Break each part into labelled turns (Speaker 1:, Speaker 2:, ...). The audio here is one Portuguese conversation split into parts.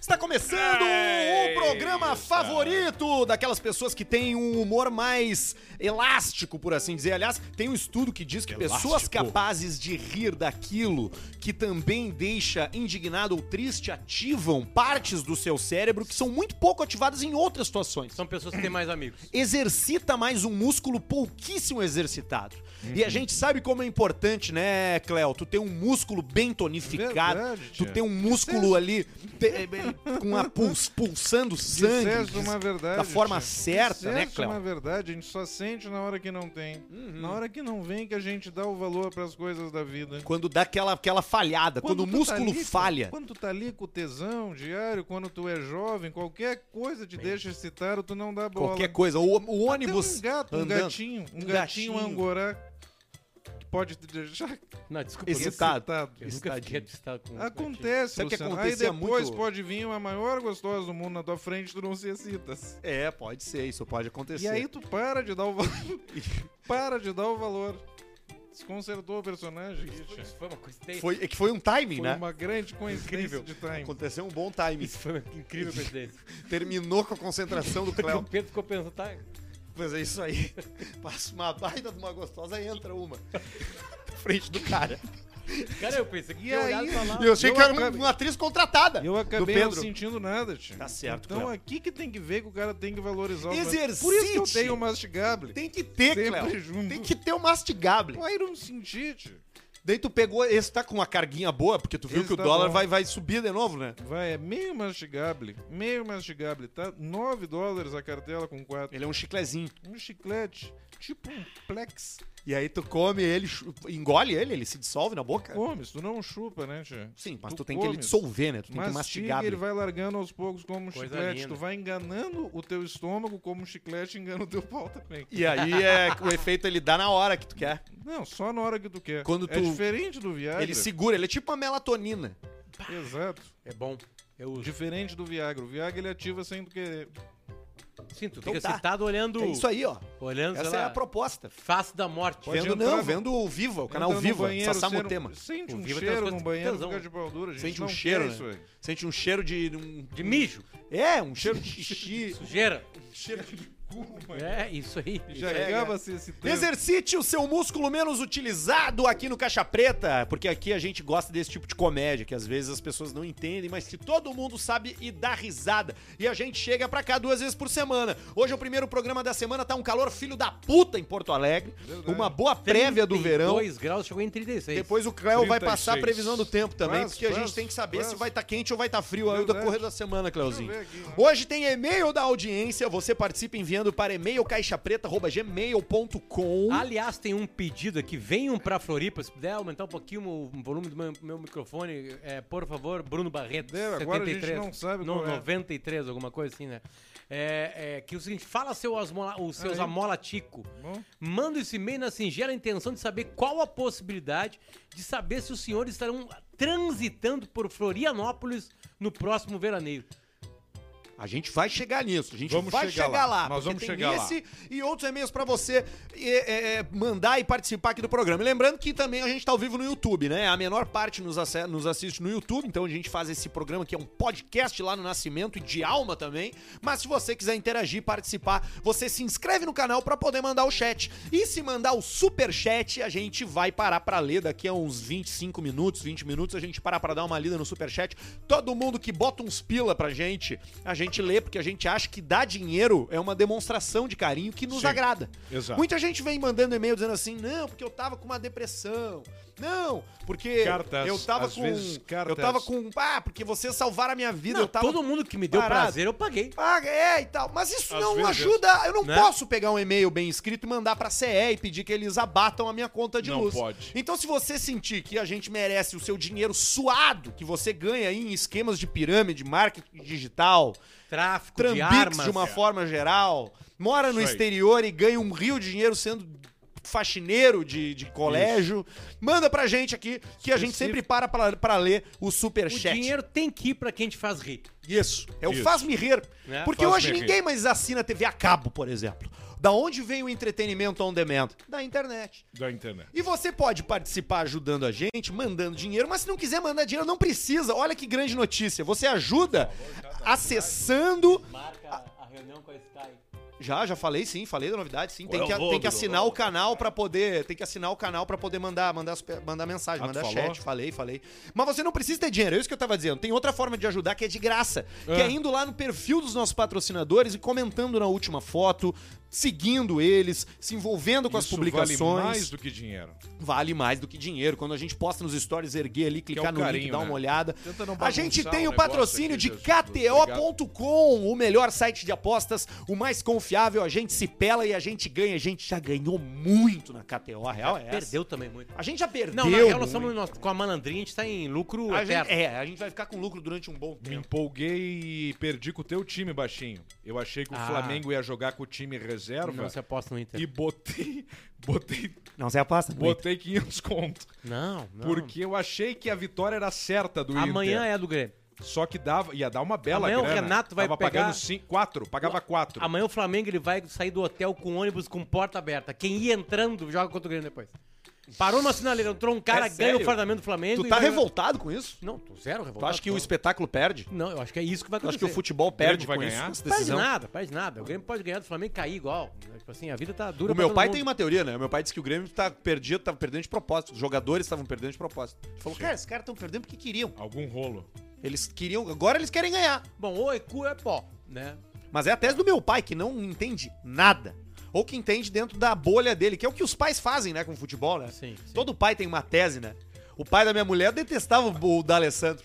Speaker 1: Está começando o programa favorito daquelas pessoas que têm um humor mais elástico, por assim dizer. Aliás, tem um estudo que diz que pessoas capazes de rir daquilo que também deixa indignado ou triste ativam partes do seu cérebro que são muito pouco ativadas em outras situações
Speaker 2: São pessoas que têm mais amigos.
Speaker 1: exercita mais um músculo pouquíssimo exercitado. E
Speaker 3: Uhum.
Speaker 1: a gente sabe como é importante, né, Cléo? Tu ter um músculo bem tonificado,
Speaker 3: Verdade,
Speaker 1: tu
Speaker 3: tia.
Speaker 1: ter um músculo ali te- eh, eh, com a puls- pulsando sangue
Speaker 3: Disseste é uma verdade,
Speaker 1: da forma
Speaker 3: tia.
Speaker 1: certa, né,
Speaker 3: Disseste uma
Speaker 1: Cléo?
Speaker 3: verdade, a gente só sente na hora que não tem.
Speaker 1: Uhum.
Speaker 3: Na hora que não vem que a gente dá o valor pras coisas da vida.
Speaker 1: Quando dá aquela, aquela falhada, quando, o
Speaker 3: tu tá
Speaker 1: músculo
Speaker 3: ali,
Speaker 1: falha.
Speaker 3: Quando tu tá ali com o tesão diário, quando tu é jovem, qualquer coisa te deixa excitar ou tu não dá bola.
Speaker 1: Qualquer coisa, o, o
Speaker 3: Até
Speaker 1: ônibus
Speaker 3: um gato, um
Speaker 1: andando.
Speaker 3: gatinho, um,
Speaker 1: Um
Speaker 3: gatinho,
Speaker 1: gatinho.
Speaker 3: angorá que pode te deixar
Speaker 2: Não, desculpa. eu nunca-
Speaker 1: Excitado.
Speaker 2: Eu nunca fiquei excitado com
Speaker 3: Acontece,
Speaker 1: Sabe o que
Speaker 3: Luciano. Aí
Speaker 1: acontecia
Speaker 3: depois
Speaker 1: muito?
Speaker 3: pode vir uma maior gostosa do mundo na tua frente, tu não se excitas.
Speaker 1: É, pode ser, isso pode acontecer.
Speaker 3: E aí tu para de dar o valor. para de dar o valor. Desconcertou o personagem.
Speaker 2: Isso foi- Isso foi uma coincidência.
Speaker 1: foi, é que foi um timing,
Speaker 3: Foi
Speaker 1: né?
Speaker 3: uma grande coincidência
Speaker 2: Incrível.
Speaker 3: de time.
Speaker 1: Aconteceu um bom timing.
Speaker 2: Isso foi uma incrível coincidência.
Speaker 1: Terminou com a concentração do
Speaker 2: Porque
Speaker 1: Cléo.
Speaker 2: o Pedro ficou pensando, tá?
Speaker 1: Pois é isso aí. Passa uma baita de uma gostosa e entra uma. Na frente do cara.
Speaker 2: Cara, eu pensei que
Speaker 3: E
Speaker 2: tinha
Speaker 3: aí?
Speaker 2: olhado pra lá.
Speaker 1: E eu achei
Speaker 3: Eu
Speaker 1: que era
Speaker 3: acabei-
Speaker 1: uma atriz contratada.
Speaker 3: Eu
Speaker 1: do
Speaker 3: acabei não
Speaker 1: Pedro.
Speaker 3: sentindo nada, tio.
Speaker 1: Tá certo,
Speaker 3: Então
Speaker 1: Cléo.
Speaker 3: aqui que tem que ver que o cara tem que valorizar o
Speaker 1: Exercite.
Speaker 3: Por isso que eu tenho o mastigable.
Speaker 1: Tem que ter,
Speaker 3: Sempre
Speaker 1: Cléo.
Speaker 3: junto.
Speaker 1: Tem que ter o mastigable.
Speaker 3: Vai não sentir, tio.
Speaker 1: Daí tu pegou. Esse tá com uma carguinha boa, porque tu viu
Speaker 3: Esse
Speaker 1: que o
Speaker 3: tá
Speaker 1: dólar
Speaker 3: bom.
Speaker 1: vai, vai subir de novo, né?
Speaker 3: Vai, é meio mastigable. Meio mastigable, tá? 9 dólares a cartela com 4.
Speaker 1: Ele é um chiclezinho.
Speaker 3: Um chiclete, tipo um plex.
Speaker 1: E aí tu come ele, chu- engole ele, ele se dissolve na boca.
Speaker 3: Comes, tu não chupa, né, tio?
Speaker 1: Sim, mas tu,
Speaker 3: Tu
Speaker 1: tem que ele
Speaker 3: comes.
Speaker 1: dissolver, né? Tu tem que
Speaker 3: Mastiga,
Speaker 1: mastigar.
Speaker 3: ele
Speaker 1: Ele
Speaker 3: vai largando aos poucos como um
Speaker 2: Coisa
Speaker 3: chiclete.
Speaker 2: linda.
Speaker 3: Tu vai enganando o teu estômago como um chiclete engana o teu pau também.
Speaker 1: E aí é, o efeito ele dá na hora que tu quer.
Speaker 3: Não, só na hora que tu quer.
Speaker 1: Quando
Speaker 3: É
Speaker 1: tu-
Speaker 3: diferente do Viagra.
Speaker 1: Ele segura, ele é tipo uma melatonina.
Speaker 3: Exato.
Speaker 2: É bom. Eu uso.
Speaker 3: Diferente do Viagra. O Viagra ele ativa sem tu querer.
Speaker 2: Sinto,
Speaker 1: Então
Speaker 2: fica
Speaker 1: tá.
Speaker 2: excitado olhando.
Speaker 1: É isso aí, ó.
Speaker 2: Olhando,
Speaker 1: Essa
Speaker 2: sei
Speaker 1: é
Speaker 2: lá,
Speaker 1: a proposta.
Speaker 2: Face da morte.
Speaker 3: Pode
Speaker 1: vendo
Speaker 3: entrar
Speaker 1: não,
Speaker 3: no-
Speaker 1: vendo o Viva, o canal
Speaker 3: Entra no
Speaker 1: Viva,
Speaker 3: banheiro,
Speaker 1: Sassá
Speaker 3: ser-
Speaker 1: Mutema.
Speaker 3: Sente
Speaker 2: O
Speaker 3: um
Speaker 2: Viva tem umas
Speaker 3: cheiro
Speaker 2: coisas
Speaker 3: no
Speaker 2: que
Speaker 3: banheiro,
Speaker 2: tesão.
Speaker 3: fica de pau dura. A gente
Speaker 1: Sente
Speaker 3: não
Speaker 1: um
Speaker 3: quer
Speaker 1: cheiro,
Speaker 3: isso
Speaker 1: né?
Speaker 3: aí.
Speaker 1: Sente um cheiro de... Um,
Speaker 2: De mijo.
Speaker 1: É, um cheiro de xixi.
Speaker 2: Sujeira.
Speaker 1: cheiro de cu,
Speaker 2: É, isso aí.
Speaker 3: Já
Speaker 1: é,
Speaker 3: ligava-se esse tempo.
Speaker 1: Exercite o seu músculo menos utilizado aqui no Caixa Preta, porque aqui a gente gosta desse tipo de comédia que às vezes as pessoas não entendem, mas que todo mundo sabe e dá risada. E a gente chega pra cá duas vezes por semana. Hoje é o primeiro programa da semana, tá um calor filho da puta em Porto Alegre.
Speaker 3: É
Speaker 1: Uma boa prévia do verão.
Speaker 2: 2 graus, chegou em 36.
Speaker 1: Depois o Cléo vai passar a
Speaker 3: 36.
Speaker 1: previsão do tempo também,
Speaker 3: Faz,
Speaker 1: porque a gente
Speaker 3: faz,
Speaker 1: tem que saber se
Speaker 3: faz.
Speaker 1: vai estar quente ou vai estar frio aí do
Speaker 3: Verdade.
Speaker 1: decorrer da semana, Cléozinho.
Speaker 3: Deixa eu ver aqui, né?
Speaker 1: Hoje tem e-mail da audiência, você participa enviando para e-mail caixapreta@gmail.com.
Speaker 2: Aliás, tem um pedido aqui. Venham pra Floripa. Se puder aumentar um pouquinho o volume do meu, meu microfone, é, por favor, Bruno Barreto.
Speaker 3: Deu, É, agora a gente não sabe
Speaker 2: Não,
Speaker 3: qual é.
Speaker 2: 93, alguma coisa assim, né? É, é, que é o seguinte, fala seu asmola, os seus
Speaker 3: Aí. Tá
Speaker 2: amola tico.
Speaker 3: Bom.
Speaker 2: Manda esse e-mail na singela intenção de saber qual a possibilidade de saber se os senhores estarão transitando por Florianópolis no próximo veraneio.
Speaker 1: A gente vai chegar nisso, a gente
Speaker 3: Vamos
Speaker 1: vai chegar,
Speaker 3: chegar
Speaker 1: lá.
Speaker 3: lá, nós
Speaker 1: porque
Speaker 3: vamos
Speaker 1: tem
Speaker 3: chegar lá.
Speaker 1: esse e outros e-mails pra você é, é, é, mandar e participar aqui do programa. E lembrando que também a gente tá ao vivo no YouTube, né? A menor parte nos, ace- nos assiste no YouTube, então a gente faz esse programa que é um podcast lá no Nascimento e de alma também. Mas se você quiser interagir, participar, você se inscreve no canal pra poder mandar o chat. E se mandar o super chat, a gente vai parar pra ler daqui a uns 25 minutos, 20 minutos, a gente para pra dar uma lida no super chat. Todo mundo que bota uns pila pra gente, a gente gente lê porque a gente acha que dar dinheiro é uma demonstração de carinho que nos
Speaker 3: Sim.
Speaker 1: agrada.
Speaker 3: Exato.
Speaker 1: Muita gente vem mandando e-mail dizendo assim: não, porque eu tava com uma depressão. Não, porque
Speaker 3: Cartas,
Speaker 1: eu tava
Speaker 3: às
Speaker 1: com.
Speaker 3: vezes, cartas.
Speaker 1: Eu tava com. Ah, porque vocês salvaram a minha vida.
Speaker 2: Não,
Speaker 1: eu tava.
Speaker 2: Todo mundo que me deu
Speaker 1: parado.
Speaker 2: prazer, eu paguei.
Speaker 1: Ah, é e tal. Mas isso
Speaker 3: Às
Speaker 1: não
Speaker 3: vezes,
Speaker 1: ajuda. Eu não
Speaker 2: né?
Speaker 1: posso pegar um e-mail bem escrito e mandar pra CE e pedir que eles abatam a minha conta de
Speaker 3: Não
Speaker 1: luz.
Speaker 3: pode.
Speaker 1: Então, se você sentir que a gente merece o seu dinheiro suado que você ganha aí em esquemas de pirâmide, marketing digital,
Speaker 2: Tráfico de
Speaker 1: trambiques
Speaker 2: armas.
Speaker 1: de uma forma geral, mora no
Speaker 3: Isso aí.
Speaker 1: exterior e ganha um rio de dinheiro sendo faxineiro de, de colégio, manda pra gente aqui que a gente sempre para pra, pra ler o
Speaker 2: O
Speaker 1: superchat.
Speaker 2: dinheiro tem que ir pra quem te faz rir.
Speaker 1: Isso. É o
Speaker 3: Isso.
Speaker 1: faz-me rir.
Speaker 2: É,
Speaker 1: Porque
Speaker 3: faz-me
Speaker 1: hoje
Speaker 3: rir.
Speaker 1: ninguém mais assina TV a cabo, por exemplo. Da onde vem o entretenimento on demand? Da internet.
Speaker 3: Da internet.
Speaker 1: E você pode participar ajudando a gente, mandando dinheiro, mas se não quiser mandar dinheiro, não precisa. Olha que grande notícia. Você ajuda acessando.
Speaker 2: Marca a reunião com a Sky.
Speaker 1: Já, já falei sim, falei da novidade, sim. Tem
Speaker 3: Qual
Speaker 1: que,
Speaker 3: é o
Speaker 1: tem que
Speaker 3: dobro?
Speaker 1: assinar o canal pra poder. Tem que assinar o canal para poder mandar, mandar, super- mandar mensagem,
Speaker 3: Ah, tu
Speaker 1: mandar
Speaker 3: falou?
Speaker 1: chat. Falei, falei. Mas você não precisa ter dinheiro, é isso que eu tava dizendo. Tem outra forma de ajudar que é de graça. Que é indo lá no perfil dos nossos patrocinadores e comentando na última foto, seguindo eles, se envolvendo com as
Speaker 3: Isso
Speaker 1: publicações.
Speaker 3: Vale mais do que dinheiro.
Speaker 1: vale mais do que dinheiro. Quando a gente posta nos stories, erguer ali, clicar
Speaker 3: é o
Speaker 1: no link,
Speaker 3: carinho,
Speaker 1: dar
Speaker 3: né?
Speaker 1: uma olhada.
Speaker 3: Tenta não
Speaker 1: A gente
Speaker 3: bagunçar
Speaker 1: tem
Speaker 3: o
Speaker 1: o
Speaker 3: negócio
Speaker 1: patrocínio de
Speaker 3: aqui, Jesus. Obrigado.
Speaker 1: KTO.com, o melhor site de apostas, o mais confiável. A gente se pela e a gente ganha. A gente já ganhou muito na KTO, a real é essa.
Speaker 2: Perdeu também muito.
Speaker 1: A gente já perdeu.
Speaker 2: Não, na real,
Speaker 1: muito.
Speaker 2: nós estamos nós- com a malandrinha, a gente tá em lucro
Speaker 1: a gente,
Speaker 2: eterno.
Speaker 1: é, a gente vai ficar com lucro durante um bom
Speaker 3: Me
Speaker 1: tempo.
Speaker 3: empolguei e perdi com o teu time, baixinho. Eu achei que o
Speaker 2: Ah.
Speaker 3: Flamengo ia jogar com o time reserva
Speaker 2: Não é se aposta no Inter.
Speaker 3: e botei, botei,
Speaker 1: Não, você aposta?
Speaker 3: botei 500 conto.
Speaker 2: Não, não.
Speaker 3: Porque eu achei que a vitória era certa do
Speaker 2: Amanhã
Speaker 3: Inter.
Speaker 2: é do Grêmio.
Speaker 3: Só que dava, ia dar uma bela
Speaker 2: Amanhã o
Speaker 3: grana.
Speaker 2: Renato vai
Speaker 3: Tava
Speaker 2: pegar-
Speaker 3: pagando 5, 4, pagava 4.
Speaker 2: Amanhã o Flamengo ele vai sair do hotel com ônibus com porta aberta. Quem ia entrando joga contra o Grêmio depois. Parou uma sinaleira, entrou um cara,
Speaker 1: É
Speaker 2: ganha o
Speaker 1: sério?
Speaker 2: fardamento do Flamengo.
Speaker 1: Tu
Speaker 2: e
Speaker 1: tá
Speaker 2: vai-
Speaker 1: revoltado com isso?
Speaker 2: Não, tô zero revoltado.
Speaker 1: Tu acha que o
Speaker 2: não.
Speaker 1: espetáculo perde?
Speaker 2: Não, eu acho que é isso que vai
Speaker 1: Tu acha
Speaker 2: acontecer.
Speaker 1: que o futebol
Speaker 3: Grêmio
Speaker 1: perde
Speaker 3: vai
Speaker 1: com isso?
Speaker 3: ganhar?
Speaker 1: essa
Speaker 2: Faz
Speaker 1: decisão?
Speaker 2: nada, faz nada. O Grêmio pode ganhar do Flamengo e cair igual. Tipo assim, a vida tá dura
Speaker 1: O meu
Speaker 2: pra todo
Speaker 1: pai
Speaker 2: mundo.
Speaker 1: tem uma teoria, né? O meu pai disse que o Grêmio tá perdido, tava perdendo de propósito. Os jogadores estavam perdendo de propósito. Ele falou, cara, esses caras estão perdendo porque queriam.
Speaker 3: Algum rolo.
Speaker 1: Eles queriam, agora eles querem ganhar.
Speaker 2: Bom, ou é cu ou é pó, né?
Speaker 1: Mas é a tese do meu pai, que não entende nada. Ou que entende dentro da bolha dele, que é o que os pais fazem, né, com o futebol, né?
Speaker 2: Sim, sim.
Speaker 1: Todo pai tem uma tese, né? O pai da minha mulher detestava o, o D'Alessandro.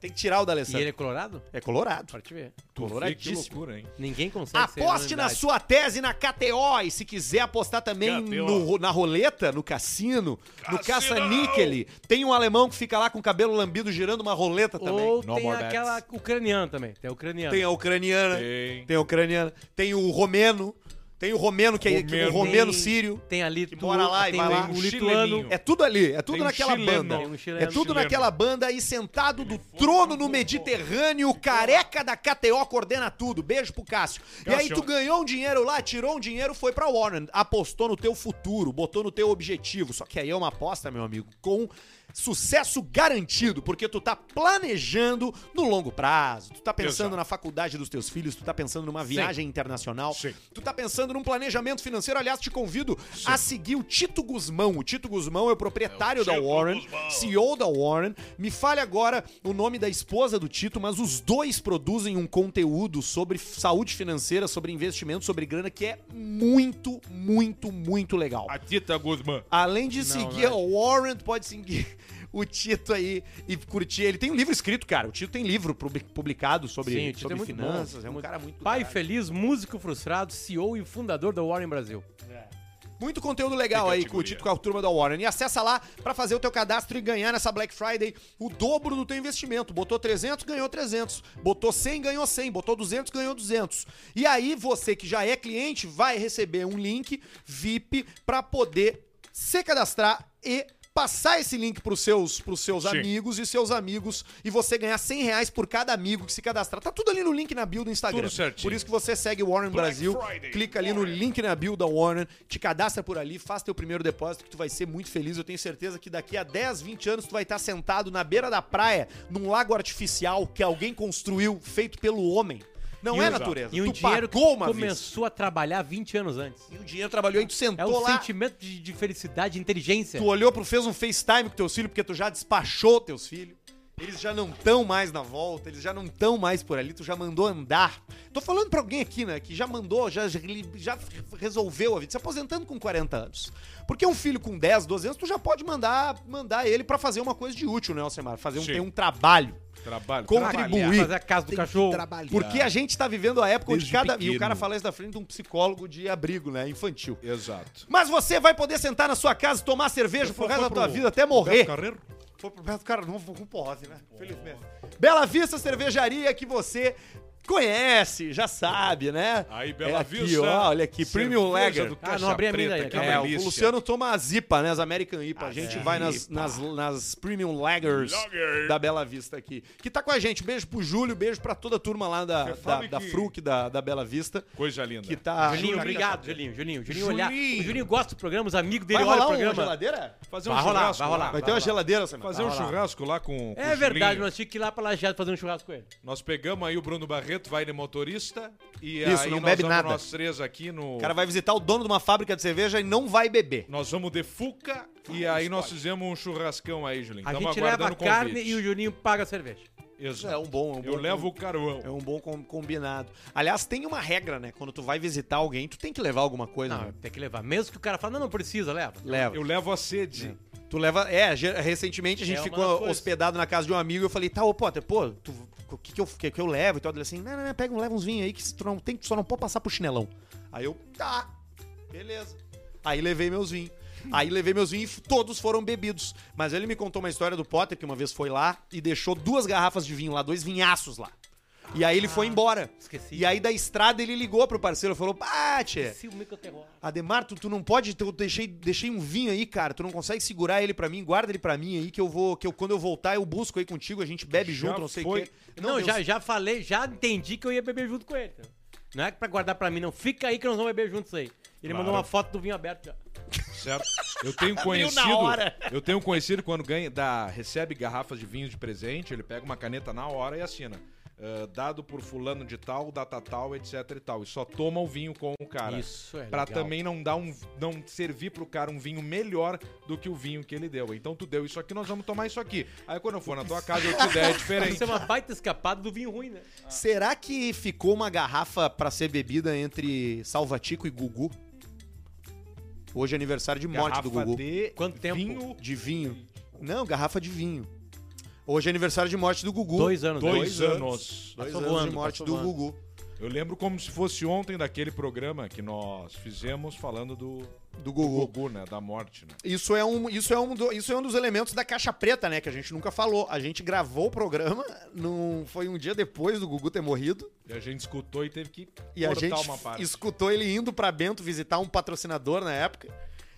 Speaker 1: Tem que tirar o
Speaker 2: E
Speaker 1: D'Alessandro.
Speaker 2: ele é colorado?
Speaker 1: É colorado.
Speaker 2: Pra te ver.
Speaker 3: Tu
Speaker 1: é
Speaker 3: vê que
Speaker 1: Coloradíssimo.
Speaker 3: loucura, hein?
Speaker 2: Ninguém consegue
Speaker 1: Aposte
Speaker 2: ser
Speaker 1: na
Speaker 2: unanimidade.
Speaker 1: sua tese na KTO e se quiser apostar também
Speaker 3: KTO.
Speaker 1: no ro- na roleta, no cassino, no
Speaker 3: Cassino!
Speaker 1: caça-níquel, tem um alemão que fica lá com o cabelo lambido girando uma roleta também.
Speaker 2: Ou
Speaker 3: No
Speaker 2: tem
Speaker 3: more
Speaker 2: aquela
Speaker 3: bets.
Speaker 2: ucraniana também. Tem a ucraniana.
Speaker 1: Tem a ucraniana,
Speaker 3: Tem.
Speaker 1: tem a ucraniana, tem o romeno, tem o romeno que é que- o
Speaker 3: Romeno.
Speaker 1: romeno sírio.
Speaker 2: Tem ali
Speaker 1: Que mora lá e
Speaker 2: tem
Speaker 1: vai
Speaker 2: o,
Speaker 1: lá.
Speaker 2: o
Speaker 3: Um
Speaker 2: lituano.
Speaker 3: chileninho.
Speaker 1: É tudo ali, é tudo
Speaker 3: Tem um
Speaker 1: naquela
Speaker 3: chileno.
Speaker 1: banda.
Speaker 3: Tem
Speaker 2: um chileno.
Speaker 1: é tudo
Speaker 3: Chileno.
Speaker 1: naquela banda e sentado do trono no Mediterrâneo, careca da KTO coordena tudo. Beijo pro Cássio. E aí
Speaker 3: Cássio.
Speaker 1: tu ganhou um dinheiro lá, tirou um dinheiro, foi pra Warren, apostou no teu futuro, botou no teu objetivo. Só que aí é uma aposta, meu amigo, com sucesso garantido, porque tu tá planejando no longo prazo. Tu tá pensando
Speaker 3: Exato.
Speaker 1: na faculdade dos teus filhos, tu tá pensando numa viagem internacional.
Speaker 3: Sim.
Speaker 1: Tu tá pensando num planejamento financeiro, aliás, te convido a seguir o Tito Guzmão. O Tito Guzmão é o proprietário da Warren, CEO da Warren. Me fale agora o nome da esposa do Tito, mas os dois produzem um conteúdo sobre saúde financeira, sobre investimento, sobre grana, que é muito, muito, muito legal.
Speaker 3: A Tita Guzmã.
Speaker 1: Além de
Speaker 2: Não,
Speaker 1: seguir
Speaker 2: não é.
Speaker 1: o Warren, tu pode seguir o Tito aí e curtir. Ele tem um livro escrito, cara. O Tito tem livro pub- publicado sobre,
Speaker 2: Sim, o Tito
Speaker 1: sobre
Speaker 2: é muito bom.
Speaker 1: finanças. É um cara muito do
Speaker 2: Pai
Speaker 1: caralho.
Speaker 2: feliz, músico frustrado, CEO e fundador da Warren Brasil.
Speaker 1: Muito conteúdo legal
Speaker 3: Que
Speaker 1: aí,
Speaker 3: categoria.
Speaker 1: curtido com a turma da Warren. E acessa lá pra fazer o teu cadastro e ganhar nessa Black Friday o dobro do teu investimento. Botou 300, ganhou 300. Botou 100, ganhou 100. Botou 200, ganhou 200. E aí você que já é cliente vai receber um link VIP pra poder se cadastrar e passar esse link pros seus, pros seus
Speaker 3: Sim.
Speaker 1: amigos e seus amigos e você ganhar 100 reais por cada amigo que se cadastrar. Tá tudo ali no link na bio do Instagram.
Speaker 3: Tudo certinho.
Speaker 1: Por isso que você segue o Warren
Speaker 3: Black
Speaker 1: Brasil,
Speaker 3: Friday,
Speaker 1: clica ali no
Speaker 3: Warren.
Speaker 1: link na bio da Warner, te cadastra por ali, faz teu primeiro depósito que tu vai ser muito feliz. Eu tenho certeza que daqui a 10, 20 anos tu vai estar sentado na beira da praia, num lago artificial que alguém construiu, feito pelo homem. Não
Speaker 3: E
Speaker 1: é
Speaker 3: o-
Speaker 1: natureza.
Speaker 2: E o
Speaker 1: tu
Speaker 2: dinheiro que
Speaker 1: pagou uma vez.
Speaker 2: começou a trabalhar 20 anos antes.
Speaker 1: E o dinheiro trabalhou e tu
Speaker 2: É
Speaker 1: sentou
Speaker 2: um
Speaker 1: lá.
Speaker 2: sentimento de, de felicidade, de inteligência.
Speaker 1: Tu olhou pro fez um FaceTime com teu filho porque tu já despachou teus filhos. Eles já não estão mais na volta, eles já não estão mais por ali, tu já mandou andar. Tô falando pra alguém aqui, né, que já mandou, já, já resolveu a vida, se aposentando com 40 anos. Porque um filho com 10, 12 anos, tu já pode mandar mandar ele pra fazer uma coisa de útil, né, Alcemar? Fazer um,
Speaker 3: Sim.
Speaker 1: ter um trabalho.
Speaker 3: Trabalho.
Speaker 1: Contribuir.
Speaker 3: trabalhar.
Speaker 2: Fazer É a casa do cachorro.
Speaker 1: Porque a gente tá vivendo a época onde
Speaker 3: Desde
Speaker 1: cada. E o
Speaker 3: pequeno.
Speaker 1: cara fala isso da frente de um psicólogo de abrigo, né? Infantil.
Speaker 3: Exato.
Speaker 1: Mas você vai poder sentar na sua casa e tomar cerveja pro resto da tua vida até morrer.
Speaker 3: Carreiro?
Speaker 1: Foi pro Beto Cara Novo com porrose, né? Felizmente. Bela Vista Cervejaria que você conhece, já sabe, né?
Speaker 3: Aí, Bela
Speaker 1: aqui,
Speaker 3: Vista.
Speaker 1: ó, olha aqui, Premium
Speaker 3: Cerveja
Speaker 1: Lager.
Speaker 3: do
Speaker 2: Ah,
Speaker 3: Caixa
Speaker 2: não abri a minha
Speaker 3: Preta,
Speaker 2: ainda,
Speaker 3: que
Speaker 2: cara.
Speaker 1: É, o
Speaker 3: delícia.
Speaker 1: Luciano toma a Zipa, né? As American IPA. A gente vai nas, nas, nas Premium Lagers
Speaker 3: Lager.
Speaker 1: da Bela Vista aqui. Que tá com a gente. Beijo pro Júlio, beijo pra toda a turma lá da,
Speaker 3: Você
Speaker 1: da,
Speaker 3: sabe
Speaker 1: da
Speaker 3: que-
Speaker 1: Fruc, da, da Bela Vista.
Speaker 3: Coisa linda.
Speaker 1: Que tá...
Speaker 2: Julinho,
Speaker 1: Vai
Speaker 2: obrigado, Julinho, Julinho. Julinho, olhar.
Speaker 3: Julinho.
Speaker 2: O Julinho gosta do programa, os amigos dele olham
Speaker 1: rolar
Speaker 2: o
Speaker 1: uma
Speaker 2: programa.
Speaker 1: geladeira?
Speaker 3: Fazer um
Speaker 2: Vai rolar,
Speaker 3: churrasco.
Speaker 2: vai
Speaker 3: lá.
Speaker 2: rolar.
Speaker 1: Vai ter uma geladeira, Samir.
Speaker 3: Fazer um churrasco lá com, com o
Speaker 2: É verdade,
Speaker 3: Julinho.
Speaker 2: nós tínhamos que ir lá pra Lajeado fazer um churrasco com ele.
Speaker 3: Nós pegamos aí o Bruno Barreto, vai de motorista. E
Speaker 1: Isso,
Speaker 3: aí
Speaker 1: não
Speaker 3: nós
Speaker 1: bebe
Speaker 3: vamos
Speaker 1: nada.
Speaker 3: nós três aqui no...
Speaker 1: O cara vai visitar o dono de uma fábrica de cerveja e não vai beber.
Speaker 3: Nós vamos de Fuca e aí nós fizemos um churrascão aí, Julinho.
Speaker 2: A
Speaker 3: Tamo
Speaker 2: gente
Speaker 3: aguardando
Speaker 2: leva a
Speaker 3: o convite.
Speaker 2: carne e o Julinho paga a cerveja.
Speaker 3: Exato.
Speaker 1: É um bom, é um
Speaker 3: Eu
Speaker 1: bom
Speaker 3: levo o
Speaker 1: com-
Speaker 3: carvão.
Speaker 1: É um bom com- combinado. Aliás, tem uma regra, né? Quando tu vai visitar alguém, tu tem que levar alguma coisa.
Speaker 2: Não,
Speaker 1: né?
Speaker 2: tem que levar. Mesmo que o cara fale, não, não precisa, leva.
Speaker 1: Leva.
Speaker 3: Ah, Eu levo a sede.
Speaker 1: Tu leva. É, ge- recentemente a gente
Speaker 2: É uma
Speaker 1: ficou
Speaker 2: coisa.
Speaker 1: hospedado na casa de um amigo e eu falei, tá, ô Potter, pô, tu- o que, que, eu, que, que eu levo? E tal. Ele assim, não, não, não, pega, um- leva uns vinhos aí que se tu não tem, tu só não pode passar pro chinelão. Aí eu, tá, beleza. Aí levei meus vinhos. Aí levei meus vinhos e f- todos foram bebidos. Mas ele me contou uma história do Potter, que uma vez foi lá e deixou duas garrafas de vinho lá, dois vinhaços lá. E aí ele foi embora.
Speaker 2: Ah, esqueci.
Speaker 1: E aí da estrada ele ligou pro parceiro e falou: Bate!
Speaker 2: Se o é microterror.
Speaker 1: Ademar, tu, tu não pode, eu deixei, deixei um vinho aí, cara. Tu não consegue segurar ele pra mim, guarda ele pra mim aí que eu vou, que eu quando eu voltar eu busco aí contigo, a gente bebe
Speaker 3: Já
Speaker 1: junto, não sei o
Speaker 3: foi.
Speaker 1: quê.
Speaker 2: Não,
Speaker 1: Deus,
Speaker 2: já, já falei, já entendi que eu ia beber junto com ele. tá? Não é pra guardar pra mim, não. Fica aí que nós vamos beber juntos aí. Ele
Speaker 3: Claro.
Speaker 2: mandou uma foto do vinho aberto. já.
Speaker 3: Certo? Eu tenho conhecido.
Speaker 1: hora.
Speaker 3: Eu tenho conhecido quando ganha, dá, recebe garrafas de vinho de presente, ele pega uma caneta na hora e assina. "Ah, dado por fulano de tal, data tal, etc e tal. E só toma o vinho com o cara.
Speaker 2: Isso é
Speaker 3: Pra
Speaker 2: legal.
Speaker 3: também não dar um. não servir pro cara um vinho melhor do que o vinho que ele deu. Então tu deu isso aqui, nós vamos tomar isso aqui. Aí quando eu for na tua casa, eu te der é
Speaker 2: Isso
Speaker 3: diferente.
Speaker 2: é uma baita escapada do vinho ruim, né?
Speaker 1: Será que ficou uma garrafa pra ser bebida entre Salvatico e Gugu? Hoje é aniversário de morte do
Speaker 3: Garrafa
Speaker 1: Gugu.
Speaker 3: de
Speaker 2: Quanto tempo?
Speaker 3: Vinho
Speaker 1: De vinho. Não, garrafa de vinho. Hoje é aniversário de morte do Gugu.
Speaker 2: Dois anos. né?
Speaker 3: dois,
Speaker 1: Dois
Speaker 3: anos.
Speaker 1: Dois
Speaker 2: Passou
Speaker 1: anos
Speaker 2: voando,
Speaker 1: de morte
Speaker 2: passou
Speaker 1: do
Speaker 2: voando.
Speaker 1: Gugu.
Speaker 3: Eu lembro como se fosse ontem daquele programa que nós fizemos falando do,
Speaker 1: Do
Speaker 3: do
Speaker 1: Gugu.
Speaker 3: Gugu, né? Da morte, né?
Speaker 1: Isso é, um, isso, é um do- isso é um dos elementos da caixa preta, né? Que a gente nunca falou. A gente gravou o programa, num, foi um dia depois do Gugu ter morrido.
Speaker 3: E a gente escutou e teve que
Speaker 1: E a gente
Speaker 3: uma parte.
Speaker 1: escutou ele indo pra Bento visitar um patrocinador na época.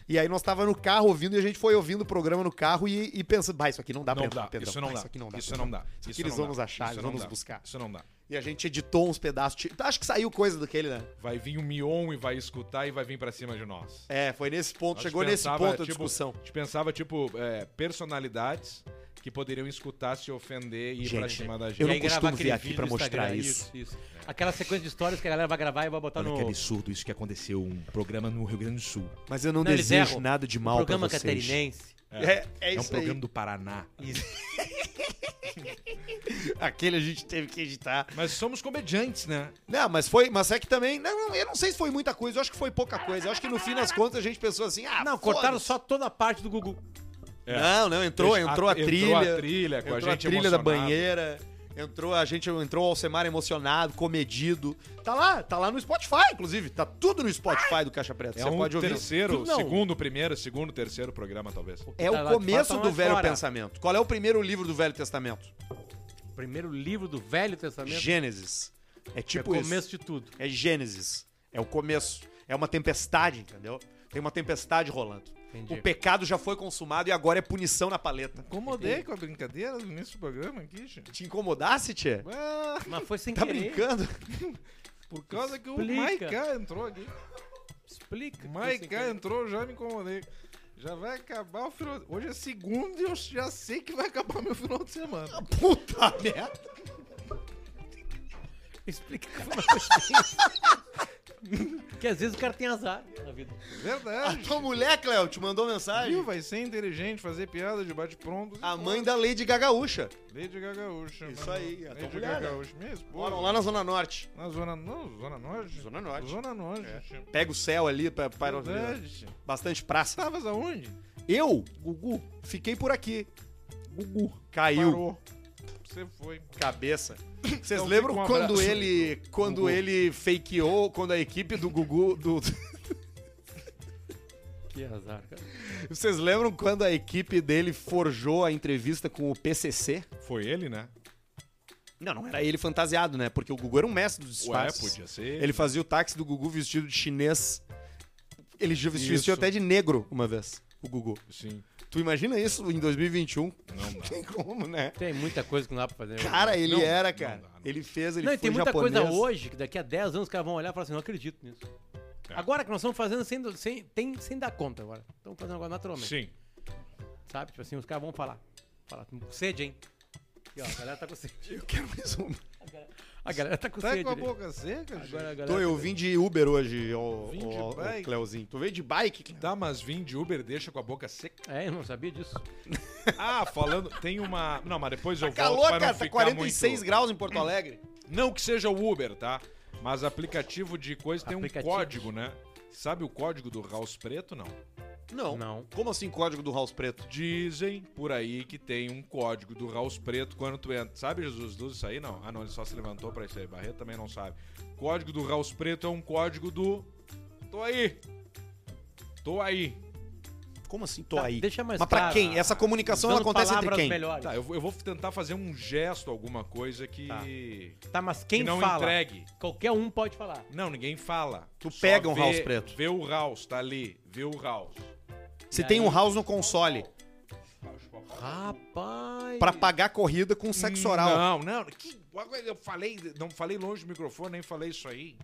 Speaker 1: E aí nós tava no carro ouvindo e a gente foi ouvindo o programa no carro e, e pensando, bah, isso aqui não dá
Speaker 3: Não
Speaker 1: pra
Speaker 3: dá,
Speaker 1: Pedrão.
Speaker 3: isso não
Speaker 1: Bah,
Speaker 3: dá.
Speaker 1: Isso aqui não dá.
Speaker 3: Isso
Speaker 1: Pedrão.
Speaker 3: não dá.
Speaker 1: Isso
Speaker 3: Isso
Speaker 1: aqui eles
Speaker 3: não
Speaker 1: vão nos
Speaker 3: dá,
Speaker 1: achar,
Speaker 3: isso
Speaker 1: eles
Speaker 3: não
Speaker 1: vão nos
Speaker 3: dá,
Speaker 1: buscar.
Speaker 3: Isso não dá.
Speaker 1: E a gente editou uns pedaços. tipo, Acho que saiu coisa daquele, né?
Speaker 3: Vai vir o Mion e vai escutar e vai vir pra cima de nós.
Speaker 1: É, foi nesse ponto,
Speaker 3: Nós
Speaker 1: chegou nesse
Speaker 3: pensava,
Speaker 1: ponto a
Speaker 3: tipo,
Speaker 1: discussão.
Speaker 3: A gente pensava, tipo, é, personalidades que poderiam escutar, se ofender e ir pra
Speaker 1: Gente,
Speaker 3: cima da
Speaker 1: Eu
Speaker 3: gente.
Speaker 2: E
Speaker 1: não
Speaker 2: aí gravar
Speaker 1: costumo
Speaker 2: aquele
Speaker 1: vir aqui
Speaker 2: vídeo
Speaker 1: pra
Speaker 2: do
Speaker 1: mostrar
Speaker 2: Instagram,
Speaker 1: isso.
Speaker 2: Aquela sequência de histórias que a galera vai gravar e vai botar no.
Speaker 3: absurdo isso que aconteceu. Um programa no Rio Grande do Sul.
Speaker 1: Mas eu não,
Speaker 2: Não, eles
Speaker 1: desejo
Speaker 2: erram.
Speaker 1: nada de mal pra
Speaker 2: programa
Speaker 1: vocês.
Speaker 2: catarinense.
Speaker 1: É, é, isso aí.
Speaker 3: um do Paraná.
Speaker 1: Aquele a gente teve que editar.
Speaker 3: Mas somos comediantes, né?
Speaker 1: Não, mas foi. Mas é que também. Não, não, eu não sei se foi muita coisa, eu acho que foi pouca coisa. Eu acho que no fim das contas a gente pensou assim, ah,
Speaker 2: Não, cortaram
Speaker 1: foda-se.
Speaker 2: só toda a parte do Gugu.
Speaker 3: É.
Speaker 1: Não, não, entrou, entrou a trilha.
Speaker 3: Entrou a trilha com
Speaker 1: entrou
Speaker 3: a gente
Speaker 1: trilha da
Speaker 3: emocionado.
Speaker 1: banheira. Entrou, a gente entrou o Alcemar emocionado, comedido. Tá lá, tá lá no Spotify, inclusive. Tá tudo no Spotify do Caixa Preta.
Speaker 3: É
Speaker 1: Você
Speaker 3: um
Speaker 1: pode ouvir.
Speaker 3: terceiro,
Speaker 2: Tudo não.
Speaker 3: segundo, primeiro, segundo, terceiro programa, talvez.
Speaker 1: É
Speaker 2: Tá
Speaker 1: o
Speaker 2: lá,
Speaker 1: começo
Speaker 2: tá lá
Speaker 1: do Velho
Speaker 2: fora.
Speaker 1: Pensamento. Qual é o primeiro livro do Velho Testamento?
Speaker 2: Primeiro livro do Velho Testamento.
Speaker 1: Gênesis. É
Speaker 2: é
Speaker 1: tipo
Speaker 2: o
Speaker 1: isso.
Speaker 2: começo de tudo.
Speaker 1: É Gênesis. É o começo. É uma tempestade, entendeu? Tem uma tempestade rolando.
Speaker 2: Entendi.
Speaker 1: O pecado já foi consumado e agora é punição na paleta.
Speaker 4: Incomodei com a brincadeira no início do programa aqui, gente.
Speaker 1: Te incomodasse, tia?
Speaker 4: Ah,
Speaker 2: Mas foi sem
Speaker 1: Tá
Speaker 2: querer.
Speaker 1: brincando?
Speaker 4: por causa que o
Speaker 2: Explica.
Speaker 4: Maiká entrou aqui.
Speaker 2: Explica. que
Speaker 4: O
Speaker 2: foi sem
Speaker 4: Maiká
Speaker 2: querer.
Speaker 4: entrou, já me incomodei. Já vai acabar o final. Hoje é segunda e eu já sei que vai acabar meu final de semana.
Speaker 1: Puta merda.
Speaker 2: Explica como é que foi. Porque às vezes o cara tem azar na vida.
Speaker 1: A
Speaker 4: Verdade.
Speaker 1: tua mulher, Cléo, te mandou mensagem?
Speaker 4: Viu? Vai ser inteligente, fazer piada de bate-pronto.
Speaker 1: A mãe da Lady Gagaúcha.
Speaker 4: Lady Gagaúcha.
Speaker 1: Ah, Isso aí, a tua
Speaker 4: Lady
Speaker 1: mulher, né?
Speaker 4: Gagaúcha. Minha esposa.
Speaker 1: Moram lá na Zona Norte.
Speaker 4: Na zona, não, zona norte?
Speaker 1: Zona norte. É.
Speaker 4: Zona norte. tia.
Speaker 1: Pega o céu ali pra, pra
Speaker 4: É Verdade.
Speaker 1: bastante praça.
Speaker 4: Estavas aonde?
Speaker 1: Eu, Gugu, fiquei por aqui. Gugu. Caiu.
Speaker 4: Parou. Você foi.
Speaker 1: Cabeça. Vocês
Speaker 4: Então,
Speaker 1: lembram
Speaker 4: fica um
Speaker 1: quando
Speaker 4: abraço.
Speaker 1: ele quando
Speaker 4: Gugu.
Speaker 1: ele fakeou, quando a equipe do Gugu do
Speaker 2: Que azar, cara.
Speaker 1: Vocês lembram quando a equipe dele forjou a entrevista com o PCC?
Speaker 3: Foi ele, né?
Speaker 1: Não, não era ele fantasiado, né? Porque o Gugu era um mestre dos
Speaker 3: Ué,
Speaker 1: disfarces.
Speaker 3: podia ser.
Speaker 1: Ele fazia o táxi do Gugu vestido de chinês. Ele já vestiu,
Speaker 3: Isso.
Speaker 1: vestiu até de negro uma vez, o Gugu.
Speaker 3: Sim.
Speaker 1: Tu imagina isso em 2021?
Speaker 3: Não
Speaker 1: Não
Speaker 3: dá.
Speaker 1: um? tem como, né?
Speaker 2: Tem muita coisa que não dá pra fazer.
Speaker 1: Cara, ele
Speaker 3: Não,
Speaker 1: era,
Speaker 3: não
Speaker 1: cara.
Speaker 3: dá, não.
Speaker 1: Ele fez, ele
Speaker 2: não, e
Speaker 1: foi
Speaker 2: tem muita
Speaker 1: japonês.
Speaker 2: coisa hoje que daqui a 10 anos os caras vão olhar e falar assim, não acredito nisso.
Speaker 3: É.
Speaker 2: Agora que nós estamos fazendo sem, sem, tem- sem dar conta agora. Estamos fazendo agora
Speaker 4: é,
Speaker 2: naturalmente.
Speaker 3: Sim.
Speaker 4: Tá
Speaker 2: Sabe? Tipo assim, os caras vão falar. Falar, "Tô com sede, hein? E, ó, a galera tá com sede.
Speaker 1: Eu quero mais um uma.
Speaker 2: A galera tá com
Speaker 4: Tá
Speaker 2: sede.
Speaker 4: com a
Speaker 2: né?
Speaker 4: boca seca,
Speaker 2: Agora é a
Speaker 4: gente?
Speaker 2: galera tá
Speaker 1: Tô, eu vim de Uber hoje, ô,
Speaker 4: Vim de
Speaker 1: ô- ô,
Speaker 4: bike.
Speaker 1: Cleozinho. Tu veio de bike, tá Cleo?
Speaker 3: Dá, Tá, mas vim de Uber, deixa com a boca seca.
Speaker 2: É, eu não sabia disso.
Speaker 3: Ah, falando, tem uma. Não, mas depois eu volto.
Speaker 1: Calor,
Speaker 3: pra não
Speaker 1: cara, tá
Speaker 3: ficar
Speaker 1: 46
Speaker 3: muito-
Speaker 1: graus em Porto Alegre.
Speaker 3: Não que seja o Uber, tá? Mas aplicativo de coisa tem um
Speaker 2: Aplicativos.
Speaker 3: código, né? Sabe o código do House Preto? Não.
Speaker 1: Não.
Speaker 2: Não.
Speaker 1: Como assim código do House Preto?
Speaker 3: Dizem por aí que tem um código do House Preto quando tu entra. Sabe, Jesus Luz, isso aí? Não. Ah, não, ele só se levantou pra isso aí. Barreto também não sabe. Código do House Preto é um código do. Tô aí. Tô aí.
Speaker 1: Como assim tô
Speaker 2: Tá,
Speaker 1: aí?
Speaker 2: deixa mais
Speaker 1: Mas pra
Speaker 2: claro.
Speaker 1: quem? Essa comunicação ela
Speaker 2: Usando
Speaker 1: acontece entre
Speaker 2: palavras
Speaker 1: quem?
Speaker 2: melhores.
Speaker 3: Tá, eu, vou- eu vou tentar fazer um gesto, alguma coisa que.
Speaker 2: Tá.
Speaker 3: que
Speaker 2: Tá, mas quem
Speaker 3: não
Speaker 2: fala?
Speaker 3: entregue.
Speaker 2: Qualquer um pode falar.
Speaker 3: Não, ninguém fala.
Speaker 1: Tu
Speaker 3: Só
Speaker 1: pega um
Speaker 3: vê-
Speaker 1: House Preto.
Speaker 3: Vê o House, tá ali. Vê o House.
Speaker 1: Se
Speaker 2: E
Speaker 1: tem um
Speaker 2: aí?
Speaker 1: house no console
Speaker 2: Rapaz.
Speaker 1: pra pagar corrida com sexo oral.
Speaker 3: Não, não. que- eu falei, não falei longe do microfone, nem falei isso aí.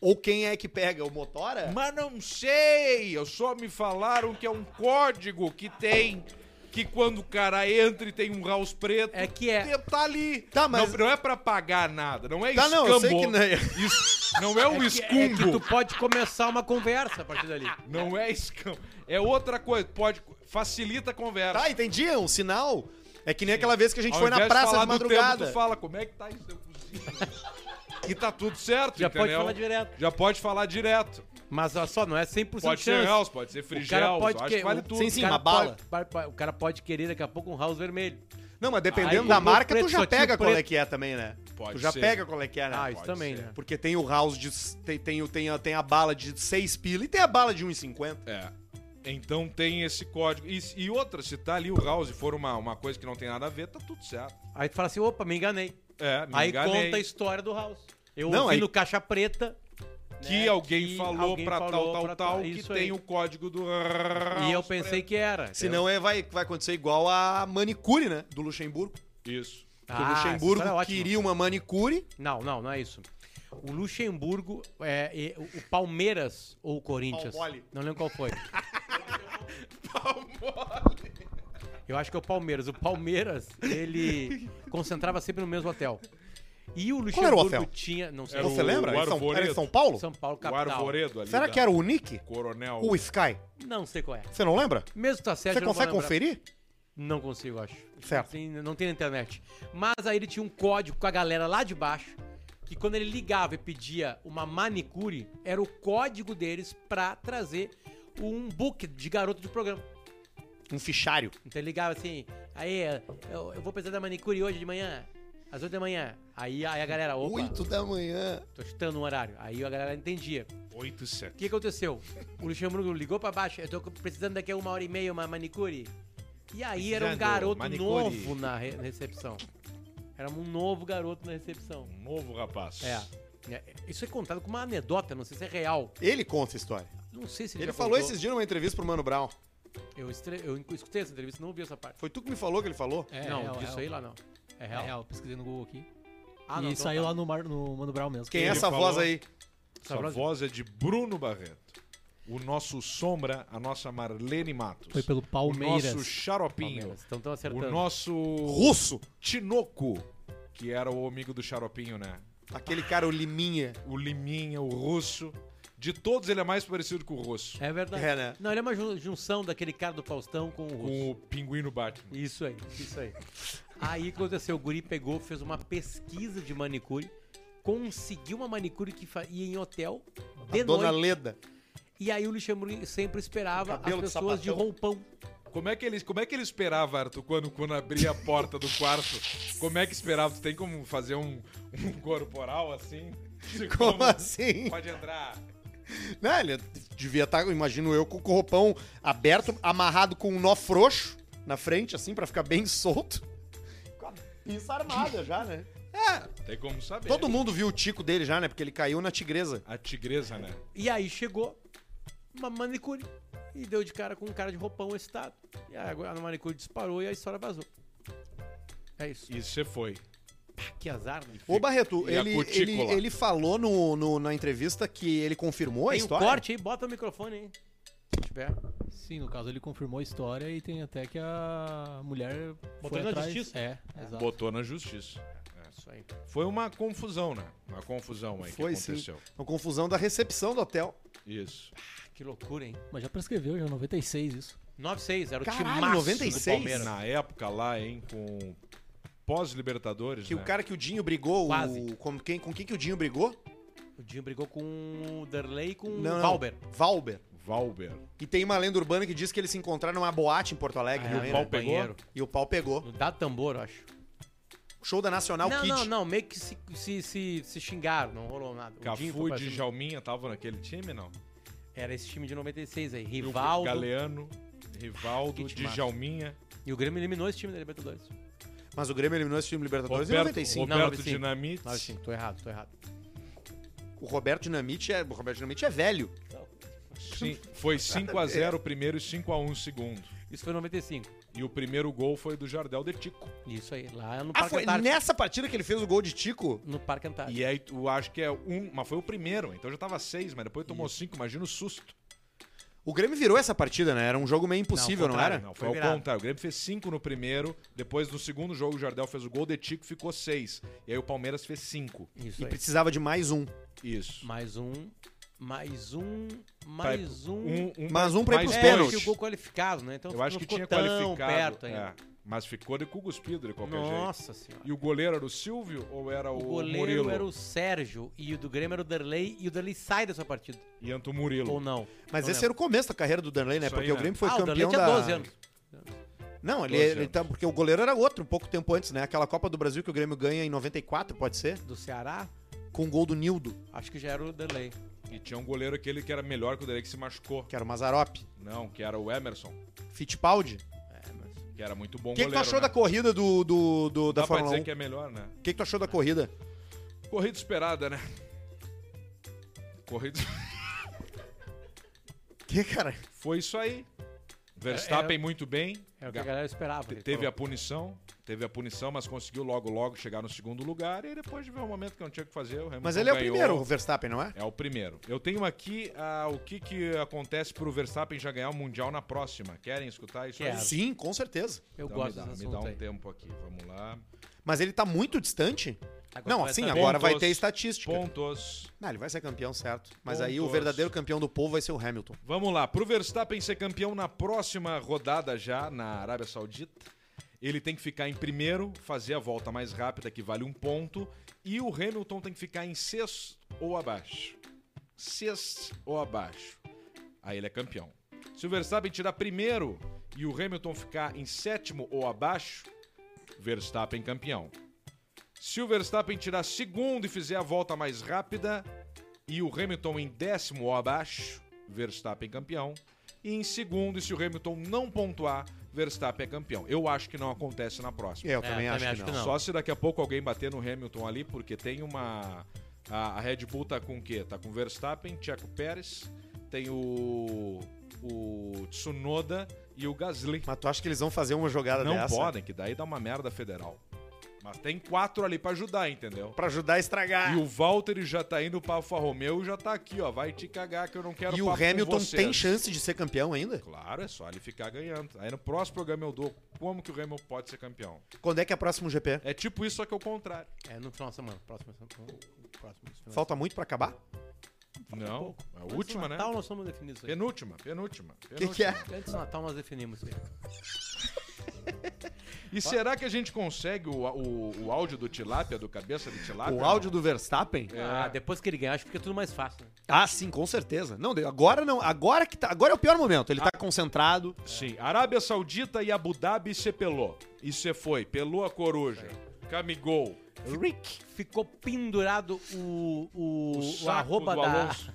Speaker 1: Ou quem é que pega? O motora?
Speaker 3: Mas não sei. Eu só me falaram que é um código que tem. Que quando o cara entra e tem um House Preto.
Speaker 2: É que é.
Speaker 3: Tá ali.
Speaker 1: Tá, mas-
Speaker 3: não, não é pra pagar nada. Não é
Speaker 1: Tá, não, eu sei
Speaker 3: escambo.
Speaker 1: que não é.
Speaker 3: Isso, não é um
Speaker 2: que, é que
Speaker 3: escumbo.
Speaker 2: tu pode começar uma conversa a partir dali.
Speaker 3: Não é escambo. É outra coisa. Pode, facilita a conversa.
Speaker 1: Tá, entendi, é um sinal. É que nem aquela vez que a gente
Speaker 3: Ao
Speaker 1: foi na
Speaker 3: invés de
Speaker 1: praça
Speaker 3: falar
Speaker 1: de
Speaker 3: do
Speaker 1: madrugada.
Speaker 3: tempo, tu fala como é que tá isso teu cozinho. e tá tudo certo,
Speaker 2: Já
Speaker 3: entendeu?
Speaker 2: pode falar direto.
Speaker 3: Já pode falar direto.
Speaker 2: Mas ó, só não é 100%
Speaker 3: Pode
Speaker 2: de
Speaker 3: ser
Speaker 2: chance.
Speaker 3: house, pode ser
Speaker 2: o
Speaker 3: frigel,
Speaker 2: cara pode
Speaker 3: acho
Speaker 2: que-
Speaker 3: que vale
Speaker 2: o-
Speaker 3: tudo.
Speaker 1: Sim, sim,
Speaker 2: o cara
Speaker 1: uma bala.
Speaker 2: pode- pode- o cara pode querer daqui a pouco um house vermelho.
Speaker 1: Não, mas
Speaker 2: Aí
Speaker 1: dependendo
Speaker 2: o
Speaker 1: da
Speaker 2: meu
Speaker 1: marca,
Speaker 2: preto
Speaker 1: tu já
Speaker 2: só tinha
Speaker 1: pega
Speaker 2: o
Speaker 1: qual é
Speaker 2: preto.
Speaker 1: que é também, né?
Speaker 3: Pode
Speaker 1: tu já
Speaker 3: ser.
Speaker 1: pega qual é que é, né?
Speaker 2: Ah, isso
Speaker 3: pode
Speaker 2: também,
Speaker 3: ser.
Speaker 2: né?
Speaker 1: Porque tem o house de. Tem, tem, o- tem, a, tem a bala de 6 pila e tem a bala de 1,50.
Speaker 3: É. Então tem esse código. E, e outra, se tá ali o house e for uma, uma coisa que não tem nada a ver, tá tudo certo.
Speaker 2: Aí tu fala assim, opa, me enganei.
Speaker 3: É, me
Speaker 2: Aí
Speaker 3: enganei.
Speaker 2: conta a história do house. Eu
Speaker 1: Não,
Speaker 2: ouvi
Speaker 1: aí-
Speaker 2: no Caixa Preta...
Speaker 3: que
Speaker 2: né,
Speaker 3: alguém
Speaker 2: que
Speaker 3: falou
Speaker 2: alguém
Speaker 3: pra
Speaker 2: falou
Speaker 3: tal,
Speaker 2: pra
Speaker 3: tal, tal, que
Speaker 2: isso
Speaker 3: tem
Speaker 2: aí.
Speaker 3: o código do...
Speaker 2: E eu pensei que era.
Speaker 1: Senão é, vai, vai acontecer igual a manicure, né? Do Luxemburgo.
Speaker 3: Isso.
Speaker 1: Que
Speaker 2: Ah,
Speaker 1: o
Speaker 2: é
Speaker 1: Luxemburgo queria uma manicure.
Speaker 2: Não, não, não é isso. O Luxemburgo, é, e- o- o Palmeiras ou o Corinthians?
Speaker 1: Palmole.
Speaker 2: Não lembro qual foi. Eu acho que é o Palmeiras. O Palmeiras, ele concentrava sempre no mesmo hotel. E o
Speaker 1: Qual era o
Speaker 2: Luxemburgo
Speaker 1: hotel?
Speaker 2: tinha. Não sei
Speaker 3: Era
Speaker 1: Você
Speaker 3: o-
Speaker 1: lembra? Em São, era em
Speaker 3: Arvoredo.
Speaker 1: São Paulo?
Speaker 2: É São Paulo,
Speaker 3: O
Speaker 2: capital.
Speaker 3: arvoredo ali.
Speaker 1: Será
Speaker 3: da-
Speaker 1: que era o Nick?
Speaker 3: Coronel...
Speaker 1: Ou o Sky?
Speaker 2: Não sei qual é.
Speaker 1: Você não lembra?
Speaker 2: Mesmo tá certo,
Speaker 1: Você
Speaker 2: eu não vou
Speaker 1: consegue
Speaker 2: lembrar.
Speaker 1: conferir?
Speaker 2: Não consigo, acho.
Speaker 1: Certo.
Speaker 2: Não tem, não tem na internet. Mas aí ele tinha um código com a galera lá de baixo, que quando ele ligava e pedia uma manicure, era o código deles pra trazer um book de garoto de programa.
Speaker 1: Um fichário.
Speaker 2: Então ele ligava assim, aí eu, eu vou precisar da manicure hoje de manhã, às 8 da manhã. Aí, aí a galera, opa,
Speaker 1: Oito da manhã.
Speaker 2: tô chutando o horário. Aí a galera entendia.
Speaker 3: 8
Speaker 2: O que aconteceu? O Luxemburgo ligou pra baixo, eu tô precisando daqui a uma hora e meia uma manicure. E aí era um
Speaker 3: Precisando,
Speaker 2: garoto
Speaker 3: manicure.
Speaker 2: novo na re- na recepção. Era um novo garoto na recepção.
Speaker 3: Um novo rapaz.
Speaker 2: É. É, Isso é contado com uma anedota, não sei se é real.
Speaker 1: Ele conta a história.
Speaker 2: Não sei se ele,
Speaker 1: Ele,
Speaker 2: já
Speaker 1: falou
Speaker 2: contou.
Speaker 1: esses dias numa entrevista pro Mano Brown.
Speaker 2: Eu, estre- eu inc- escutei essa entrevista, não ouvi essa parte.
Speaker 1: Foi tu que me falou que ele falou?
Speaker 5: É,
Speaker 2: não,
Speaker 5: real,
Speaker 2: disso
Speaker 5: real.
Speaker 2: aí lá não. É
Speaker 5: É
Speaker 2: real.
Speaker 5: real, pesquisei no Google aqui.
Speaker 2: Ah,
Speaker 5: e
Speaker 2: não, então
Speaker 5: saiu
Speaker 2: tá.
Speaker 5: lá no, Mar- no Mano Brown mesmo.
Speaker 1: Quem é
Speaker 3: Ele
Speaker 1: essa
Speaker 3: falou.
Speaker 1: voz aí?
Speaker 3: Essa voz, é de Bruno Barreto. O nosso sombra, a nossa Marlene Matos.
Speaker 5: Foi pelo Palmeiras.
Speaker 3: O nosso Xaropinho.
Speaker 2: Palmeiras. Então estão
Speaker 3: O
Speaker 2: acertando.
Speaker 3: nosso
Speaker 1: Russo.
Speaker 3: Tinoco, que era o amigo do Xaropinho, né?
Speaker 1: Aquele cara, o Liminha.
Speaker 3: O Liminha, o Russo. De todos, ele é mais parecido com o Rosso.
Speaker 2: É verdade.
Speaker 1: É, né?
Speaker 2: Não, ele é uma jun- junção daquele cara do Faustão com o Russo.
Speaker 3: Com o pinguino Batman.
Speaker 2: Isso aí, isso aí. Aí o que aconteceu? O guri pegou, fez uma pesquisa de manicure, conseguiu uma manicure que fa- ia em hotel de
Speaker 1: A dona
Speaker 2: noite.
Speaker 1: Leda.
Speaker 2: E aí o Luxemburgo sempre esperava
Speaker 1: Cabelo
Speaker 2: as
Speaker 1: de
Speaker 2: pessoas de,
Speaker 1: sapatão.
Speaker 2: roupão.
Speaker 3: Como é que ele, como é que ele esperava, Arthur, quando, quando abria a porta do quarto? Como é que esperava? Tu tem como fazer um, um corporal assim?
Speaker 1: Como assim?
Speaker 3: Pode entrar.
Speaker 1: Não, Né, ele devia estar, imagino eu, com o roupão aberto, amarrado com um nó frouxo na frente, assim, pra ficar bem solto. Com a pinça armada já, né?
Speaker 3: Tem como saber.
Speaker 1: Todo mundo viu o tico dele já, né? Porque ele caiu na tigresa.
Speaker 3: A tigresa, né?
Speaker 2: E aí chegou uma manicure e deu de cara com um cara de roupão excitado. E aí a manicure disparou e a história vazou. É isso.
Speaker 3: E você foi.
Speaker 2: Que azar, né?
Speaker 1: Ô, Barreto,
Speaker 3: E a
Speaker 1: ele, ele,
Speaker 3: cutícula.
Speaker 1: ele falou no, no- na entrevista que ele confirmou a
Speaker 2: Tem um
Speaker 1: história.
Speaker 2: corte aí, bota o microfone aí. Se tiver.
Speaker 5: Sim, no caso ele confirmou a história e tem até que a mulher.
Speaker 2: Botou
Speaker 5: foi
Speaker 2: ele na
Speaker 5: atrás-
Speaker 2: justiça?
Speaker 5: É,
Speaker 1: Tá.
Speaker 5: exato.
Speaker 3: Botou na justiça.
Speaker 2: É Isso aí.
Speaker 3: Foi uma confusão, né? Uma confusão aí
Speaker 1: Foi
Speaker 3: que
Speaker 1: sim.
Speaker 3: aconteceu.
Speaker 1: Uma confusão da recepção do hotel.
Speaker 3: Isso.
Speaker 2: Ah, Que loucura, hein?
Speaker 5: Mas já prescreveu, já 96 isso.
Speaker 2: 9-6, era o
Speaker 1: Caralho,
Speaker 2: timaço
Speaker 1: 96?
Speaker 2: do Palmeiras.
Speaker 3: Na época lá, hein, com pós-libertadores,
Speaker 1: Que
Speaker 3: né?
Speaker 1: o cara que o Dinho brigou,
Speaker 2: Quase.
Speaker 1: o, com, quem, com quem que o Dinho brigou?
Speaker 2: O Dinho brigou com o Derley e com
Speaker 1: Não,
Speaker 2: o
Speaker 1: não.
Speaker 2: Hum, Valber.
Speaker 1: Valber.
Speaker 3: Valber.
Speaker 1: E tem uma lenda urbana que diz que eles se encontraram numa boate em Porto Alegre,
Speaker 2: Ah,
Speaker 1: não
Speaker 2: é,
Speaker 1: é,
Speaker 3: o pau
Speaker 1: né?
Speaker 2: no
Speaker 3: pegou?
Speaker 2: banheiro.
Speaker 1: E o pau pegou.
Speaker 2: No Dado Tambor, eu acho.
Speaker 1: Show da Nacional
Speaker 2: não,
Speaker 1: Kid.
Speaker 2: não, não. Meio que se, se, se, se xingaram, não rolou nada. O Dinho
Speaker 3: Cafu
Speaker 2: foi pra
Speaker 3: de
Speaker 2: cima.
Speaker 3: Jalminha tava naquele time, não?
Speaker 2: Era esse time de 96 aí.
Speaker 3: Grupo
Speaker 2: Rivaldo.
Speaker 3: Galeano, Rivaldo,
Speaker 2: Que timaço.
Speaker 3: Djalminha,
Speaker 2: E o Grêmio eliminou esse time da Libertadores.
Speaker 1: Mas o Grêmio eliminou esse time do Libertadores em
Speaker 3: Roberto,
Speaker 1: 95.
Speaker 2: Não,
Speaker 3: Roberto
Speaker 2: 95.
Speaker 3: Dinamite.
Speaker 2: 9-5, tô errado, tô errado.
Speaker 1: O Roberto Dinamite é, o Roberto Dinamite é velho.
Speaker 3: Sim, foi 5x0 o primeiro e 5x1 o segundo.
Speaker 2: Isso foi em 95.
Speaker 3: E o primeiro gol foi do Jardel de Tico.
Speaker 2: Isso aí, lá no
Speaker 1: Ah,
Speaker 2: Parque
Speaker 1: foi
Speaker 2: Antártico.
Speaker 1: nessa partida que ele fez o gol de Tico?
Speaker 2: No Parque Antártico.
Speaker 3: E aí, eu acho que é um, mas foi o primeiro, então já tava seis, mas depois tomou cinco, imagina o susto.
Speaker 1: O Grêmio virou essa partida, né? Era um jogo meio impossível, não,
Speaker 2: contrário,
Speaker 1: era?
Speaker 3: Não,
Speaker 2: Foi
Speaker 3: foi ao
Speaker 2: virado.
Speaker 3: contrário. O Grêmio fez cinco no primeiro, depois no segundo jogo o Jardel fez o gol de Tico, ficou seis. E aí o Palmeiras fez cinco.
Speaker 2: Isso
Speaker 1: E
Speaker 2: aí.
Speaker 1: precisava de mais um.
Speaker 3: Isso.
Speaker 2: Mais um, mais um, mais um.
Speaker 1: Mais um pra ir
Speaker 3: mais
Speaker 1: pros
Speaker 3: dois.
Speaker 2: É,
Speaker 1: pênaltis.
Speaker 2: acho que o gol qualificado, né? Então
Speaker 3: Eu acho
Speaker 2: não
Speaker 3: que
Speaker 2: ficou
Speaker 3: tinha
Speaker 2: tão
Speaker 3: qualificado.
Speaker 2: perto
Speaker 3: é.
Speaker 2: ainda.
Speaker 3: mas ficou de cu cuspido de qualquer jeito.
Speaker 2: Nossa senhora.
Speaker 3: E o goleiro era o Silvio ou era o,
Speaker 2: O goleiro
Speaker 3: Murilo?
Speaker 2: era o Sérgio e o do Grêmio era o Derlei e o Derlei sai dessa partida.
Speaker 3: E Anto Murilo.
Speaker 2: Ou não.
Speaker 1: Mas
Speaker 2: Não
Speaker 1: esse era o começo da carreira do Danley, né?
Speaker 3: Isso
Speaker 1: Porque
Speaker 3: aí,
Speaker 1: o Grêmio
Speaker 3: né?
Speaker 1: foi
Speaker 2: ah, o Derlei
Speaker 1: campeão
Speaker 2: tinha
Speaker 1: da...
Speaker 2: 12 anos.
Speaker 1: Não, ele,
Speaker 3: 12
Speaker 1: ele
Speaker 3: anos.
Speaker 1: tá... Porque o goleiro era outro, um pouco tempo antes, né? Aquela Copa do Brasil que o Grêmio ganha em 94, pode ser?
Speaker 2: Do Ceará,
Speaker 1: Com o gol do Nildo,
Speaker 2: acho que já era o Derlei.
Speaker 3: E tinha um goleiro aquele que era melhor que o Derek que se machucou.
Speaker 1: que era o Mazarope.
Speaker 3: Não, que era o Emerson,
Speaker 1: Fittipaldi.
Speaker 2: É, mas...
Speaker 3: que era muito bom
Speaker 1: O que, que tu
Speaker 3: goleiro.
Speaker 1: achou
Speaker 3: né?
Speaker 1: da corrida do, do, do- da
Speaker 3: Dá pra
Speaker 1: Fórmula
Speaker 3: dizer
Speaker 1: 1? O
Speaker 3: que é melhor, né?
Speaker 1: que, que tu achou da corrida?
Speaker 3: Corrida esperada, né? Corrida.
Speaker 1: Que, cara?
Speaker 3: Foi isso aí. Verstappen muito bem.
Speaker 2: É o que a galera esperava. ele
Speaker 3: Teve a
Speaker 2: falou.
Speaker 3: punição. Teve a punição, mas conseguiu logo, logo chegar no segundo lugar. E depois de ver um momento que não tinha o que fazer, o Hamilton
Speaker 1: Mas ele é o
Speaker 3: ganhou.
Speaker 1: primeiro, o Verstappen, não é?
Speaker 3: É o primeiro. Eu tenho aqui ah, o que, que acontece pro Verstappen já ganhar o Mundial na próxima. Querem escutar isso
Speaker 2: Quero.
Speaker 3: aí?
Speaker 1: Sim, com certeza.
Speaker 2: Eu
Speaker 3: Então
Speaker 2: gosto
Speaker 3: me dá,
Speaker 2: desse
Speaker 3: me dá
Speaker 2: assunto
Speaker 3: um
Speaker 2: aí.
Speaker 3: tempo aqui, vamos lá.
Speaker 1: Mas ele tá muito distante?
Speaker 2: Agora
Speaker 1: não,
Speaker 2: vai
Speaker 1: assim,
Speaker 2: saber.
Speaker 1: agora vai
Speaker 3: Pontos.
Speaker 1: ter estatística.
Speaker 3: Pontos.
Speaker 1: Não, ele vai ser campeão, certo. Mas aí o
Speaker 3: Pontos.
Speaker 1: verdadeiro campeão do povo vai ser o Hamilton.
Speaker 3: Vamos lá, pro Verstappen ser campeão na próxima rodada já na Arábia Saudita, ele tem que ficar em primeiro, fazer a volta mais rápida que vale um ponto, e o Hamilton tem que ficar em sexto ou abaixo. Sexto ou abaixo. Aí ele é campeão. Se o Verstappen tirar primeiro e o Hamilton ficar em sétimo ou abaixo, Verstappen campeão. Se o Verstappen tirar segundo e fizer a volta mais rápida e o Hamilton em décimo ou abaixo, Verstappen campeão. E em segundo, e se o Hamilton não pontuar, Verstappen é campeão. Eu acho que não acontece na próxima.
Speaker 1: Eu também, acho, que não.
Speaker 3: Só se daqui a pouco alguém bater no Hamilton ali, porque tem uma. A, a Red Bull tá com o quê? Tá com Verstappen, Checo Pérez, tem o. o Tsunoda e o Gasly.
Speaker 1: Mas tu acha que eles vão fazer uma jogada
Speaker 3: Não
Speaker 1: dessa?
Speaker 3: podem, que daí dá uma merda federal. Mas tem quatro ali pra ajudar, entendeu?
Speaker 1: Pra ajudar a estragar.
Speaker 3: E o Valtteri já tá indo pra Alfa Romeo e já tá aqui, ó. Vai te cagar que eu não quero
Speaker 1: E o
Speaker 3: papo tá com
Speaker 1: Hamilton
Speaker 3: vocês.
Speaker 1: tem chance de ser campeão ainda?
Speaker 3: Claro, é só ele ficar ganhando. Aí no próximo programa eu dou como que o Hamilton pode ser campeão.
Speaker 1: Quando é que é o próximo GP?
Speaker 3: É tipo isso, só que é o contrário.
Speaker 2: É no final de semana, próximo, próximo, próximo final de
Speaker 1: Falta muito pra acabar?
Speaker 3: Falta,
Speaker 2: Falta
Speaker 3: Não,
Speaker 2: pouco.
Speaker 3: a
Speaker 2: Antes do
Speaker 3: última,
Speaker 1: um
Speaker 3: né?
Speaker 2: Natal nós vamos definir isso aí.
Speaker 3: Penúltima, penúltima.
Speaker 1: que, que é?
Speaker 2: Antes do Natal nós definimos isso aí.
Speaker 3: E será que a gente consegue o, o, o áudio do tilápia, do cabeça de tilápia?
Speaker 1: O áudio do Verstappen?
Speaker 3: É.
Speaker 2: Ah, depois que ele ganhar, acho que fica tudo mais fácil. Né?
Speaker 1: Ah, sim, com certeza. Não, de- agora não. Agora que tá. Agora é o pior momento.
Speaker 3: Ah.
Speaker 1: Ele tá concentrado.
Speaker 3: Sim, Arábia Saudita e Abu Dhabi se pelou. E você foi, pelou a coruja. Camigol.
Speaker 2: Rick. Ficou pendurado o, o, o,
Speaker 3: saco
Speaker 2: arroba
Speaker 3: do
Speaker 2: da,
Speaker 3: Alonso.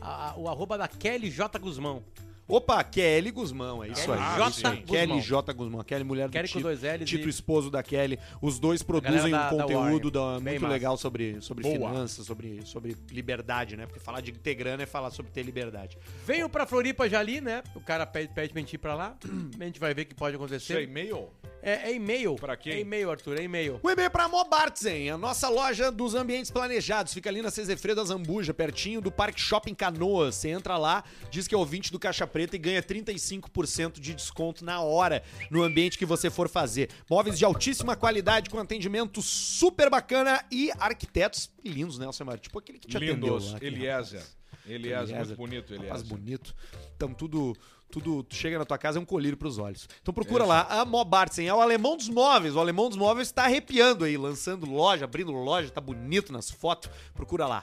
Speaker 2: a- o arroba da Kelly J. Guzmão.
Speaker 1: Opa, Kelly Guzmão, é isso
Speaker 2: Kelly
Speaker 1: aí.
Speaker 3: J.
Speaker 1: Isso aí.
Speaker 2: Guzmão.
Speaker 1: Kelly J. Guzmão, Kelly mulher do
Speaker 2: Kelly com
Speaker 1: Tito,
Speaker 2: dois L's
Speaker 1: Tito
Speaker 2: e-
Speaker 1: esposo da Kelly. Os dois produzem um
Speaker 2: galera da- da
Speaker 1: conteúdo
Speaker 2: Warner.
Speaker 1: da-
Speaker 2: Bem
Speaker 1: muito
Speaker 2: massa.
Speaker 1: legal sobre, sobre
Speaker 3: Boa.
Speaker 1: finanças, sobre, sobre liberdade, né? Porque falar de ter grana é falar sobre ter liberdade.
Speaker 2: Veio pra Floripa já ali, né? O cara pede, pede pra gente ir pra lá. A gente vai ver o que pode
Speaker 3: Isso é
Speaker 2: acontecer.
Speaker 3: e-mail?
Speaker 2: É, é e-mail.
Speaker 3: Pra quem?
Speaker 2: É e-mail, Arthur, é e-mail.
Speaker 1: O Um e-mail pra Mobartzen, a nossa loja dos ambientes planejados. Fica ali na Cesefreira da Zambuja, pertinho do Parque Shopping Canoas. Você entra lá, diz que é ouvinte do Caixa Preta e ganha 35% de desconto na hora no ambiente que você for fazer. Móveis de altíssima qualidade, com atendimento super bacana e arquitetos lindos, né, Alcemar? Tipo aquele que te atendeu
Speaker 3: Lindos.
Speaker 1: lá. aquele
Speaker 3: Eliezer. Eliezer,
Speaker 1: Eliezer.
Speaker 3: é muito bonito,
Speaker 1: é Rapaz
Speaker 3: Eliezer.
Speaker 1: bonito. Então tudo, tudo chega na tua casa é um colírio pros olhos. Então
Speaker 3: É,
Speaker 1: procura lá a Mobartsen, é o alemão dos móveis. O alemão dos móveis tá arrepiando aí, lançando loja, abrindo loja, tá bonito nas fotos. Procura lá.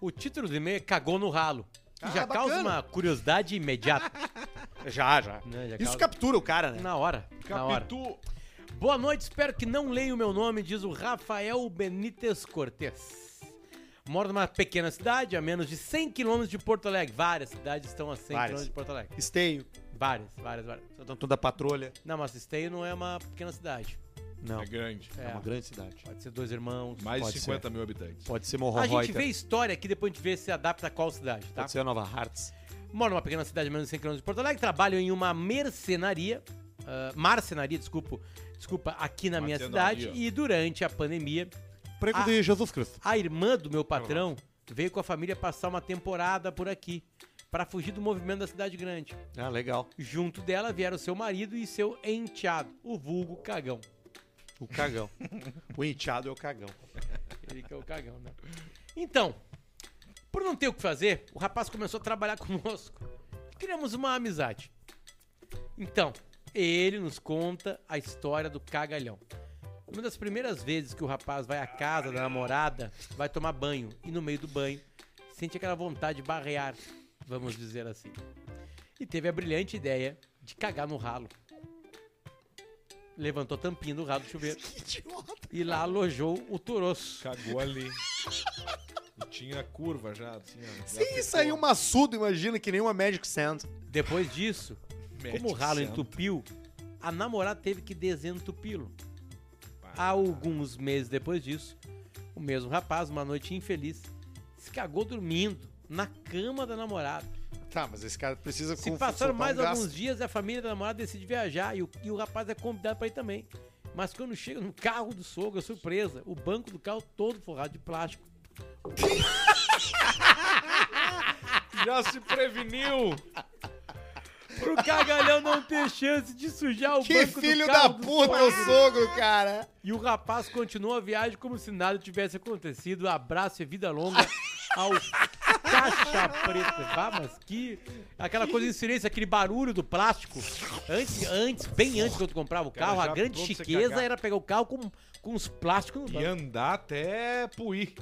Speaker 2: O título do e-mail é Cagou no Ralo. Que
Speaker 1: Ah,
Speaker 2: já causa
Speaker 1: bacana.
Speaker 2: uma curiosidade imediata.
Speaker 1: Já, já.
Speaker 2: né? Já
Speaker 1: Isso
Speaker 2: causa-
Speaker 1: captura o cara, né?
Speaker 2: Na hora. Na hora.
Speaker 3: Capitu. é
Speaker 2: Boa noite, espero que não leia o meu nome, diz o Rafael Benítez Cortes. Moro numa pequena cidade, a menos de 100 quilômetros de Porto Alegre. Várias cidades estão a 100
Speaker 1: Várias.
Speaker 2: quilômetros de Porto Alegre.
Speaker 1: Esteio,
Speaker 2: Várias, várias, várias. Então,
Speaker 1: Santo Antônio da Patrulha.
Speaker 2: Não, mas Esteio não é uma pequena cidade.
Speaker 1: Não,
Speaker 3: É grande.
Speaker 1: é, uma grande cidade.
Speaker 2: Pode ser dois irmãos.
Speaker 3: Mais de
Speaker 1: Pode
Speaker 3: 50 mil habitantes.
Speaker 1: Pode ser
Speaker 2: A
Speaker 1: Morrovoy,
Speaker 2: gente vê história aqui, depois a gente vê se adapta a qual cidade, tá?
Speaker 1: pode ser a Nova Hartz.
Speaker 2: Moro numa pequena cidade a menos de 100 quilômetros de Porto Alegre, trabalho em uma mercenaria, ah, marcenaria, desculpa, desculpa, aqui na minha
Speaker 3: Marcenaria.
Speaker 2: cidade. E durante a pandemia,
Speaker 1: Prego
Speaker 2: Ah.
Speaker 1: de Jesus Cristo.
Speaker 2: a irmã do meu patrão veio com a família passar uma temporada por aqui, pra fugir do movimento da cidade grande.
Speaker 1: Ah, legal.
Speaker 2: Junto dela vieram seu marido e seu enteado, o vulgo cagão.
Speaker 1: O cagão. o enteado é o cagão.
Speaker 2: Ele que é o cagão, né? Então, por não ter o que fazer, o rapaz começou a trabalhar conosco. Criamos uma amizade. Então, ele nos conta a história do cagalhão. Uma das primeiras vezes que o rapaz vai à casa da namorada, vai tomar banho e no meio do banho sente aquela vontade de barrear, vamos dizer assim. E teve a brilhante ideia de cagar no ralo. Levantou a tampinha do ralo do chuveiro e lá alojou o toroço.
Speaker 3: Cagou ali. E tinha curva já, assim, ó. Já
Speaker 1: Sim, isso
Speaker 3: ficou.
Speaker 1: aí, um maçudo, imagina, que nem uma Magic Sand.
Speaker 2: Depois disso, como o ralo
Speaker 3: Sand.
Speaker 2: entupiu, a namorada teve que desentupi-lo.
Speaker 3: Pá.
Speaker 2: Alguns meses depois disso, o mesmo rapaz, uma noite infeliz, se cagou dormindo na cama da namorada.
Speaker 1: Tá, mas esse cara precisa
Speaker 2: Se
Speaker 1: com-
Speaker 2: passaram
Speaker 1: soltar
Speaker 2: mais
Speaker 1: um gás.
Speaker 2: alguns dias, a família da namorada decide viajar e o, e o rapaz é convidado para ir também. Mas quando chega no carro do sogro, é surpresa, o banco do carro todo forrado de plástico.
Speaker 1: é-
Speaker 3: Já se preveniu.
Speaker 2: Pro cagalhão não ter chance de sujar o
Speaker 1: Que
Speaker 2: banco
Speaker 1: filho
Speaker 2: do carro
Speaker 1: da
Speaker 2: do
Speaker 1: puta, o sogro, cara!
Speaker 2: E o rapaz continua a viagem como se nada tivesse acontecido. Abraço e vida longa ao Caixa Preta. Vá, mas que. Aquela coisa em silêncio, aquele barulho do plástico. Antes, antes bem antes quando tu comprava o
Speaker 3: Cara,
Speaker 2: carro,
Speaker 3: já
Speaker 2: a grande
Speaker 3: pronto pra você
Speaker 2: chiqueza
Speaker 3: cagar.
Speaker 2: era pegar o carro com, com os plásticos no
Speaker 3: E
Speaker 2: banco.
Speaker 3: andar até Puí.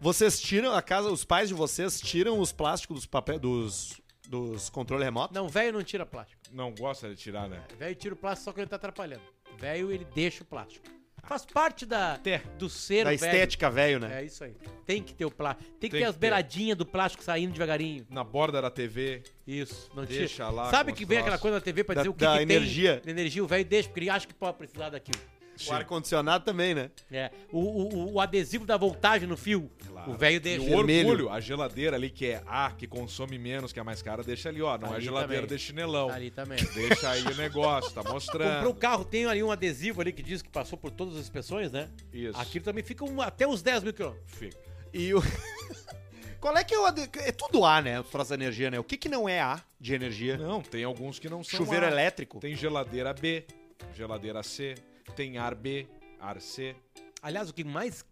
Speaker 1: Vocês tiram a casa, os pais de vocês tiram os plásticos dos papéis dos, dos controles remotos?
Speaker 2: Não, velho não tira plástico.
Speaker 3: Não gosta de tirar, né?
Speaker 2: Velho tira o plástico só que ele tá atrapalhando. Velho, ele deixa o plástico. Faz parte da, do ser
Speaker 1: da
Speaker 2: é velho.
Speaker 1: estética, velho, né?
Speaker 2: É isso aí. Tem que ter o plástico. Tem que
Speaker 3: Tem
Speaker 2: ter
Speaker 3: que
Speaker 2: as
Speaker 3: ter.
Speaker 2: beiradinhas do plástico saindo devagarinho.
Speaker 3: Na borda da TV.
Speaker 2: Isso, não
Speaker 3: Deixa
Speaker 2: tira.
Speaker 3: lá
Speaker 2: Sabe
Speaker 3: com
Speaker 2: que
Speaker 3: os
Speaker 2: vem
Speaker 3: troços.
Speaker 2: aquela coisa na TV pra
Speaker 1: Da-
Speaker 2: dizer o que,
Speaker 1: da
Speaker 2: que
Speaker 1: energia.
Speaker 2: tem de energia, o velho deixa, porque ele acha que pode precisar daquilo.
Speaker 1: O ar-condicionado também, né?
Speaker 2: É, o, o- o- o adesivo da voltagem no fio, o velho
Speaker 3: E
Speaker 2: deixa.
Speaker 3: o
Speaker 1: Vermelho.
Speaker 3: orgulho, a geladeira ali que é A, que consome menos, que é a mais cara, deixa ali, ó. Não é
Speaker 2: Ali
Speaker 3: geladeira
Speaker 2: também.
Speaker 3: de chinelão.
Speaker 2: Ali também.
Speaker 3: Deixa aí o negócio, tá
Speaker 2: Comprou o
Speaker 3: mostrando.
Speaker 2: carro, tem ali um adesivo ali que diz que passou por todas as inspeções, né?
Speaker 3: Isso.
Speaker 2: Aquilo também fica um- até os 10 mil quilômetros.
Speaker 3: Fica.
Speaker 1: E o. Qual é que é o. ade- É tudo A, né? Os troços da energia, né? O que, que não é A de energia?
Speaker 3: Não, tem alguns que não são
Speaker 1: Chuveiro
Speaker 3: A.
Speaker 1: elétrico?
Speaker 3: Tem geladeira B, geladeira C, tem ar B, ar C.
Speaker 2: Aliás, o que mais,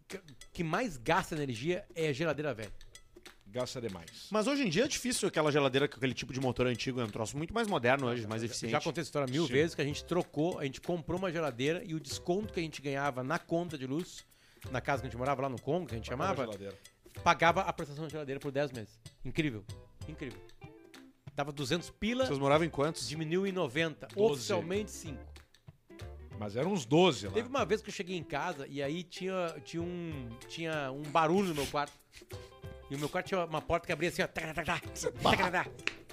Speaker 2: que mais gasta energia é geladeira velha.
Speaker 3: gasta demais.
Speaker 1: Mas hoje em dia é difícil aquela geladeira com aquele tipo de motor antigo. É um troço muito mais moderno hoje, mais eficiente.
Speaker 2: Ah, Já contei essa história mil
Speaker 3: Sim.
Speaker 2: vezes que a gente trocou, a gente comprou uma geladeira e o desconto que a gente ganhava na conta de luz, na casa que a gente morava lá no Congo, que a gente
Speaker 3: Acaba a
Speaker 2: chamava,
Speaker 3: geladeira.
Speaker 2: pagava a prestação da geladeira por 10 meses. Incrível. Incrível. Dava 200 pila,
Speaker 1: Vocês moravam em quantos?
Speaker 2: diminuiu em 90.
Speaker 3: Doze.
Speaker 2: Oficialmente 5.
Speaker 3: Mas eram uns 12 lá.
Speaker 2: Teve uma vez que eu cheguei em casa e aí tinha, tinha, um, tinha um barulho no meu quarto. E o meu quarto tinha uma porta que abria assim, ó. tacaratá, tacaratá,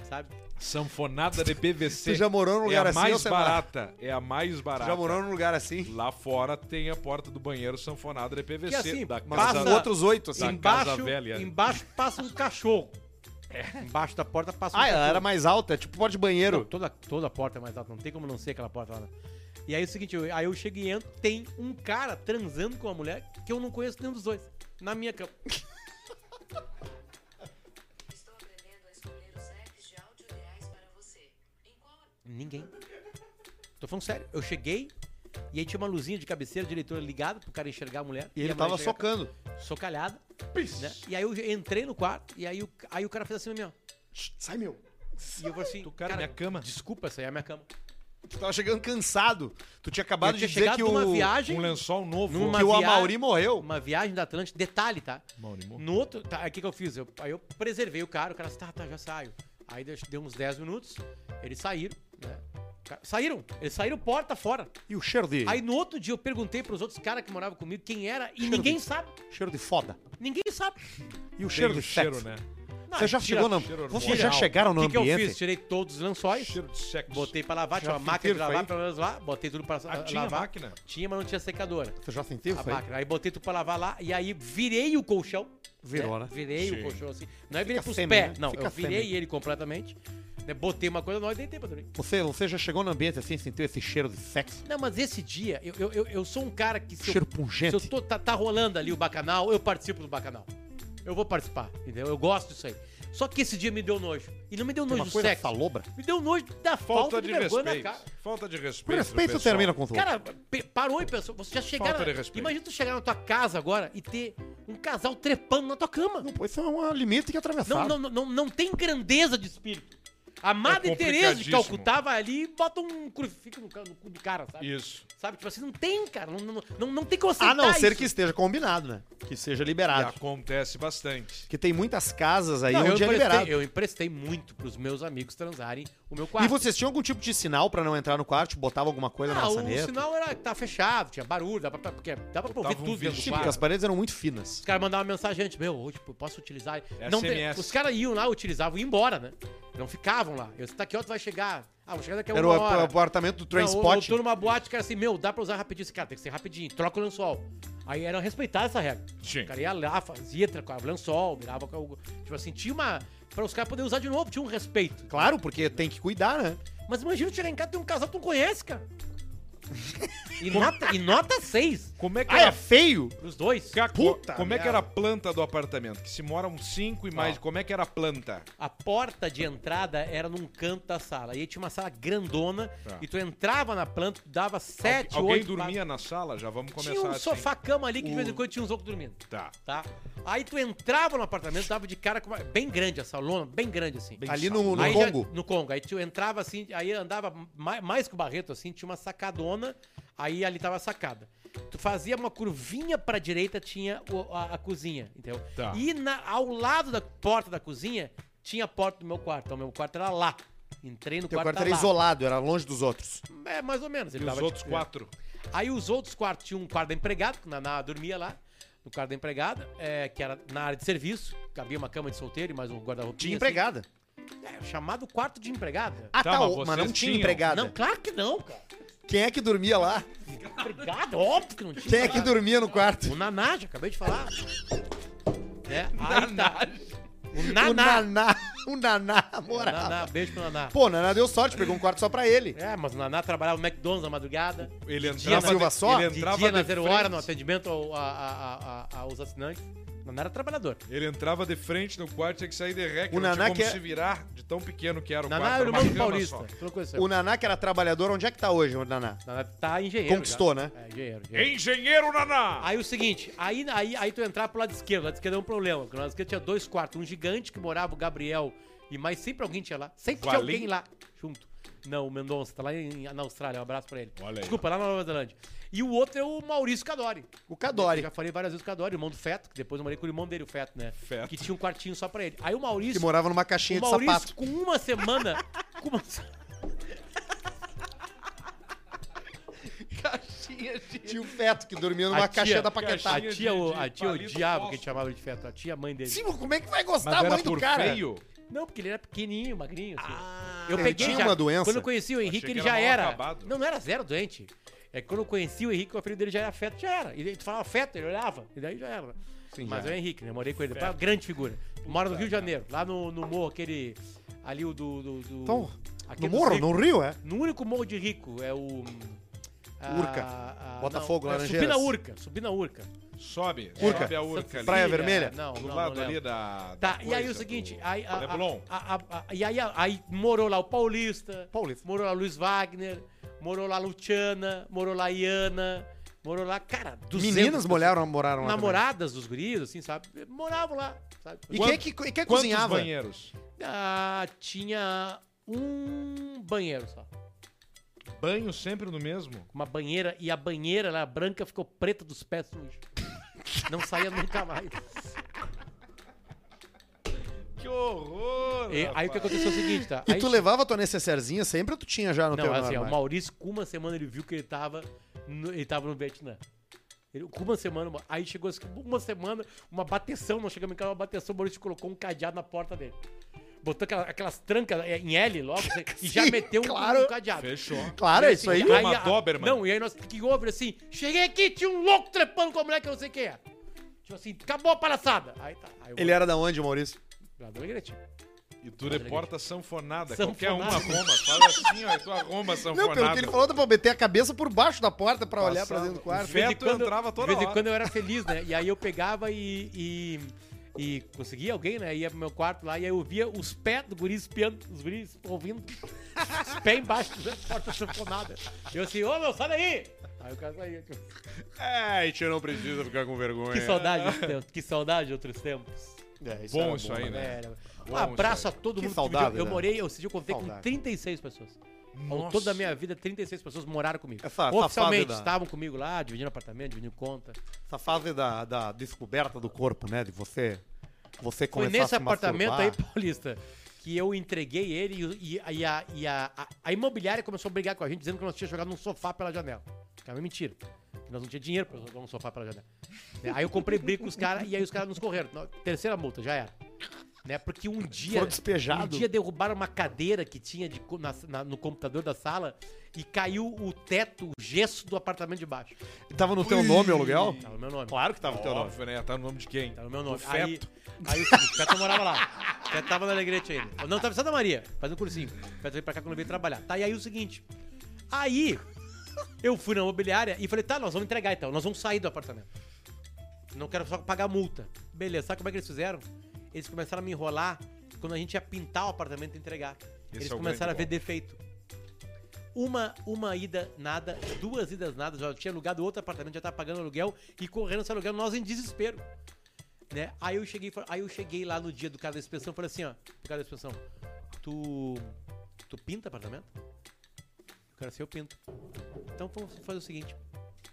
Speaker 2: Sabe?
Speaker 3: Sanfonada de PVC.
Speaker 1: Você já morou num lugar
Speaker 3: é a
Speaker 1: assim ou
Speaker 3: mais
Speaker 1: você
Speaker 3: barata. É a mais barata.
Speaker 1: Já morou num lugar assim?
Speaker 3: Lá fora tem a porta do banheiro sanfonada de PVC.
Speaker 2: Que assim,
Speaker 3: da
Speaker 1: Mas
Speaker 3: casa...
Speaker 2: passa-
Speaker 1: com outros oito, assim.
Speaker 3: Da
Speaker 2: embaixo,
Speaker 3: Casa Velha.
Speaker 2: embaixo passa um cachorro. Embaixo da porta passa um
Speaker 1: Ah, ela
Speaker 2: cachorro.
Speaker 1: era mais alta, é tipo porta de banheiro.
Speaker 2: Não, toda, toda porta é mais alta, não tem como não ser aquela porta lá. né? E aí é o seguinte, eu- aí eu chego e entro, tem um cara transando com uma mulher que eu não conheço nenhum dos dois. Na minha cama.
Speaker 6: Estou aprendendo a escolher os apps de áudio ideais para você. Em qual
Speaker 2: Ninguém. Tô falando sério. Eu cheguei e aí tinha uma luzinha de cabeceira de leitura ligada pro cara enxergar a mulher.
Speaker 1: E ele
Speaker 2: a mulher
Speaker 1: tava
Speaker 2: enxergar-
Speaker 1: socando.
Speaker 2: socalhada. né? E aí eu entrei no quarto e aí o, aí o cara fez assim na minha. Sai, meu. E eu falei assim, cara,
Speaker 3: minha cama.
Speaker 2: desculpa, essa aí é a minha cama.
Speaker 1: Tu tava chegando cansado. Tu tinha acabado
Speaker 2: eu
Speaker 1: de
Speaker 2: tinha
Speaker 1: dizer
Speaker 2: chegado
Speaker 1: que o,
Speaker 2: numa viagem,
Speaker 3: Um lençol novo.
Speaker 2: Numa-
Speaker 1: que o
Speaker 2: viagem-
Speaker 1: Amauri morreu.
Speaker 2: uma viagem da Atlântica, detalhe, tá?
Speaker 3: Mauri morreu.
Speaker 2: No outro, tá, aí o que que eu fiz? Eu, aí eu preservei o cara, o cara disse, tá, tá, já saio. Aí deu, deu uns 10 minutos, eles saíram, né? O cara- Saíram, eles saíram porta fora.
Speaker 1: E o cheiro de.
Speaker 2: Aí no outro dia eu perguntei pros outros caras que moravam comigo quem era e ninguém sabe.
Speaker 1: Cheiro de foda.
Speaker 2: Ninguém sabe.
Speaker 1: E o
Speaker 3: Tem
Speaker 1: cheiro
Speaker 3: um
Speaker 1: de
Speaker 3: cheiro,
Speaker 1: sexo.
Speaker 3: né?
Speaker 1: Você já
Speaker 2: tira-
Speaker 1: chegou no.
Speaker 3: cheiro
Speaker 1: Vocês já
Speaker 3: hormonal.
Speaker 1: chegaram
Speaker 2: O
Speaker 1: no
Speaker 2: que, que eu fiz?
Speaker 1: ambiente?
Speaker 2: Tirei todos os lençóis,
Speaker 3: Cheiro de sexo.
Speaker 2: botei pra lavar, tinha
Speaker 1: Já
Speaker 2: uma máquina de
Speaker 1: sentiram isso
Speaker 2: lavar,
Speaker 1: aí?
Speaker 2: pelo menos lá, botei tudo pra
Speaker 3: Ah,
Speaker 2: ah,
Speaker 3: tinha
Speaker 2: lavar.
Speaker 3: máquina?
Speaker 2: Tinha, mas não tinha secadora.
Speaker 1: Você já sentiu
Speaker 2: a máquina. Aí botei tudo pra lavar lá e aí virei o colchão. É,
Speaker 1: Virou, né?
Speaker 2: Virei
Speaker 3: Sim.
Speaker 2: o colchão assim. Não é virei pros
Speaker 1: fêmea,
Speaker 2: pés.
Speaker 1: né?
Speaker 2: Não,
Speaker 1: Fica
Speaker 2: eu virei
Speaker 1: fêmea.
Speaker 2: ele completamente. né, Botei uma coisa nova e deitei pra dormir.
Speaker 1: Você, você já chegou no ambiente assim, sentiu esse cheiro de sexo?
Speaker 2: Não, mas esse dia, eu, eu, eu, eu sou um cara que se
Speaker 1: Cheiro
Speaker 2: eu, se
Speaker 1: pungente.
Speaker 2: eu tô, tá, tá rolando ali o bacanal, eu participo do bacanal. Eu vou participar, entendeu? Eu gosto disso aí. Só que esse dia me deu nojo. E não me deu
Speaker 1: Tem
Speaker 2: nojo
Speaker 1: uma
Speaker 2: do
Speaker 1: coisa
Speaker 2: sexo.
Speaker 1: salobra.
Speaker 2: Me deu nojo da falta,
Speaker 3: Falta
Speaker 2: de,
Speaker 3: de
Speaker 2: vergonha
Speaker 3: respeito.
Speaker 2: na cara.
Speaker 3: Falta de respeito.
Speaker 1: Por
Speaker 3: do
Speaker 1: respeito
Speaker 3: pessoal.
Speaker 1: termina com tudo.
Speaker 2: Cara, pe- parou e pensou, você já chegaram.
Speaker 3: de respeito.
Speaker 2: Imagina tu chegar na tua casa agora e ter um casal trepando na tua cama.
Speaker 1: Não, pô, isso é um limite que atravessar.
Speaker 2: Não, não, não, não, não tem grandeza de espírito. Amada
Speaker 3: É
Speaker 2: e Tereza de
Speaker 3: complicadíssimo.
Speaker 2: Calcutá vai ali e bota um crucifixo no, ca- no cu do cara, sabe?
Speaker 3: Isso.
Speaker 2: Sabe? Tipo assim, não tem, cara. Não, não, não, não tem como aceitar
Speaker 1: A Ah, não ser
Speaker 2: isso.
Speaker 1: que esteja combinado, né? Que seja
Speaker 3: E
Speaker 1: liberado.
Speaker 3: acontece bastante.
Speaker 1: Porque tem muitas casas aí
Speaker 2: Não, eu, assim,
Speaker 1: onde é liberado.
Speaker 2: emprestei, eu emprestei muito pros meus amigos transarem o meu quarto.
Speaker 1: E vocês tinham algum tipo de sinal pra não entrar no quarto? Tipo, Botava alguma coisa na
Speaker 2: Ah, o
Speaker 1: maçaneta?
Speaker 2: sinal era que tá fechado, tinha barulho, dava pra, porque dava pra ouvir
Speaker 3: Botava um
Speaker 2: tudo dentro do
Speaker 3: vestido,
Speaker 1: Sim, porque Tipo, as
Speaker 2: quarto.
Speaker 1: paredes eram muito finas.
Speaker 2: Os caras mandavam mensagem antes, meu, hoje eu posso utilizar.
Speaker 1: É
Speaker 2: Não tem-
Speaker 3: SMS.
Speaker 2: os caras iam lá, utilizavam e iam embora, né? Não ficavam lá. Eu disse, tá que hora tu vai chegar? Ah, vou chegar daqui a uma
Speaker 1: Era o
Speaker 2: hora.
Speaker 1: ap- apartamento do
Speaker 2: Não, eu, eu
Speaker 1: Trainspot.
Speaker 2: tô numa boate, cara, assim, meu, dá pra usar rapidinho esse cara, tem que ser rapidinho, troca o lençol. Aí era respeitar essa regra.
Speaker 3: Sim.
Speaker 2: O cara ia lá, fazia, trocava o lençol, virava com o. Tipo assim, tinha uma. Pra os caras poderem usar de novo, tinha um respeito.
Speaker 1: Claro, porque tem que cuidar, né?
Speaker 2: Mas imagina tu chegar em casa e tem um casal que tu não conhece, cara. E nota, e nota 6
Speaker 3: Como é que
Speaker 1: Ah,
Speaker 3: era
Speaker 1: é feio?
Speaker 2: pros dois.
Speaker 3: Caco,
Speaker 1: Puta
Speaker 3: como é que era a planta do apartamento? Que se moram cinco e mais, como é que era a planta?
Speaker 2: A porta de entrada era num canto da sala. E aí tinha uma sala grandona.
Speaker 3: Tá.
Speaker 2: E tu entrava na planta, tu dava 7, 8.
Speaker 3: Alguém dormia na sala? Já vamos começar
Speaker 2: Tinha um
Speaker 3: assim.
Speaker 2: sofá-cama ali que de vez em quando tinha uns outros dormindo.
Speaker 3: Tá.
Speaker 2: tá? Aí tu entrava no apartamento, dava de cara com uma... Bem grande a salona, bem grande assim.
Speaker 1: Ali no, no
Speaker 2: aí já-
Speaker 1: Congo.
Speaker 2: no Congo. Aí tu entrava assim, aí andava mais, mais que o Barreto, assim, tinha uma sacadona, aí ali tava a sacada. Tu fazia uma curvinha pra direita, tinha o- a, a cozinha, entendeu?
Speaker 3: Tá.
Speaker 2: E na- ao lado da porta da cozinha, tinha a porta do meu quarto. Então, meu quarto era lá. Entrei no
Speaker 1: Teu
Speaker 2: um quarto, tá
Speaker 1: quarto era
Speaker 2: lá.
Speaker 1: isolado, era longe dos outros.
Speaker 2: É, mais ou menos.
Speaker 3: E
Speaker 2: Ele
Speaker 3: os
Speaker 2: dava
Speaker 3: outros
Speaker 2: de-
Speaker 3: quatro?
Speaker 2: Aí os outros quartos tinha um quarto da empregada, que Naná dormia lá, no quarto da empregada, é, que era na área de serviço, cabia uma cama de solteiro e mais um guarda-roupa.
Speaker 1: Tinha empregada.
Speaker 2: É, chamado quarto de empregada.
Speaker 1: Ah,
Speaker 3: Tá,
Speaker 1: tá,
Speaker 3: mas
Speaker 1: ô, mas,
Speaker 3: vocês
Speaker 1: não tinha
Speaker 3: tinham.
Speaker 1: empregada.
Speaker 2: Não, claro que não, cara.
Speaker 1: Quem é que dormia lá?
Speaker 2: Empregada, óbvio que não tinha.
Speaker 1: Quem é que dormia no quarto?
Speaker 2: O Naná, já acabei de falar. É, aí tá. O Naná. É
Speaker 1: O Naná. O Naná morava.
Speaker 2: Naná, beijo pro Naná.
Speaker 1: Pô, o Naná deu sorte, pegou um quarto só pra ele.
Speaker 2: É, mas o Naná trabalhava no McDonald's na madrugada.
Speaker 3: Ele
Speaker 2: De dia
Speaker 3: entrava
Speaker 1: na Silva
Speaker 3: de,
Speaker 1: só?
Speaker 3: ele
Speaker 2: De
Speaker 3: entrava
Speaker 2: dia na
Speaker 3: de
Speaker 2: zero
Speaker 3: frente.
Speaker 2: hora no atendimento ao- a- a- a- a- aos assinantes. Não era trabalhador.
Speaker 3: Ele entrava de frente no quarto, tinha que sair de ré, que
Speaker 1: O
Speaker 3: não
Speaker 1: Naná
Speaker 3: tinha como
Speaker 1: que é-
Speaker 3: se virar de tão pequeno que era o
Speaker 2: Naná
Speaker 3: quarto.
Speaker 2: era o
Speaker 3: era uma
Speaker 2: irmão do
Speaker 3: cama
Speaker 2: Paulista.
Speaker 3: só.
Speaker 2: Tu não conheceu.
Speaker 1: O Naná, que era trabalhador, onde é que tá hoje, o Naná?
Speaker 2: Naná Tá engenheiro.
Speaker 1: Conquistou,
Speaker 2: já.
Speaker 1: né?
Speaker 2: É, engenheiro. engenheiro.
Speaker 3: Engenheiro Naná!
Speaker 2: Aí o seguinte, aí, aí, aí tu entrar pro lado esquerdo. O lado esquerdo é um problema. Porque o lado esquerdo tinha dois quartos. Um gigante que morava o Gabriel e mais sempre alguém tinha lá. Sempre tinha
Speaker 3: Valim?
Speaker 2: alguém lá junto. Não, o Mendonça, tá lá em- na Austrália. Um abraço pra ele.
Speaker 3: Olha aí.
Speaker 2: Desculpa, lá na Nova Zelândia. E o outro é o Maurício Cadori.
Speaker 1: O
Speaker 2: Eu
Speaker 1: Cadori,
Speaker 2: já falei várias vezes com o Cadori, irmão do Feto, que depois eu morei com o irmão dele, o Feto, né?
Speaker 3: Feto.
Speaker 2: Que tinha um quartinho só pra ele. Aí o
Speaker 1: que
Speaker 2: Maurício.
Speaker 1: morava numa caixinha
Speaker 2: o
Speaker 1: de
Speaker 2: Maurício,
Speaker 1: sapato.
Speaker 2: com uma semana. com uma se-
Speaker 4: Caixinha de...
Speaker 1: Tinha o feto que dormia numa
Speaker 2: A tia-
Speaker 1: caixinha da
Speaker 2: A
Speaker 1: Paquetá.
Speaker 3: de-
Speaker 2: tia, o, a
Speaker 3: de
Speaker 2: tia
Speaker 3: palito
Speaker 2: odiava que a
Speaker 3: fósforo.
Speaker 2: gente chamava de Feto. A tia, a mãe dele.
Speaker 1: Sim, mas como é que vai
Speaker 3: Mas
Speaker 2: Tá
Speaker 1: gostar
Speaker 3: era
Speaker 1: muito
Speaker 3: por
Speaker 1: do cara?
Speaker 3: feio?
Speaker 2: Não, porque ele era pequenininho, magrinho. assim.
Speaker 1: ele É, tinha
Speaker 2: já-
Speaker 1: uma doença?
Speaker 2: Quando eu conheci o Henrique,
Speaker 3: Ah, Achei que
Speaker 2: ele
Speaker 3: era
Speaker 2: já
Speaker 3: mal
Speaker 2: era.
Speaker 3: acabado.
Speaker 2: Não, não era zero doente. É que quando eu conheci o Henrique, o apelido dele já era feto, já era. E tu falava feto, ele olhava, e daí já era. Mas é o Henrique, né? Morei com ele. Foi uma grande figura. Mora no Rio de Janeiro, lá no, no morro, aquele. Ali o do. do, do
Speaker 1: Então,
Speaker 2: aquele
Speaker 1: No
Speaker 2: dos
Speaker 1: morro,
Speaker 2: ricos.
Speaker 1: no rio, é?
Speaker 2: No único morro de rico, é o. a-
Speaker 1: Urca.
Speaker 2: a-
Speaker 1: Botafogo,
Speaker 2: não, é
Speaker 1: Laranjeiras.
Speaker 2: Subina Urca, Subina Urca.
Speaker 3: Sobe,
Speaker 1: Urca.
Speaker 3: sobe a urca
Speaker 2: Santa
Speaker 3: ali.
Speaker 1: Praia
Speaker 2: Cecília,
Speaker 1: Vermelha?
Speaker 2: Não,
Speaker 3: Do
Speaker 2: não, não
Speaker 3: lado
Speaker 2: lembro.
Speaker 3: ali da.
Speaker 2: Tá,
Speaker 3: da
Speaker 2: e aí
Speaker 3: coisa,
Speaker 2: o seguinte,
Speaker 3: do-
Speaker 2: aí, a,
Speaker 3: Leblon.
Speaker 2: a- a- a- e aí, a- aí morou lá o Paulista,
Speaker 1: Paulista.
Speaker 2: morou lá o Luiz Wagner, morou lá a Luciana, morou lá a Iana, morou lá, cara, 200
Speaker 1: Meninas
Speaker 2: pessoas.
Speaker 1: molharam, moraram lá. também.
Speaker 2: namoradas dos guris, assim, sabe? Moravam lá, sabe?
Speaker 1: E
Speaker 3: Quanto-
Speaker 1: quem é que, quem é que
Speaker 3: Quantos
Speaker 1: cozinhava?
Speaker 3: banheiros?
Speaker 2: Ah, tinha um banheiro só,
Speaker 3: Banho sempre no mesmo?
Speaker 2: uma banheira, e a banheira lá, branca, ficou preta dos pés sujos. Não saía nunca mais.
Speaker 3: Que horror!
Speaker 2: E aí o que aconteceu é o seguinte, tá?
Speaker 1: E
Speaker 2: Aí
Speaker 1: tu levava tua necessairezinha sempre ou tu tinha já no
Speaker 2: Não,
Speaker 1: teu
Speaker 2: assim, ó, o
Speaker 1: armário?
Speaker 2: Maurício, com uma semana ele viu que ele tava no, ele tava no Vietnã. Ele, com uma semana, aí chegou assim, uma semana, uma bateção, nós chegamos em casa, uma bateção, o Maurício colocou um cadeado na porta dele. Botou aquela- aquelas trancas é, em L logo, assim, e já
Speaker 1: Sim,
Speaker 2: meteu um-
Speaker 1: claro.
Speaker 2: um cadeado.
Speaker 3: Fechou.
Speaker 1: Claro,
Speaker 2: E
Speaker 1: é
Speaker 2: assim,
Speaker 1: isso aí.
Speaker 3: Uma Doberman.
Speaker 2: Não, e aí nós que houve assim, cheguei aqui, tinha um louco trepando com a mulher que eu não sei quem é. Tipo assim, acabou a palhaçada. Aí tá. Aí é eu
Speaker 1: Ele é era da onde, Maurício?
Speaker 2: Lá do Igretinho.
Speaker 3: E tu de porta sanfonada. Qualquer
Speaker 2: Sanfonada.
Speaker 3: uma arroma. Fala assim, ó, e tu arroma sanfonada.
Speaker 1: Não, pelo que ele falou, dá pra meter a cabeça por baixo da porta pra olhar pra dentro do quarto.
Speaker 3: Feto entrava toda
Speaker 2: De vez em
Speaker 3: hora.
Speaker 2: quando eu era feliz, né? E aí eu pegava e, e, e conseguia alguém, né? Ia pro meu quarto lá e aí eu via os pés do guri espiando, os guris ouvindo. Os pés embaixo da porta sanfonada. Eu assim, ô meu, sai daí! Aí o cara saía. tipo,
Speaker 3: É, e tu não precisa ficar com
Speaker 2: Que
Speaker 3: vergonha.
Speaker 2: saudade, outros tempos, que saudade de outros tempos.
Speaker 1: É,
Speaker 3: Bom
Speaker 1: era
Speaker 3: isso aí, né?
Speaker 2: Era. Um
Speaker 3: Bom,
Speaker 2: abraço a todo
Speaker 1: Que
Speaker 2: mundo
Speaker 1: saudável,
Speaker 2: que me deu- Eu
Speaker 1: né?
Speaker 2: morei, eu, esse dia eu contei com
Speaker 1: Saudável.
Speaker 2: 36 pessoas. Ao
Speaker 3: Nossa.
Speaker 2: todo da minha vida, 36 pessoas moraram comigo.
Speaker 1: É fa-
Speaker 2: Oficialmente,
Speaker 1: safado, né?
Speaker 2: estavam comigo lá, dividindo apartamento, dividindo conta.
Speaker 1: Essa fase da, da descoberta do corpo, né? De você, você
Speaker 2: Foi
Speaker 1: começar a
Speaker 2: nesse
Speaker 1: se masturbar.
Speaker 2: apartamento aí, Paulista, que eu entreguei ele e o- e, a- e a, e a- a- a imobiliária começou a brigar com a gente, dizendo que nós tínhamos jogado um sofá pela janela. Que é uma mentira. Que nós não tínhamos dinheiro pra jogar um sofá pela janela. Né? Aí eu comprei briga com os caras e aí os caras nos correram. Na- Terceira multa, já era. Né? Porque um dia.
Speaker 1: Foram despejados.
Speaker 2: Um dia derrubaram uma cadeira que tinha de co- na- na- no computador da sala e caiu o teto, o gesso do apartamento de baixo.
Speaker 1: Tava no teu nome o aluguel?
Speaker 2: Tá o meu nome.
Speaker 1: Claro que tava no teu nome.
Speaker 3: Óbvio, né? Tá no nome de quem?
Speaker 2: Tá no meu nome.
Speaker 3: Do
Speaker 2: Aí,
Speaker 3: feto.
Speaker 2: aí o seguinte, o Feto morava lá. O Feto tava na Alegrete ainda. Não, tava em Santa Maria, fazendo cursinho. O Feto veio pra cá quando veio trabalhar. Tá, e aí o seguinte. Aí, eu fui na imobiliária e falei, tá, nós vamos entregar então. Nós vamos sair do apartamento. Não quero só pagar multa. Beleza, sabe como é que eles fizeram? Eles começaram a me enrolar quando a gente ia pintar o apartamento e entregar.
Speaker 3: Esse
Speaker 2: eles
Speaker 3: é o
Speaker 2: começaram a ver
Speaker 3: grande
Speaker 2: defeito. Uma, uma ida nada, duas idas nada, já tinha alugado outro apartamento, já tava pagando aluguel e correndo esse aluguel, nós em desespero. Né? Aí eu cheguei, e fa- aí eu cheguei lá no dia do cara da inspeção, falei assim, ó, do cara da inspeção, tu tu pinta apartamento? O cara assim, eu pinto. Então vamos fazer o seguinte,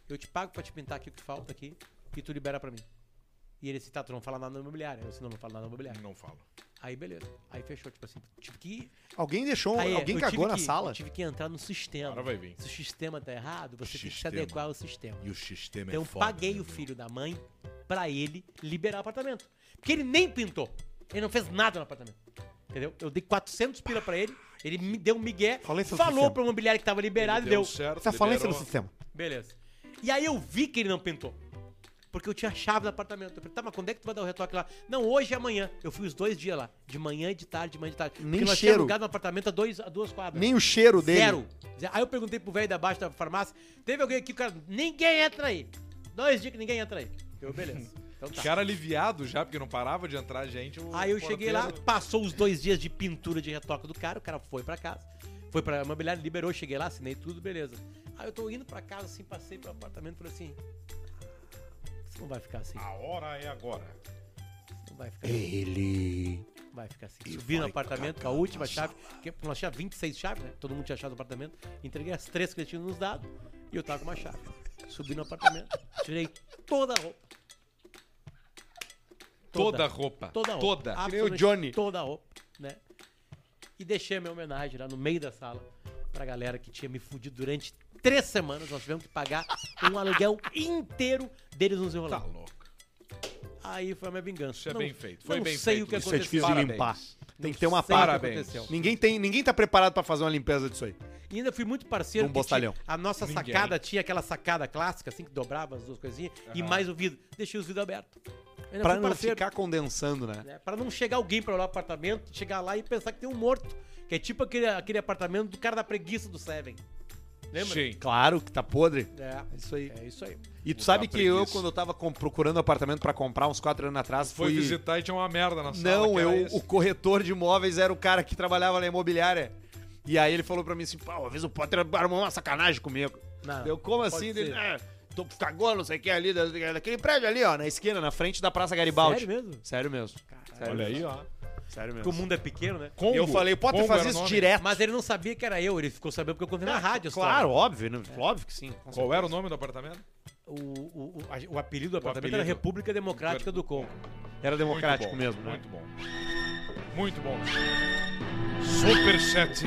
Speaker 2: eu te pago pra te pintar aqui o que falta aqui e tu libera pra mim. E ele disse, tá, tu não fala nada no imobiliário. Eu disse, não, não falo nada no imobiliário.
Speaker 3: Não falo.
Speaker 2: Aí beleza. Aí fechou, tipo assim, tive que ir
Speaker 1: Alguém deixou,
Speaker 2: Aí, é,
Speaker 1: alguém
Speaker 2: eu
Speaker 1: cagou
Speaker 2: tive
Speaker 1: na
Speaker 2: que-
Speaker 1: sala?
Speaker 2: Eu tive que entrar no sistema.
Speaker 3: Agora vai vir.
Speaker 2: Se o sistema tá errado, você tem que se
Speaker 3: Sistema.
Speaker 2: adequar ao sistema.
Speaker 3: E o sistema
Speaker 2: Então
Speaker 3: é
Speaker 2: eu
Speaker 3: foda.
Speaker 2: paguei
Speaker 3: né,
Speaker 2: o filho da mãe pra ele liberar o apartamento. Porque ele nem pintou. Ele não fez nada no apartamento. Entendeu? Eu dei 400 pila pra ele, ele me deu um migué,
Speaker 1: Falei sobre o
Speaker 2: falou
Speaker 1: sistema.
Speaker 2: pro imobiliário que tava
Speaker 3: meu?
Speaker 2: liberado e
Speaker 3: Ele
Speaker 2: deu.
Speaker 3: certo,
Speaker 1: Isso é falência do
Speaker 3: liberou.
Speaker 1: sistema.
Speaker 2: Beleza. E aí eu vi que ele não pintou. Porque eu tinha a chave do apartamento. Eu falei, tá, mas quando é que tu vai dar o retoque lá? Não, hoje e amanhã. Eu fui os dois dias lá. De manhã e de tarde, de manhã e de tarde.
Speaker 1: Nem
Speaker 2: Porque nós
Speaker 1: cheiro.
Speaker 2: tínhamos alugado um apartamento a, dois, a duas quadras.
Speaker 1: Nem o cheiro dele.
Speaker 2: Zero. Zero. Aí eu perguntei pro velho da baixo da farmácia, teve alguém aqui, o cara, ninguém entra aí. Dois dias que ninguém entra aí. Eu, beleza. Então tá.
Speaker 3: Cara aliviado já, porque não parava de entrar gente. o
Speaker 2: Aí eu cheguei lá,
Speaker 3: porteiro-
Speaker 2: passou os dois dias de pintura de retoque do cara, o cara foi pra casa, foi pra imobiliária, liberou, cheguei lá, assinei tudo, beleza. Aí eu tô indo pra casa, assim, passei pro apartamento, falei assim, "Ah, isso não vai ficar assim,
Speaker 7: A hora é agora.
Speaker 2: isso não vai ficar assim. Ele... Vai ficar assim. Subi no apartamento com a última chave, porque nós tinha 26 chaves, né? Todo mundo tinha chave do apartamento. Entreguei as três que eles tinham nos dado e eu tava com uma chave. Subi no apartamento, tirei toda a roupa.
Speaker 3: Toda a roupa.
Speaker 2: Toda a roupa.
Speaker 3: Toda.
Speaker 2: Absolutamente
Speaker 1: Que nem o Johnny.
Speaker 2: Toda a roupa, né? E deixei a minha homenagem lá no meio da sala pra galera que tinha me fudido durante três semanas. Nós tivemos que pagar um aluguel inteiro deles nos
Speaker 3: Tá
Speaker 2: enrolando.
Speaker 3: louco.
Speaker 2: Aí foi a minha vingança.
Speaker 3: Isso é bem feito, foi
Speaker 2: não
Speaker 3: bem
Speaker 2: sei
Speaker 3: feito.
Speaker 2: o que
Speaker 3: Isso
Speaker 1: Isso é
Speaker 2: aconteceu.
Speaker 1: difícil
Speaker 3: Parabéns.
Speaker 1: de limpar. Tem que ter
Speaker 2: Não
Speaker 1: uma
Speaker 2: sei o que
Speaker 3: Parabéns.
Speaker 2: aconteceu.
Speaker 1: Ninguém, tem, ninguém tá preparado pra fazer uma limpeza disso aí.
Speaker 2: E ainda fui muito parceiro.
Speaker 1: Dom
Speaker 2: que tinha-
Speaker 1: Bostalhão.
Speaker 2: a nossa
Speaker 3: Ninguém.
Speaker 2: sacada tinha aquela sacada clássica, assim, que dobrava as duas coisinhas. E mais o vidro. Deixei os vidros abertos. Ainda
Speaker 1: Pra
Speaker 2: fui
Speaker 1: não
Speaker 2: parceiro.
Speaker 1: ficar condensando, né?
Speaker 2: né? Pra não chegar alguém pra olhar o apartamento, chegar lá e pensar que tem um morto. Que é tipo aquele, aquele apartamento do cara da preguiça do Seven. Lembra?
Speaker 3: Sim.
Speaker 1: Claro que tá podre.
Speaker 2: É,
Speaker 1: É isso aí.
Speaker 2: é isso aí.
Speaker 1: E tu sabe
Speaker 3: Mudar
Speaker 1: que
Speaker 3: a
Speaker 1: eu,
Speaker 3: preguiça.
Speaker 1: quando eu tava com- procurando apartamento pra comprar uns quatro anos atrás,
Speaker 3: Foi
Speaker 1: fui...
Speaker 3: visitar e tinha uma merda na sala.
Speaker 1: Não,
Speaker 3: que era
Speaker 1: eu,
Speaker 3: esse.
Speaker 1: o corretor de imóveis era o cara que trabalhava na imobiliária. E aí ele falou pra mim assim, pá, uma vez o Potter armou uma sacanagem comigo.
Speaker 2: Não,
Speaker 1: eu, como
Speaker 2: pode
Speaker 1: assim?
Speaker 2: ser.
Speaker 1: Ele, ah, tu cagou, não sei o que, ali, da- daquele prédio ali, ó, na esquina, na frente da Praça Garibaldi.
Speaker 2: Sério mesmo?
Speaker 1: Sério mesmo. Sério
Speaker 7: Olha
Speaker 1: mesmo.
Speaker 7: aí, ó.
Speaker 1: Sério
Speaker 2: Porque o
Speaker 1: mesmo.
Speaker 2: mundo é pequeno, né?
Speaker 1: eu falei, Potter
Speaker 3: Congo
Speaker 1: faz
Speaker 3: era o
Speaker 1: isso
Speaker 3: nome.
Speaker 1: direto.
Speaker 2: Mas ele não sabia que era eu, ele ficou sabendo porque eu contei na rádio. a
Speaker 1: Ah, Claro, óbvio, né? óbvio que sim. com
Speaker 3: Qual é? era o nome do apartamento?
Speaker 2: história. O, o, o, a- o apelido do apartamento era
Speaker 3: apelido.
Speaker 2: República Democrática do Congo.
Speaker 1: Era democrático
Speaker 3: bom,
Speaker 1: mesmo, né?
Speaker 3: Muito bom. Muito bom. Super 7.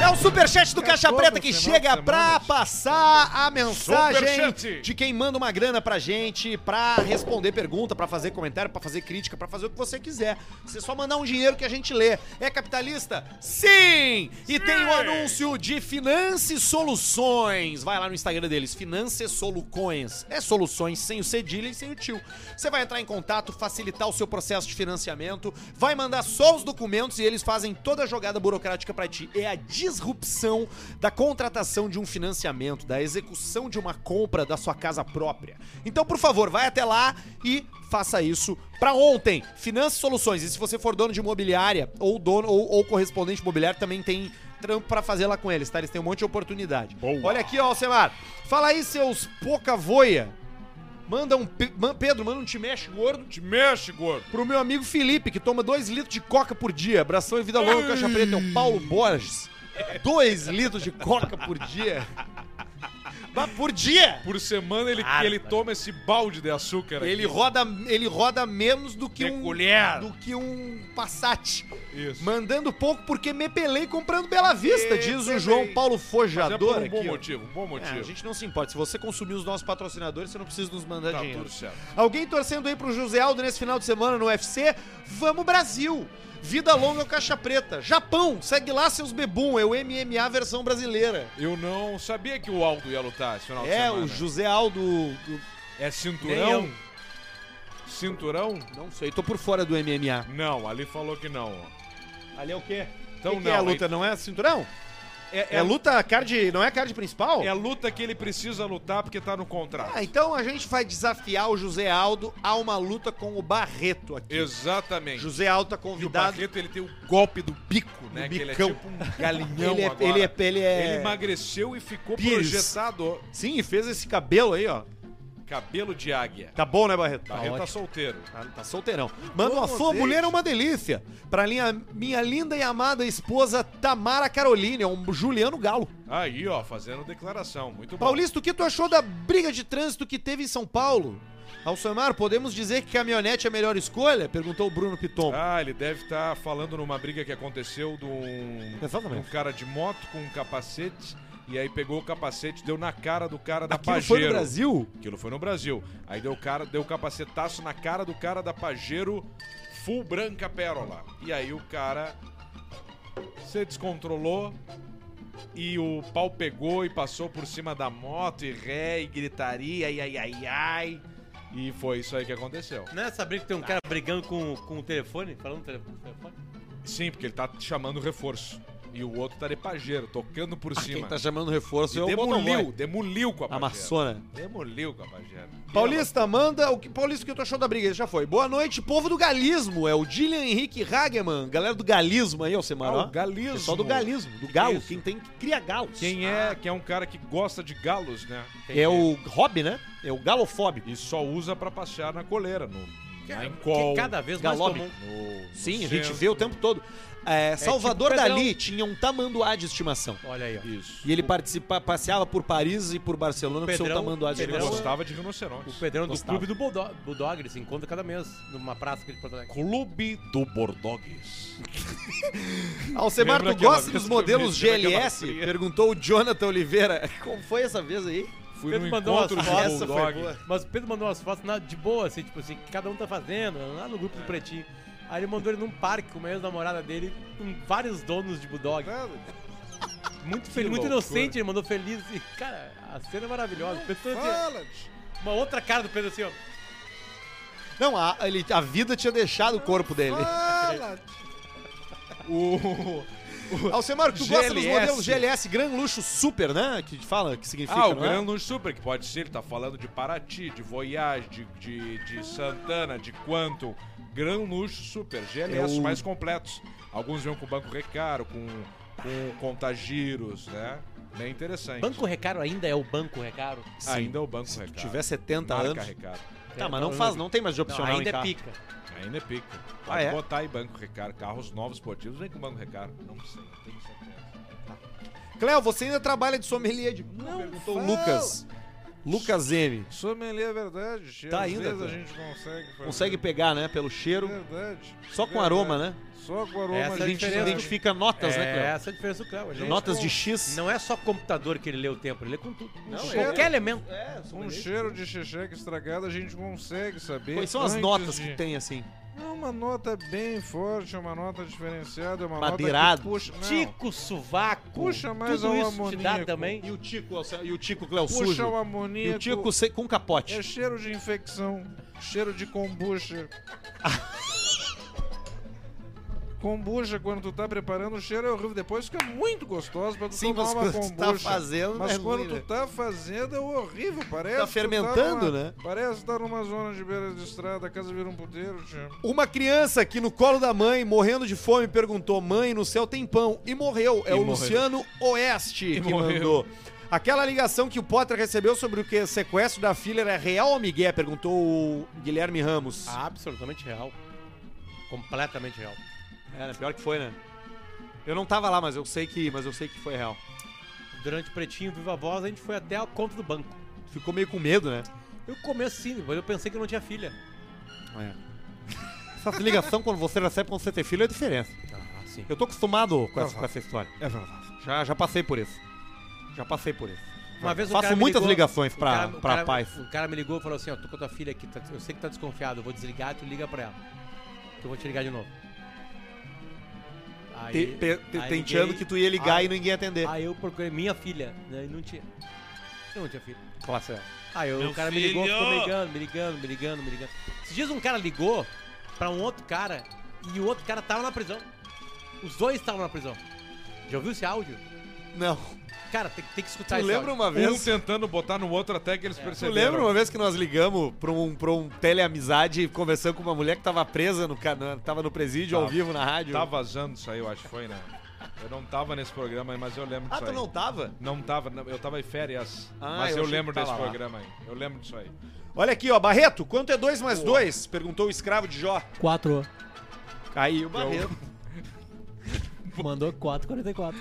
Speaker 1: É o superchat do Caixa
Speaker 4: todo
Speaker 1: Preta que
Speaker 4: final
Speaker 1: chega
Speaker 4: de
Speaker 1: pra
Speaker 4: semana.
Speaker 1: passar a mensagem
Speaker 3: Superchat.
Speaker 1: de quem manda uma grana pra gente, pra responder pergunta, pra fazer comentário, pra fazer crítica, pra fazer o que você quiser. Você só mandar um dinheiro que a gente lê. É capitalista? Sim! E tem o anúncio de Finance Soluções. Vai lá no Instagram deles, Finance Solucões. É soluções sem o cedilha e sem o tio. Você vai entrar em contato, facilitar o seu processo de financiamento, vai mandar só os documentos e eles fazem toda a jogada burocrática pra ti. É a disrupção da contratação de um financiamento, da execução de uma compra da sua casa própria. Então, por favor, vai até lá e faça isso pra ontem. Finanças Soluções. E se você for dono de imobiliária ou dono ou, ou correspondente imobiliário, também tem trampo pra fazer lá com eles, tá? Eles têm um monte de oportunidade. Olha aqui, ó, Alcemar. Fala aí, seus pouca voia. Manda um. pe- man- Pedro, manda um te mexe gordo
Speaker 3: Te mexe, gordo.
Speaker 1: pro meu amigo Felipe, que toma 2 litros de coca por dia. Abração e vida longa, caixa preta. É o Paulo Borges. 2 litros de coca por dia. Mas por dia!
Speaker 3: Por semana ele, ele toma esse balde de açúcar
Speaker 1: Ele
Speaker 3: aqui.
Speaker 1: roda, ele roda menos do que
Speaker 3: De
Speaker 1: um
Speaker 3: colher.
Speaker 1: do que um Passat.
Speaker 3: Isso.
Speaker 1: Mandando pouco porque me pelei comprando Bela Vista, diz o João Paulo
Speaker 3: Mas é por
Speaker 1: Fojador
Speaker 3: um bom
Speaker 1: aqui. ó.
Speaker 3: motivo, um bom
Speaker 1: É, a
Speaker 3: motivo.
Speaker 1: gente não se importa. Se você consumir os nossos patrocinadores, você não precisa nos mandar
Speaker 3: tá
Speaker 1: dinheiro.
Speaker 3: tudo certo.
Speaker 1: Alguém torcendo aí pro José Aldo nesse final de semana no UFC? Vamos Brasil! Vida longa ao caixa preta. Japão, segue lá seus bebum, é o MMA versão brasileira.
Speaker 3: Eu não sabia que o Aldo ia lutar esse final de
Speaker 1: É,
Speaker 3: semana.
Speaker 1: o José Aldo. do-
Speaker 3: É cinturão? Cinturão?
Speaker 1: Não sei, tô por fora do MMA.
Speaker 3: Não, ali falou que não. ó.
Speaker 1: Ali é o quê?
Speaker 3: Então
Speaker 1: que que
Speaker 3: não,
Speaker 1: é a
Speaker 3: hein?
Speaker 1: luta, não é cinturão?
Speaker 3: É,
Speaker 1: É, luta card, não é card principal?
Speaker 3: é a luta que ele precisa lutar porque tá no contrato.
Speaker 1: Ah, então a gente vai desafiar o José Aldo a uma luta com o Barreto aqui.
Speaker 3: Exatamente.
Speaker 1: José Aldo tá
Speaker 3: E o
Speaker 1: convidado.
Speaker 3: Barreto, ele tem o golpe do bico, né?
Speaker 1: Do
Speaker 3: Que ele é
Speaker 1: bicão.
Speaker 3: tipo um galinhão
Speaker 1: ele, é,
Speaker 3: agora.
Speaker 1: ele é. Ele é.
Speaker 3: Ele emagreceu e ficou
Speaker 1: Pires.
Speaker 3: projetado.
Speaker 1: Sim, e fez esse cabelo aí, ó.
Speaker 3: Cabelo de águia.
Speaker 1: Tá bom, né, Barreto?
Speaker 3: Barreto tá
Speaker 5: ótimo.
Speaker 3: solteiro.
Speaker 1: Tá, tá solteirão. Manda uma flor, mulher é uma delícia. Pra minha, minha linda e amada esposa Tamara Caroline, é um Juliano Galo.
Speaker 3: Aí, ó, fazendo declaração. Muito bom.
Speaker 1: Paulista, o que tu achou da briga de trânsito que teve em São Paulo? Alcemar, podemos dizer que caminhonete é a melhor escolha? Perguntou o Bruno Piton.
Speaker 3: Ah, ele deve estar falando numa briga que aconteceu de um,
Speaker 1: Exatamente.
Speaker 3: um cara de moto com um capacete. E aí pegou o capacete, deu na cara do cara da
Speaker 1: Aquilo
Speaker 3: Pajero.
Speaker 1: foi no Brasil?
Speaker 3: Aquilo foi no Brasil. Aí deu cara, deu capacetaço na cara do cara da Pajero Full Branca Pérola. E aí o cara se descontrolou e o pau pegou e passou por cima da moto e ré e gritaria ai ai ai ai. E foi isso aí que aconteceu.
Speaker 2: Não é saber que
Speaker 3: Ah.
Speaker 2: tem um cara brigando com, com o telefone, falando no telefone.
Speaker 3: Sim, porque ele tá chamando reforço. E o outro tá de pajeiro, tocando por
Speaker 1: Quem
Speaker 3: cima.
Speaker 1: tá chamando reforço
Speaker 3: E
Speaker 1: é o
Speaker 3: demoliu,
Speaker 1: motoboy.
Speaker 3: demoliu com a
Speaker 1: A
Speaker 3: pajera.
Speaker 1: maçona.
Speaker 3: Demoliu com a pajera.
Speaker 1: Paulista, manda o que Paulista o que tu achou da briga, Esse já foi. Boa noite, povo do galismo, é o Dillian Henrique Hageman, galera do galismo aí, ô Semana.
Speaker 3: Ah, o galismo. é
Speaker 1: Pessoal É do galismo, do galo,
Speaker 3: isso?
Speaker 1: quem tem que cria galos.
Speaker 3: Quem é, que é um cara que gosta de galos, né?
Speaker 1: É o hobby, né? É o galofóbico.
Speaker 3: E só usa pra passear na coleira, no, na
Speaker 2: Que
Speaker 3: encol.
Speaker 2: é cada vez
Speaker 1: Galope.
Speaker 2: mais comum.
Speaker 3: no- no
Speaker 1: Sim, a gente
Speaker 3: centro.
Speaker 1: vê o tempo todo. É, Salvador
Speaker 2: tipo
Speaker 1: Dali tinha um tamanduá de estimação.
Speaker 2: Olha aí, ó.
Speaker 3: Isso.
Speaker 1: E ele participa, passeava por Paris e por Barcelona com seu
Speaker 2: Pedrão-
Speaker 1: tamanduá de
Speaker 3: Ele
Speaker 2: Pedrão-
Speaker 1: estimação.
Speaker 3: gostava de
Speaker 2: O
Speaker 3: rinocerontes.
Speaker 2: Pedrão do
Speaker 1: Gostava.
Speaker 2: Clube do Bulldog, Bulldog, ele se encontra cada mês numa praça que ele protege.
Speaker 3: Clube do Bordogues.
Speaker 1: Alcemar,
Speaker 3: Lembra
Speaker 1: tu
Speaker 3: aquela
Speaker 1: gosta
Speaker 3: vez
Speaker 1: dos
Speaker 3: que eu
Speaker 1: modelos
Speaker 3: meti naquela
Speaker 1: GLS?
Speaker 3: fria?
Speaker 1: Perguntou o Jonathan Oliveira. Como foi essa vez aí?
Speaker 3: Fui
Speaker 2: Pedro
Speaker 3: no
Speaker 2: mandou umas
Speaker 3: encontro de
Speaker 2: fotos.
Speaker 1: Essa foi
Speaker 3: Bulldog.
Speaker 1: boa.
Speaker 2: Mas o Pedro mandou umas fotos na- de boa, assim, tipo assim, que cada um tá fazendo, lá no grupo do Pretinho. Aí ele mandou ele num parque com uma ex-namorada dele, com vários donos de Bulldog. Muito feliz, muito
Speaker 3: loucura.
Speaker 2: inocente, ele mandou feliz. E, cara, a cena é maravilhosa. O Pedro todo assim, ó, uma outra cara do Pedro assim, ó.
Speaker 1: Não, a, ele- a vida tinha deixado o corpo dele.
Speaker 3: O...
Speaker 1: Alcemar, tu gosta dos
Speaker 3: GLS.
Speaker 1: modelos GLS Gran Luxo Super, né? Que fala, que significa,
Speaker 3: Ah, o
Speaker 1: não é?
Speaker 3: Grand Luz Super, que pode ser, ele tá falando de Paraty, de Voyage, de, de, de Santana, de Quantum. Gran Luxo Super, GLS
Speaker 1: Eu-
Speaker 3: mais completos. Alguns vêm com banco recaro, com, com contagiros, né? Bem interessante.
Speaker 2: Banco Recaro ainda é o Banco Recaro?
Speaker 1: Sim.
Speaker 3: Ainda é o banco
Speaker 1: Se tu
Speaker 3: recaro.
Speaker 1: tiver 70
Speaker 3: Marca
Speaker 1: anos...
Speaker 3: recaro.
Speaker 1: Tá, mas não faz, não tem mais de
Speaker 2: Não,
Speaker 1: opcional em
Speaker 2: ainda é
Speaker 1: carro.
Speaker 2: pica.
Speaker 3: Ainda é pica. Pode
Speaker 1: Ah, é?
Speaker 3: botar aí banco recaro. Carros novos esportivos vem com banco recaro. Não sei, não tenho certeza.
Speaker 1: Cléo, você ainda trabalha de sommelier de Não perguntou o Lucas. Lucas M.
Speaker 4: Sommelier é verdade.
Speaker 1: Tá
Speaker 4: às
Speaker 1: ainda,
Speaker 4: vezes a
Speaker 1: cara.
Speaker 4: gente consegue fazer.
Speaker 3: É
Speaker 1: Consegue pegar, né? Pelo cheiro.
Speaker 4: Verdade.
Speaker 1: Só com
Speaker 4: Verdade.
Speaker 1: aroma, né? Tá
Speaker 4: Só com aroma.
Speaker 2: Essa é
Speaker 1: A gente
Speaker 2: diferença.
Speaker 1: identifica notas, né,
Speaker 2: é,
Speaker 1: Cléo?
Speaker 2: essa é a diferença do Cléo. a gente-
Speaker 1: Notas de X.
Speaker 2: Não é só computador que ele lê o tempo, ele lê com tudo.
Speaker 4: Não,
Speaker 2: Com
Speaker 4: é-
Speaker 2: qualquer elemento.
Speaker 1: Tá
Speaker 4: Um cheiro de xixeca estragado a gente consegue saber.
Speaker 1: Quais são as
Speaker 4: antes
Speaker 1: notas
Speaker 4: de-
Speaker 1: que tem, assim?
Speaker 4: É uma nota bem forte, é uma nota diferenciada, é uma nota
Speaker 1: Madeirado.
Speaker 4: que puxa... Não,
Speaker 2: Tico, sovaco.
Speaker 4: Puxa é um mais
Speaker 2: tudo
Speaker 4: ao
Speaker 2: isso te dá
Speaker 4: amoníaco.
Speaker 2: também.
Speaker 1: E o Tico, Alce- e o Tico Cléo
Speaker 4: puxa o
Speaker 1: sujo. E
Speaker 4: amoníaco.
Speaker 1: o Tico sem- com capote.
Speaker 4: É cheiro de infecção, cheiro de kombucha. kombucha, quando tu tá preparando, o cheiro é horrível. Depois fica muito gostoso pra tu
Speaker 1: Sim,
Speaker 4: tomar
Speaker 1: mas
Speaker 4: uma
Speaker 1: quando
Speaker 4: kombucha.
Speaker 1: tu tá fazendo,
Speaker 4: mas
Speaker 1: é
Speaker 4: quando
Speaker 1: ruim,
Speaker 4: tu
Speaker 1: né?
Speaker 4: tá fazendo é horrível, parece.
Speaker 1: Tá
Speaker 4: que tu
Speaker 1: fermentando,
Speaker 4: numa-
Speaker 1: né?
Speaker 4: Parece que tá numa zona de beira de estrada, a casa vira um puteiro, tio.
Speaker 1: Uma criança que no colo da mãe, morrendo de fome, perguntou: Mãe, no céu tem pão. E morreu. É
Speaker 3: E
Speaker 1: o
Speaker 3: morreu.
Speaker 1: Luciano Oeste que
Speaker 3: morreu.
Speaker 1: mandou. Aquela ligação que o Potter recebeu sobre o que sequestro da filha era real ou migué? Perguntou o Guilherme Ramos.
Speaker 2: Absolutamente real. Completamente real.
Speaker 1: É, né? pior que foi, né? Eu não tava lá, mas eu sei que, mas eu sei que foi real.
Speaker 2: Durante o Pretinho Viva Voz, a gente foi até a conta do banco.
Speaker 1: Ficou meio com medo, né?
Speaker 2: Eu começo sim, depois eu pensei que eu não tinha filha.
Speaker 1: É. Essa ligação quando você recebe quando você tem filho é diferente.
Speaker 2: Ah, sim.
Speaker 1: Eu tô acostumado com, essa,
Speaker 4: Aham.
Speaker 1: com essa história.
Speaker 4: É verdade.
Speaker 1: Já, já passei por isso. Já passei por isso.
Speaker 2: Uma vez o
Speaker 1: Faço
Speaker 2: cara me
Speaker 1: muitas
Speaker 2: ligou,
Speaker 1: ligações
Speaker 2: o
Speaker 1: pra,
Speaker 2: cara- o
Speaker 1: pra
Speaker 2: cara-
Speaker 1: paz.
Speaker 2: O cara me ligou e falou assim, ó, tô com a tua filha aqui, tá- eu sei que tá desconfiado, eu vou desligar, tu liga pra ela. Que eu vou te ligar de novo.
Speaker 1: Te- pe- te-
Speaker 2: aí
Speaker 1: Tenteando
Speaker 2: liguei,
Speaker 1: que tu ia ligar
Speaker 2: aí-
Speaker 1: e ninguém ia atender.
Speaker 2: Aí eu procurei minha filha, né? E não tinha. Eu não tinha filha.
Speaker 1: Classe é. A.
Speaker 2: Aí eu-
Speaker 3: Meu
Speaker 2: o cara me ligou,
Speaker 3: filho!
Speaker 2: ficou me ligando, me ligando, me ligando, me ligando. Esses dias um cara ligou pra um outro cara e o outro cara tava na prisão. Os dois estavam na prisão. Já ouviu esse áudio?
Speaker 1: Não.
Speaker 2: Cara, tem, tem que escutar
Speaker 1: Tu
Speaker 2: esse
Speaker 1: lembra
Speaker 2: áudio.
Speaker 1: uma
Speaker 3: Um
Speaker 1: vez? É.
Speaker 3: tentando botar no outro até que eles
Speaker 1: Tu
Speaker 3: perceberam.
Speaker 1: lembra uma vez que nós ligamos pra um, pra um teleamizade conversando com uma mulher que tava presa no canal, tava no presídio ao
Speaker 3: Tava.
Speaker 1: vivo na rádio?
Speaker 3: Tá vazando isso aí, eu acho que foi, né? Eu não tava nesse programa aí, mas eu lembro
Speaker 1: Ah,
Speaker 3: disso
Speaker 1: tu
Speaker 3: aí.
Speaker 1: não tava?
Speaker 3: Não tava, não, eu tava em férias.
Speaker 1: Ah,
Speaker 3: mas
Speaker 1: eu
Speaker 3: eu,
Speaker 1: achei
Speaker 3: lembro
Speaker 1: que tava
Speaker 3: desse
Speaker 1: lá.
Speaker 3: programa aí. Eu lembro disso aí.
Speaker 1: Olha aqui, ó, Barreto, quanto é 2 mais 2? Perguntou o escravo de Jó.
Speaker 5: 4.
Speaker 1: Caiu, Barreto.
Speaker 5: Mandou 4,44.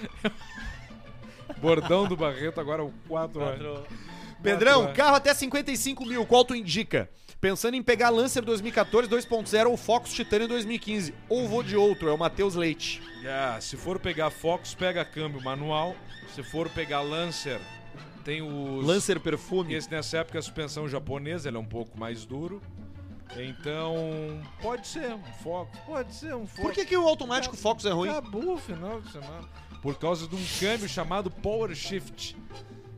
Speaker 3: Bordão do Barreto agora é o 4 anos.
Speaker 2: Outro-
Speaker 1: Pedrão,
Speaker 3: Quatro, é.
Speaker 1: carro até 55 mil, qual tu indica? Pensando em pegar Lancer 2014 2.0 ou Focus Titanium 2015. Ou vou de outro, é o Matheus Leite.
Speaker 3: Ah, se for pegar Focus, pega câmbio manual. Se for pegar Lancer, tem os
Speaker 1: Lancer Perfume.
Speaker 3: Esse nessa época a suspensão japonesa, ele é um pouco mais duro. Então, pode ser um foco.
Speaker 4: Pode ser um fogo.
Speaker 1: Por que, que o automático Focus é ruim?
Speaker 4: Acabou o final de semana.
Speaker 3: Por causa de um câmbio chamado Power Shift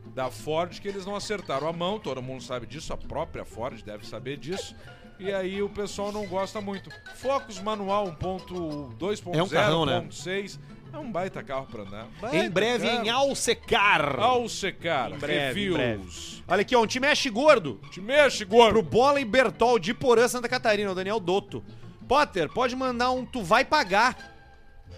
Speaker 3: da Ford, que eles não acertaram a mão, todo mundo sabe disso, a própria Ford deve saber disso. E aí o um pessoal não gosta muito. Focus manual 1.2.0,
Speaker 1: É um carrão, né?
Speaker 3: 1.6, É um baita carro pra andar.
Speaker 1: Em breve, em Alcecar.
Speaker 3: Ao secar,
Speaker 1: Em breve, em
Speaker 3: reviews.
Speaker 1: Olha aqui, ó, um time mexe gordo.
Speaker 3: Te mexe, gordo.
Speaker 1: Pro Bola e Bertol de Porã, Santa Catarina, o Daniel Dotto. Potter, pode mandar um tu vai pagar.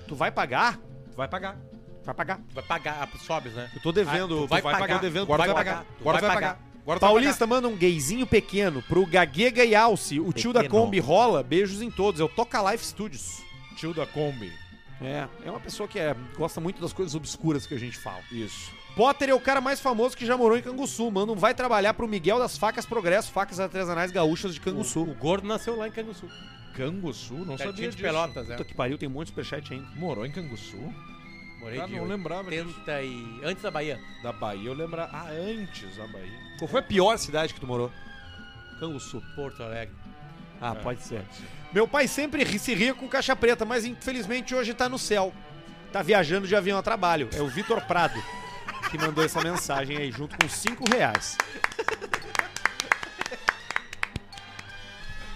Speaker 1: Tu vai pagar? Tu vai pagar. Vai pagar.
Speaker 2: Vai pagar, ah, sobes, né?
Speaker 1: Eu tô devendo,
Speaker 2: Ah, tu
Speaker 1: tu
Speaker 2: vai
Speaker 1: vai
Speaker 2: pagar.
Speaker 1: pagar, tô devendo, tu
Speaker 3: Agora
Speaker 1: vai
Speaker 3: tu vai
Speaker 1: pagar.
Speaker 3: pagar. Agora tu vai pagar. Agora tu vai pagar.
Speaker 1: Paulista manda um gayzinho pequeno pro Gaguega e Alce. O tio da
Speaker 2: Pequeno.
Speaker 1: Kombi rola. Beijos em todos. É o Toca Life Studios.
Speaker 3: Tio da Kombi.
Speaker 1: É, é uma pessoa que é- gosta muito das coisas obscuras que a gente fala.
Speaker 3: Isso.
Speaker 1: Potter é o cara mais famoso que já morou em Canguçu. Manda um vai trabalhar pro Miguel das Facas Progresso, facas artesanais gaúchas de
Speaker 2: O,
Speaker 1: Canguçu.
Speaker 2: gordo nasceu lá em Canguçu.
Speaker 3: Canguçu? Não sabia
Speaker 2: Pertinho de
Speaker 3: disso.
Speaker 2: Pelotas, é.
Speaker 1: Puta que pariu, tem um monte de superchat ainda.
Speaker 3: Morou em Canguçu?
Speaker 2: Morei
Speaker 3: Ah,
Speaker 2: de
Speaker 3: não lembrava disso.
Speaker 2: 80 e... Antes da Bahia.
Speaker 3: Da Bahia eu lembrava. Ah, antes da Bahia.
Speaker 1: Qual foi a pior cidade que tu morou? Canguçu.
Speaker 2: Porto Alegre.
Speaker 1: Ah, pode ser. Meu pai sempre ri- se ria com caixa preta, mas infelizmente hoje tá no céu. Tá viajando de avião a trabalho. É o Vitor Prado que mandou essa mensagem aí, junto com cinco reais.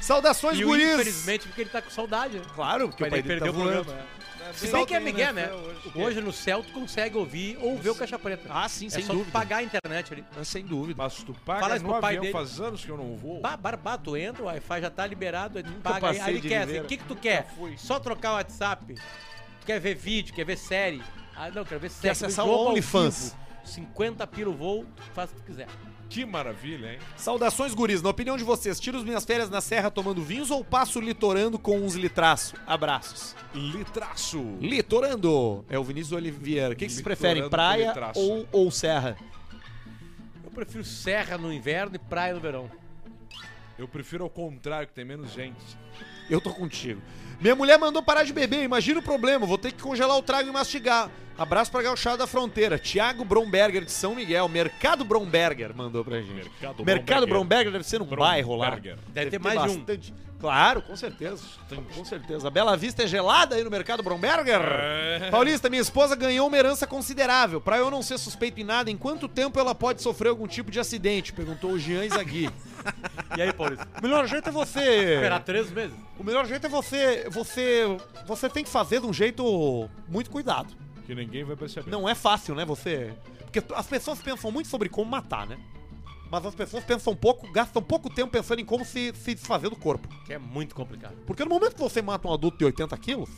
Speaker 1: Saudações,
Speaker 2: E o,
Speaker 1: guris!
Speaker 2: infelizmente, porque ele tá com saudade, né?
Speaker 1: Claro, porque o pai dele tá voando. tá
Speaker 2: Se bem que é Miguel, né?
Speaker 4: Hoje.
Speaker 2: Hoje no céu tu consegue ouvir ou ver o Caixa Preta.
Speaker 1: Ah, sim,
Speaker 2: é
Speaker 1: sem
Speaker 2: só tu
Speaker 1: dúvida.
Speaker 2: pagar a internet ali.
Speaker 1: Ah, Sem dúvida.
Speaker 3: Mas tu paga
Speaker 2: Fala isso
Speaker 3: no
Speaker 2: pro pai
Speaker 3: avião,
Speaker 2: dele.
Speaker 3: faz anos que eu não vou.
Speaker 2: Bah, barbá, tu entra, o Wi-Fi já tá liberado, ele paga. Aí,
Speaker 3: passei
Speaker 2: aí ele
Speaker 3: de
Speaker 2: quer, assim,
Speaker 3: Ribeira.
Speaker 2: o que que tu quer? Só trocar o WhatsApp? Tu quer ver vídeo, quer ver série? Ah, não, quero ver série.
Speaker 1: acessar
Speaker 2: jogo
Speaker 1: o
Speaker 2: ao
Speaker 1: OnlyFans.
Speaker 2: vivo. 50 pila o voo, faz o que tu quiser.
Speaker 3: Que maravilha, hein?
Speaker 1: Saudações, guris. Na opinião de vocês, tiro minhas férias na serra tomando vinhos ou passo litorando com uns litraço? Abraços.
Speaker 3: Litraço.
Speaker 1: Litorando! É o Vinícius Oliveira. O que, que vocês
Speaker 3: Litorando
Speaker 1: preferem,
Speaker 3: com
Speaker 1: praia
Speaker 3: litraço.
Speaker 1: ou, ou serra?
Speaker 2: Eu prefiro serra no inverno e praia no verão.
Speaker 3: Eu prefiro ao contrário, que tem menos gente.
Speaker 1: Eu tô contigo. Minha mulher mandou parar de beber, imagina o problema, vou ter que congelar o trago e mastigar. Abraço pra gauchada da fronteira. Tiago Bromberger de São Miguel, Mercado Bromberger mandou pra gente. Mercado, Bromberger deve ser um bairro lá.
Speaker 3: Bromberger.
Speaker 2: Deve ter mais de um.
Speaker 1: bastante. Claro, com certeza. Com certeza. A Bela Vista é gelada aí no Mercado Bromberger.
Speaker 2: É.
Speaker 1: Paulista, minha esposa ganhou uma herança considerável. Pra eu não ser suspeito em nada, em quanto tempo ela pode sofrer algum tipo de acidente? Perguntou o Jean Zagui.
Speaker 2: E aí, Paulista?
Speaker 1: o melhor jeito é você
Speaker 2: Esperar três meses?
Speaker 1: o melhor jeito é você, você, você tem que fazer de um jeito muito cuidado.
Speaker 3: Que ninguém vai perceber.
Speaker 1: Não é fácil, né? Você, porque as pessoas pensam muito sobre como matar, né? Mas as pessoas pensam pouco, gastam pouco tempo pensando em como se, se desfazer do corpo.
Speaker 2: Que é muito complicado.
Speaker 1: Porque no momento que você mata um adulto de 80 quilos,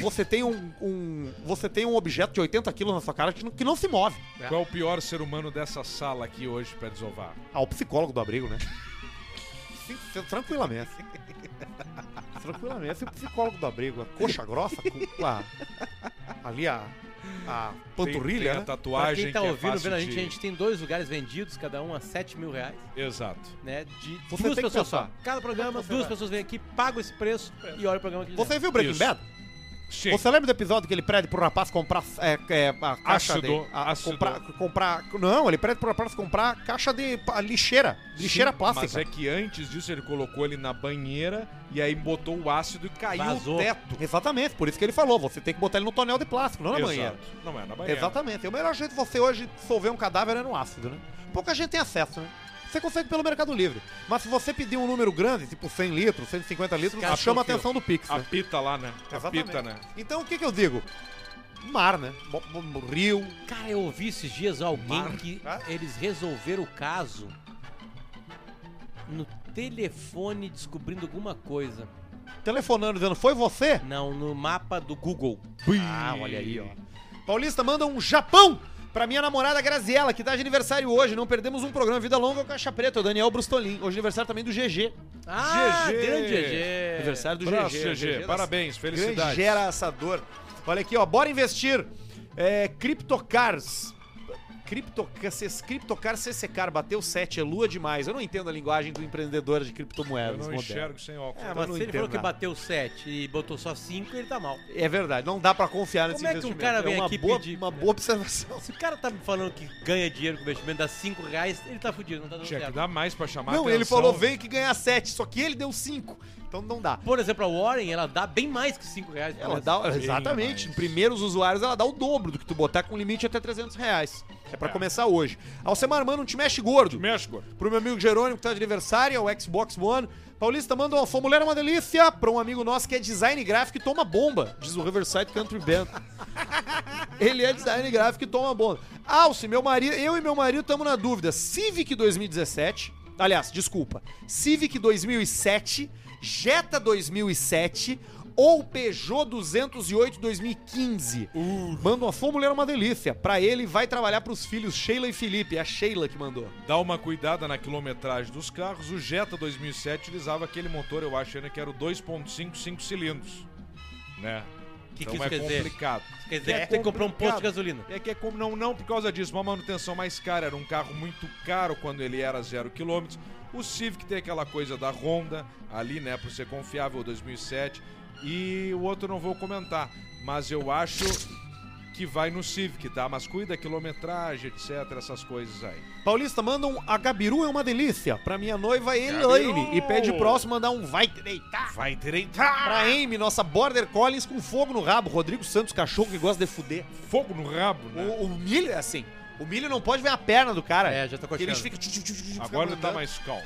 Speaker 1: você tem um, um- você tem um objeto de 80 quilos na sua cara que não, que não se move.
Speaker 3: Qual é o pior ser humano dessa sala aqui hoje pra desovar?
Speaker 1: Ah, o psicólogo do abrigo, né? Sim, sim, Tranquilamente. Tranquilamente. E o psicólogo do abrigo, a coxa grossa, com com a, ali a, a
Speaker 3: tem, tem
Speaker 1: panturrilha,
Speaker 3: a
Speaker 1: né?
Speaker 2: Pra
Speaker 3: tatuagem
Speaker 2: quem tá
Speaker 3: que é
Speaker 2: ouvindo,
Speaker 3: fácil
Speaker 2: vendo a gente,
Speaker 3: de-
Speaker 2: a gente tem dois lugares vendidos, cada um a 7 mil reais.
Speaker 3: Exato.
Speaker 2: né? De
Speaker 1: Você tem
Speaker 2: duas
Speaker 1: que
Speaker 2: pessoas só.
Speaker 1: pensar.
Speaker 2: Cada programa,
Speaker 1: Você
Speaker 2: duas
Speaker 1: vai.
Speaker 2: pessoas vêm aqui, pagam esse preço e olham o programa que eles
Speaker 1: Você viu Breaking
Speaker 3: Isso.
Speaker 1: Bad?
Speaker 3: Sim.
Speaker 1: Você lembra do episódio que ele pede pro rapaz comprar é, é, a caixa
Speaker 3: Ácido,
Speaker 1: de... a-
Speaker 3: ácido.
Speaker 1: comprar, comprar... Não, ele pede pro rapaz comprar caixa de pa- lixeira. Lixeira
Speaker 3: Sim, Mas
Speaker 1: plástica.
Speaker 3: é que antes disso ele colocou ele na banheira e aí botou o ácido e caiu
Speaker 2: Vazou.
Speaker 3: o teto.
Speaker 1: Exatamente, por isso que ele falou. Você tem que botar ele no tonel de plástico, não na
Speaker 3: Exato.
Speaker 1: banheira.
Speaker 3: Não é na banheira.
Speaker 1: Exatamente. E O melhor jeito de você hoje dissolver um cadáver é no ácido, né? Pouca gente tem acesso, né? Você consegue pelo Mercado Livre. Mas se você pedir um número grande, tipo 100 litros, 150 litros,
Speaker 3: Cara,
Speaker 1: chama a
Speaker 3: confio.
Speaker 1: atenção do Pix,
Speaker 3: A
Speaker 1: né?
Speaker 3: pita lá, né? A
Speaker 1: Exatamente.
Speaker 3: pita, né?
Speaker 1: Então o que que eu digo? Mar, né? Bo- bo- bo- Rio.
Speaker 2: Cara, eu ouvi esses dias alguém que
Speaker 1: Ah.
Speaker 2: eles resolveram o caso no telefone descobrindo alguma coisa.
Speaker 1: Telefonando dizendo, foi você?
Speaker 2: Não, no mapa do Google.
Speaker 1: Ah, olha aí, ó. Paulista manda um Japão pra minha namorada Graziela, que tá de aniversário hoje. Não perdemos um programa Vida Longa ou Caixa Preta. O Daniel Brustolin. Hoje é aniversário também do GG.
Speaker 2: Ah,
Speaker 3: GG.
Speaker 2: grande GG.
Speaker 1: Aniversário do
Speaker 3: Braço,
Speaker 1: GG.
Speaker 3: GG.
Speaker 1: das-
Speaker 3: Parabéns, felicidades.
Speaker 1: Grande gera assador. Olha aqui, ó. Bora investir. É, CryptoCars. CryptoCars, CC CryptoCars CCCar bateu 7, é lua demais. Eu não entendo a linguagem do empreendedor de
Speaker 3: Eu
Speaker 1: criptomoedas
Speaker 3: não
Speaker 1: moderno.
Speaker 3: enxergo sem óculos. Então,
Speaker 1: É,
Speaker 2: Mas
Speaker 1: Eu não
Speaker 2: se ele
Speaker 1: entendo
Speaker 2: falou que
Speaker 1: nada.
Speaker 2: bateu 7 e botou só 5, ele tá mal.
Speaker 1: É verdade, não dá pra confiar nesse
Speaker 2: Como é que um
Speaker 1: investimento.
Speaker 2: cara vem
Speaker 1: é uma
Speaker 2: aqui
Speaker 1: boa,
Speaker 2: pedir-
Speaker 1: uma boa observação.
Speaker 2: Se o cara tá me falando que ganha dinheiro com investimento, dá 5 reais, ele tá fudido, não tá dando
Speaker 3: Tinha que
Speaker 2: certo.
Speaker 3: dar mais pra chamar
Speaker 1: é, Não,
Speaker 3: atenção.
Speaker 1: ele falou veio que ganhar 7, só que ele deu 5. Então não dá.
Speaker 2: Por exemplo, a Warren, ela dá bem mais que 5 reais. por
Speaker 1: Ela
Speaker 2: mês.
Speaker 1: dá, exatamente,
Speaker 3: mais.
Speaker 1: em primeiros usuários ela dá o dobro do que tu botar com limite até 300 reais. É pra começar hoje. Alcemar, manda um te mexe gordo.
Speaker 3: México.
Speaker 1: Pro meu amigo Jerônimo, que tá de aniversário, é o Xbox One. Paulista, manda uma sua mulher é uma delícia. Pra um amigo nosso que é design gráfico e toma bomba, diz o Riverside Country Band. Ele é design gráfico e toma bomba. Alce, meu marido, eu e meu marido estamos na dúvida. Civic 2017, aliás, desculpa. Civic 2007, Jetta 2007 ou Peugeot 208 2015. Manda uma sua mulher é uma delícia. Pra ele vai trabalhar pros filhos Sheila e Felipe. É a Sheila que mandou.
Speaker 3: Dá uma cuidada na quilometragem dos carros. O Jetta 2007 utilizava aquele motor, eu acho ainda que era o 2.5 5 cilindros. Né?
Speaker 2: Que
Speaker 3: então
Speaker 2: que isso
Speaker 3: é
Speaker 2: quer dizer?
Speaker 3: complicado. É
Speaker 2: Quer dizer, que tem que comprar um posto de
Speaker 3: complicado.
Speaker 2: gasolina.
Speaker 3: É que é como não, não por causa disso, uma manutenção mais cara. Era um carro muito caro quando ele era zero quilômetros. O Civic tem aquela coisa da Honda ali, né, por ser confiável, 2007. E o outro eu não vou comentar, mas eu acho que vai no Civic, tá? Mas cuida quilometragem, etc, essas coisas aí.
Speaker 1: Paulista, manda um A Gabiru é uma delícia pra minha noiva
Speaker 3: Gabiru!
Speaker 1: Elaine. E pede próximo mandar um Vai Deitar.
Speaker 3: Vai direitar!
Speaker 1: Pra Amy, nossa Border Collins com fogo no rabo. Rodrigo Santos, cachorro que gosta de fuder.
Speaker 3: Fogo no rabo, né?
Speaker 1: O, o milho é assim. O milho não pode ver a perna do cara.
Speaker 2: É, já tá
Speaker 1: Porque Eles
Speaker 2: coxando.
Speaker 1: ficam. tchu, tchu, tchu, tchu, ficam
Speaker 3: Agora ele tá
Speaker 1: mandando.
Speaker 3: mais calmo.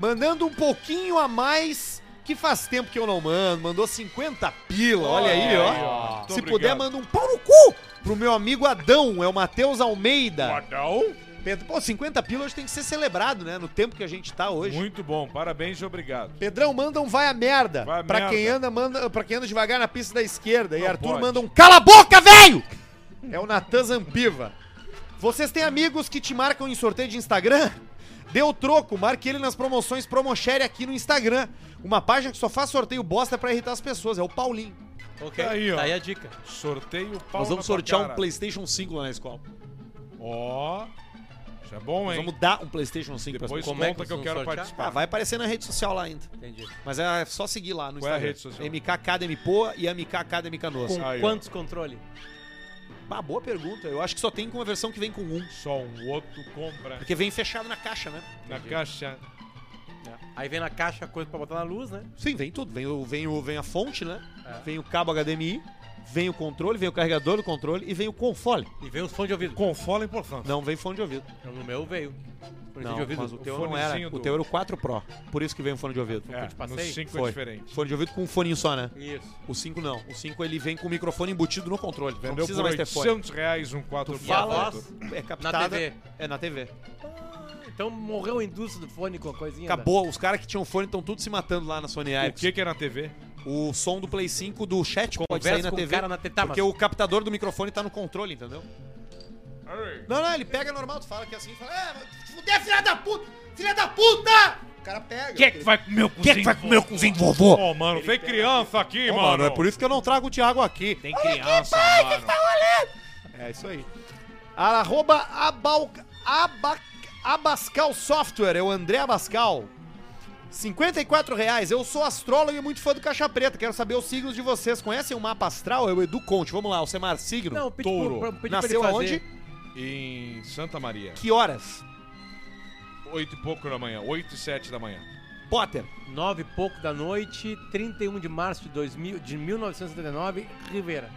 Speaker 1: Mandando um pouquinho a mais. Que faz tempo que eu não mando. Mandou 50 pila, olha aí, ó.
Speaker 3: Muito
Speaker 1: Se
Speaker 3: obrigado.
Speaker 1: puder, manda um pau no cu pro meu amigo Adão, é o Matheus Almeida.
Speaker 3: Adão?
Speaker 1: Pedro, pô, 50 pila hoje tem que ser celebrado, né? No tempo que a gente tá hoje.
Speaker 3: Muito bom, parabéns e obrigado.
Speaker 1: Pedrão manda um vai a merda.
Speaker 3: Vai a
Speaker 1: pra,
Speaker 3: merda.
Speaker 1: Quem anda, manda, pra quem anda devagar na pista da esquerda. e
Speaker 3: Não
Speaker 1: Arthur
Speaker 3: pode.
Speaker 1: manda um cala a boca, velho! É o Natan Zampiva. Vocês têm amigos que te marcam em sorteio de Instagram? Dê o troco, marque ele nas promoções Promoshare aqui no Instagram. Uma página que só faz sorteio bosta pra irritar as pessoas. É o Paulinho.
Speaker 2: Ok,
Speaker 3: Tá
Speaker 2: tá
Speaker 3: aí,
Speaker 2: aí,
Speaker 3: ó.
Speaker 2: a dica.
Speaker 3: Sorteio pau
Speaker 1: Nós
Speaker 3: na
Speaker 1: vamos
Speaker 3: tua
Speaker 1: sortear
Speaker 3: cara.
Speaker 1: um PlayStation 5 lá na escola.
Speaker 3: Ó, isso é bom,
Speaker 1: Nós
Speaker 3: hein?
Speaker 1: vamos dar um PlayStation 5 pra
Speaker 3: Depois
Speaker 1: pessoa.
Speaker 2: Como é que
Speaker 3: conta que, eu
Speaker 2: vocês
Speaker 3: quero
Speaker 2: vão sortear?
Speaker 3: participar.
Speaker 1: Ah, vai aparecer na rede social lá ainda.
Speaker 2: Entendi.
Speaker 1: Mas é só seguir lá no
Speaker 3: Qual é a
Speaker 1: Instagram.
Speaker 3: rede social?
Speaker 1: MK Academy Poa e MK Academy Canoas.
Speaker 2: Com
Speaker 3: Aí, ó.
Speaker 2: quantos controle?
Speaker 1: Ah, boa pergunta. Eu acho que só tem com uma versão que vem com um.
Speaker 3: Só um outro compra
Speaker 1: Porque vem fechado na caixa, né?
Speaker 3: na caixa.
Speaker 2: Aí vem na caixa coisa pra botar na luz, né?
Speaker 1: Sim, vem tudo. Vem, o, vem, o, vem a fonte, né?
Speaker 2: É.
Speaker 1: Vem o cabo HDMI, vem o controle, vem o carregador do controle e vem o confole.
Speaker 2: E vem os fones de ouvido. Então,
Speaker 3: Com fola importante.
Speaker 1: Não vem fone de ouvido.
Speaker 2: No meu veio. Fone
Speaker 1: Não,
Speaker 2: de ouvido.
Speaker 1: mas o teu
Speaker 3: o
Speaker 1: não era.
Speaker 3: fonezinho
Speaker 1: O
Speaker 3: do-
Speaker 1: teu era o 4 Pro. Por isso que veio o fone de ouvido. Tipo,
Speaker 3: É,
Speaker 2: te passei?
Speaker 3: no 5 é
Speaker 1: Foi.
Speaker 3: diferente.
Speaker 1: Fone de ouvido com um foninho só, né?
Speaker 2: Isso.
Speaker 1: O 5 não. O 5 ele vem com o microfone embutido no controle. não
Speaker 3: Vendeu
Speaker 1: precisa
Speaker 3: por
Speaker 1: mais ter fone.
Speaker 3: 800 reais um 4
Speaker 2: E a voz?
Speaker 1: É captada.
Speaker 2: TV.
Speaker 1: É na TV.
Speaker 2: Então morreu a indústria do fone com a coisinha. da-
Speaker 1: Acabou. Os caras que tinham fone estão tudo se matando lá na Sony
Speaker 3: O
Speaker 1: Ericsson.
Speaker 3: que que é na TV?
Speaker 1: O som do Play 5 do chat pode
Speaker 2: Conversa
Speaker 1: sair na
Speaker 2: com o
Speaker 1: TV.
Speaker 2: cara na te- tá,
Speaker 1: porque
Speaker 2: mas-
Speaker 1: o captador do microfone tá no controle, entendeu? Não, não, ele pega normal, tu fala que é assim, fala, é, mas fuder, filha da puta! Filha da puta! O cara pega.
Speaker 3: Quem é que vai comer meu cozinho? Quem que vai comer o cozinho vovô? Ô, mano, vem criança aqui,
Speaker 1: Ô,
Speaker 3: mano.
Speaker 1: mano, é por isso que eu não trago o Thiago aqui.
Speaker 3: Tem criança, mano.
Speaker 1: É isso aí. Arroba abal, Abac- Abascal Software, é o André Abascal. 54 reais, eu sou astrólogo e muito fã do Caixa Preta. Quero saber os signos de vocês. Conhecem o mapa astral? É o Edu Conte. Vamos lá, Alcemar, signo.
Speaker 2: Não, pedi
Speaker 3: Touro.
Speaker 2: pra, pedi
Speaker 1: Nasceu
Speaker 2: pra ele
Speaker 1: aonde?
Speaker 2: fazer.
Speaker 3: Em Santa Maria,
Speaker 1: Que horas?
Speaker 3: 8 e pouco da manhã, 8 e 7 da manhã.
Speaker 1: Potter.
Speaker 2: Nove e pouco da noite, 31 de março de, 2000, de 1979, Rivera.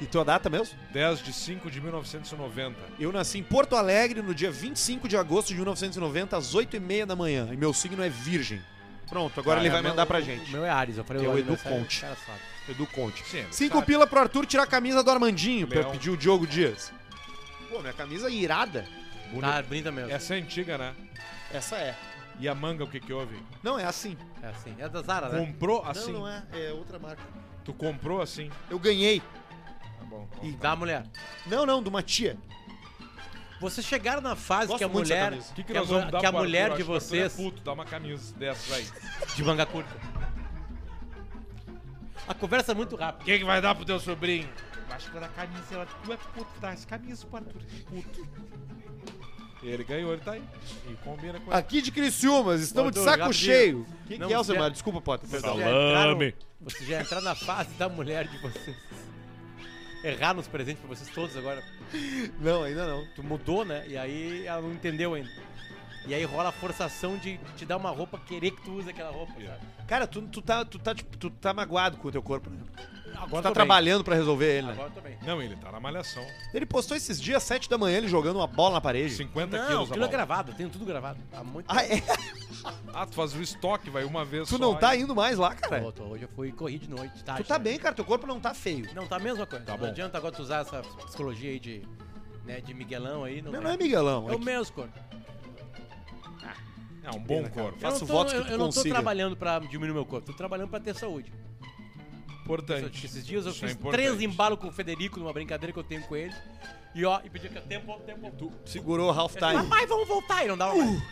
Speaker 1: E tua data mesmo?
Speaker 3: 10 de 5 de 1990.
Speaker 1: Eu nasci em Porto Alegre no dia 25 de agosto de 1990, às 8h30 da manhã. E meu signo é virgem. Pronto, agora
Speaker 3: Ah,
Speaker 1: ele
Speaker 3: é
Speaker 1: vai
Speaker 3: meu-
Speaker 1: mandar pra
Speaker 2: O
Speaker 1: gente.
Speaker 2: meu é Ares, eu falei
Speaker 1: Teu
Speaker 2: o
Speaker 1: Edu
Speaker 2: aniversário,
Speaker 1: Conte.
Speaker 2: o cara sabe.
Speaker 1: Edu Conte.
Speaker 3: Sim,
Speaker 1: Cinco
Speaker 3: sabe.
Speaker 1: pila pro Arthur tirar a camisa do Armandinho pra eu
Speaker 3: Leão.
Speaker 1: pedir o Diogo Dias. Pô, minha camisa é irada.
Speaker 2: Tá bonita mesmo.
Speaker 3: Essa é antiga, né?
Speaker 1: Essa é.
Speaker 3: E a manga, o que que houve?
Speaker 1: Não, é assim.
Speaker 2: É assim. É da Zara, né?
Speaker 3: Comprou assim?
Speaker 1: Não, não é. É outra marca.
Speaker 3: Tu comprou assim?
Speaker 1: Eu ganhei.
Speaker 3: Tá bom.
Speaker 2: Da mulher.
Speaker 1: Não, não, de uma tia.
Speaker 2: Vocês chegaram na fase
Speaker 1: Gosto
Speaker 2: que a
Speaker 1: muito dessa
Speaker 2: mulher.
Speaker 1: camisa.
Speaker 3: O que, que
Speaker 2: a
Speaker 3: nós
Speaker 2: mu-
Speaker 3: vamos dar
Speaker 2: que a
Speaker 3: pro Arthur?
Speaker 2: mulher
Speaker 3: Acho
Speaker 2: de
Speaker 3: que o Arthur é
Speaker 2: vocês.
Speaker 3: puto, dá uma camisa dessas aí.
Speaker 2: De manga curta. A conversa é muito rápida.
Speaker 3: Quem que vai dar pro teu sobrinho? Acho que vai dar camisa. Ela, tu é puto, dá essa camisa pro Arthur. Puto. Ele ganhou, ele tá aí. E combina com ele.
Speaker 1: Aqui de Criciúma, estamos
Speaker 2: Arthur,
Speaker 1: de saco
Speaker 2: rapidinho.
Speaker 1: cheio. O que,
Speaker 2: Não,
Speaker 1: que é, Alcemar?
Speaker 2: sério.
Speaker 1: Desculpa, Potter.
Speaker 2: Vocês já entraram- Vocês já entraram na fase da mulher de vocês. Errar nos presentes pra vocês todos agora.
Speaker 1: Não, ainda não.
Speaker 2: Tu mudou, né? E aí ela não entendeu ainda. E aí rola a forçação de te dar uma roupa, querer que tu use aquela roupa. sabe?
Speaker 1: Cara, tu, tu, tá, tu, tá, tipo, tu tá magoado com o teu corpo, né?
Speaker 2: Agora
Speaker 1: tá
Speaker 2: tô bem.
Speaker 1: trabalhando pra resolver ele, né?
Speaker 2: Agora eu tô bem.
Speaker 3: Não, ele tá na malhação.
Speaker 1: Ele postou esses dias, 7 da manhã, ele jogando uma bola na parede.
Speaker 3: 50
Speaker 2: Não,
Speaker 3: quilos a
Speaker 2: aquilo é
Speaker 3: bola.
Speaker 2: gravado, tenho tudo gravado. Há Tá muito
Speaker 1: Ah, é?
Speaker 3: Ah, tu faz o estoque, vai uma vez
Speaker 1: Tu
Speaker 3: só.
Speaker 1: não tá
Speaker 3: e-
Speaker 1: indo mais lá,
Speaker 2: tempo.
Speaker 1: cara.
Speaker 2: Tô- Hoje eu fui correr de noite, de tarde,
Speaker 1: Tu tá
Speaker 2: né?
Speaker 1: bem, cara. Teu corpo não tá feio.
Speaker 2: Não, tá a mesma coisa.
Speaker 3: Tá
Speaker 2: não
Speaker 3: bom.
Speaker 2: adianta agora tu usar essa psicologia aí de, né, de Miguelão aí. Não,
Speaker 1: Não, não é Miguelão.
Speaker 2: É
Speaker 1: é
Speaker 2: o
Speaker 1: que-
Speaker 2: mesmo, corpo.
Speaker 3: É um bom corpo.
Speaker 2: Eu não
Speaker 1: Faço
Speaker 2: tô-
Speaker 1: votos que
Speaker 2: eu,
Speaker 1: tu
Speaker 2: eu não tô
Speaker 1: consiga.
Speaker 2: trabalhando pra diminuir meu corpo, tô trabalhando pra ter saúde.
Speaker 3: Importante.
Speaker 2: Esses dias eu
Speaker 3: Isso é
Speaker 2: fiz
Speaker 3: importante.
Speaker 2: três embalos com o Federico numa brincadeira que eu tenho com ele. E ó, e pedi que tempo, tempo.
Speaker 1: Segurou o half
Speaker 2: Eu disse,
Speaker 1: time.
Speaker 2: Papai, vamos voltar. E não dava mais.
Speaker 1: Uh.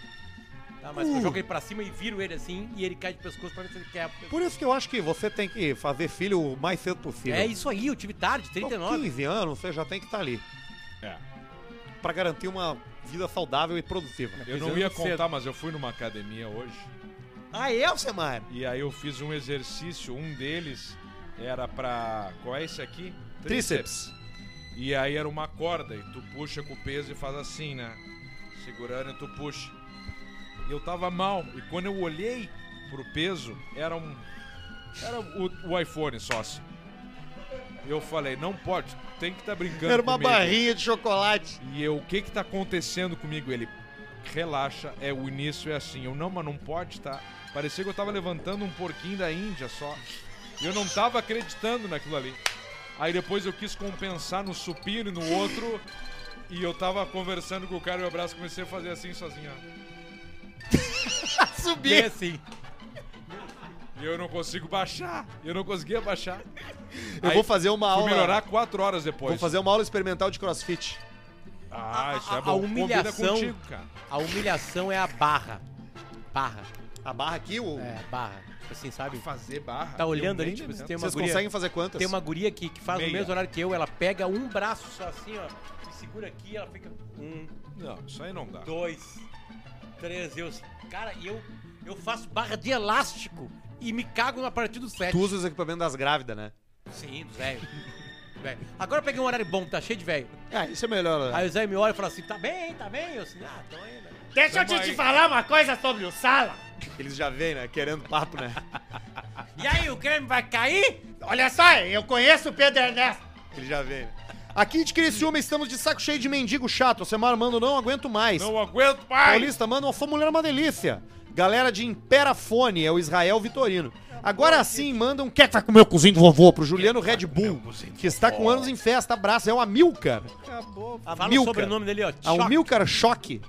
Speaker 2: Tá, mas eu jogo ele pra cima e viro ele assim e ele cai de pescoço pra ver se ele quer.
Speaker 1: Por isso que eu acho que você tem que fazer filho o mais cedo possível.
Speaker 2: É isso aí, eu tive tarde,
Speaker 1: Com
Speaker 2: 39.
Speaker 1: 15 anos, você já tem que estar ali.
Speaker 3: É.
Speaker 1: Pra garantir uma vida saudável e produtiva.
Speaker 3: Eu não
Speaker 2: Precisando
Speaker 3: ia
Speaker 2: de
Speaker 3: contar,
Speaker 2: cedo.
Speaker 3: mas eu fui numa academia hoje
Speaker 1: Ah, é, Alcemar?
Speaker 3: e aí eu fiz um exercício, um deles era pra... qual é esse aqui?
Speaker 1: Tríceps.
Speaker 3: E aí era uma corda e tu puxa com o peso e faz assim, né? Segurando e tu puxa. E eu tava mal e quando eu olhei pro peso, era um era o, o iPhone só assim. Eu falei, não pode, tu tem que estar tá brincando
Speaker 1: Era uma
Speaker 3: comigo.
Speaker 1: barrinha de chocolate.
Speaker 3: E eu, o que que tá acontecendo comigo? Ele, relaxa, é o início é assim. Eu, não, mas não pode, tá? Parecia que eu tava levantando um porquinho da Índia só. E eu não tava acreditando naquilo ali. Aí depois eu quis compensar no supino e no outro. E eu tava conversando com o cara e o abraço comecei a fazer assim sozinho, ó.
Speaker 1: Tá
Speaker 2: Bem assim.
Speaker 3: E eu não consigo baixar. Eu não conseguia baixar.
Speaker 1: Eu
Speaker 3: Aí
Speaker 1: vou fazer uma
Speaker 3: Fui
Speaker 1: aula.
Speaker 3: melhorar quatro horas depois.
Speaker 1: Vou fazer uma aula experimental de crossfit.
Speaker 3: Ah, isso
Speaker 2: A- a-
Speaker 3: é
Speaker 2: a
Speaker 3: bom.
Speaker 2: humilhação-
Speaker 3: Combina contigo, cara.
Speaker 2: A humilhação é a barra. Barra.
Speaker 1: A barra aqui, o...
Speaker 2: É, barra. Tipo assim, sabe?
Speaker 3: Fazer barra.
Speaker 2: Tá olhando
Speaker 3: Eu
Speaker 2: ali,
Speaker 3: nem
Speaker 2: tipo,
Speaker 3: me
Speaker 2: se
Speaker 3: lembro.
Speaker 2: tem uma
Speaker 1: vocês
Speaker 2: guria-
Speaker 1: conseguem fazer quantas?
Speaker 2: Tem uma guria que, que faz
Speaker 3: Meia.
Speaker 2: no mesmo horário que eu, ela pega um braço só assim, ó, e segura aqui, ela fica um,
Speaker 3: Não, isso aí não dá.
Speaker 2: dois, três, eu, cara, e eu, eu faço barra de elástico e me cago na partir do sete.
Speaker 1: Tu usa os equipamentos das grávidas, né?
Speaker 2: Sim, dos velho. Velho. Agora eu peguei um horário bom, tá cheio de velho.
Speaker 1: Ah, isso é melhor, né?
Speaker 2: Aí o Zé me olha e fala assim, tá bem, tá bem? Eu assim, ah, tô indo.
Speaker 7: Deixa eu te, te falar uma coisa sobre o Sala.
Speaker 1: Eles já vêm, né? Querendo papo, né?
Speaker 2: E aí, o Grêmio vai cair?
Speaker 7: Olha só, eu conheço o Pedro Ernesto.
Speaker 1: Eles já vêm, né? Aqui de Criciúma estamos de saco cheio de mendigo chato. Semar, mano, não aguento mais.
Speaker 3: Não aguento mais!
Speaker 1: Paulista, mano, a sua mulher é uma delícia. Galera de Imperafone, é o Israel Vitorino. Agora sim, mandam um quer que vai comer o cozinho do vovô pro Juliano Red Bull, que está com anos em festa. Abraço, é o Amilcar.
Speaker 2: Ah, Fala
Speaker 1: Milka. Ah,
Speaker 2: o sobrenome dele, ó.
Speaker 1: A
Speaker 2: Choque.
Speaker 1: Amilcar Choque.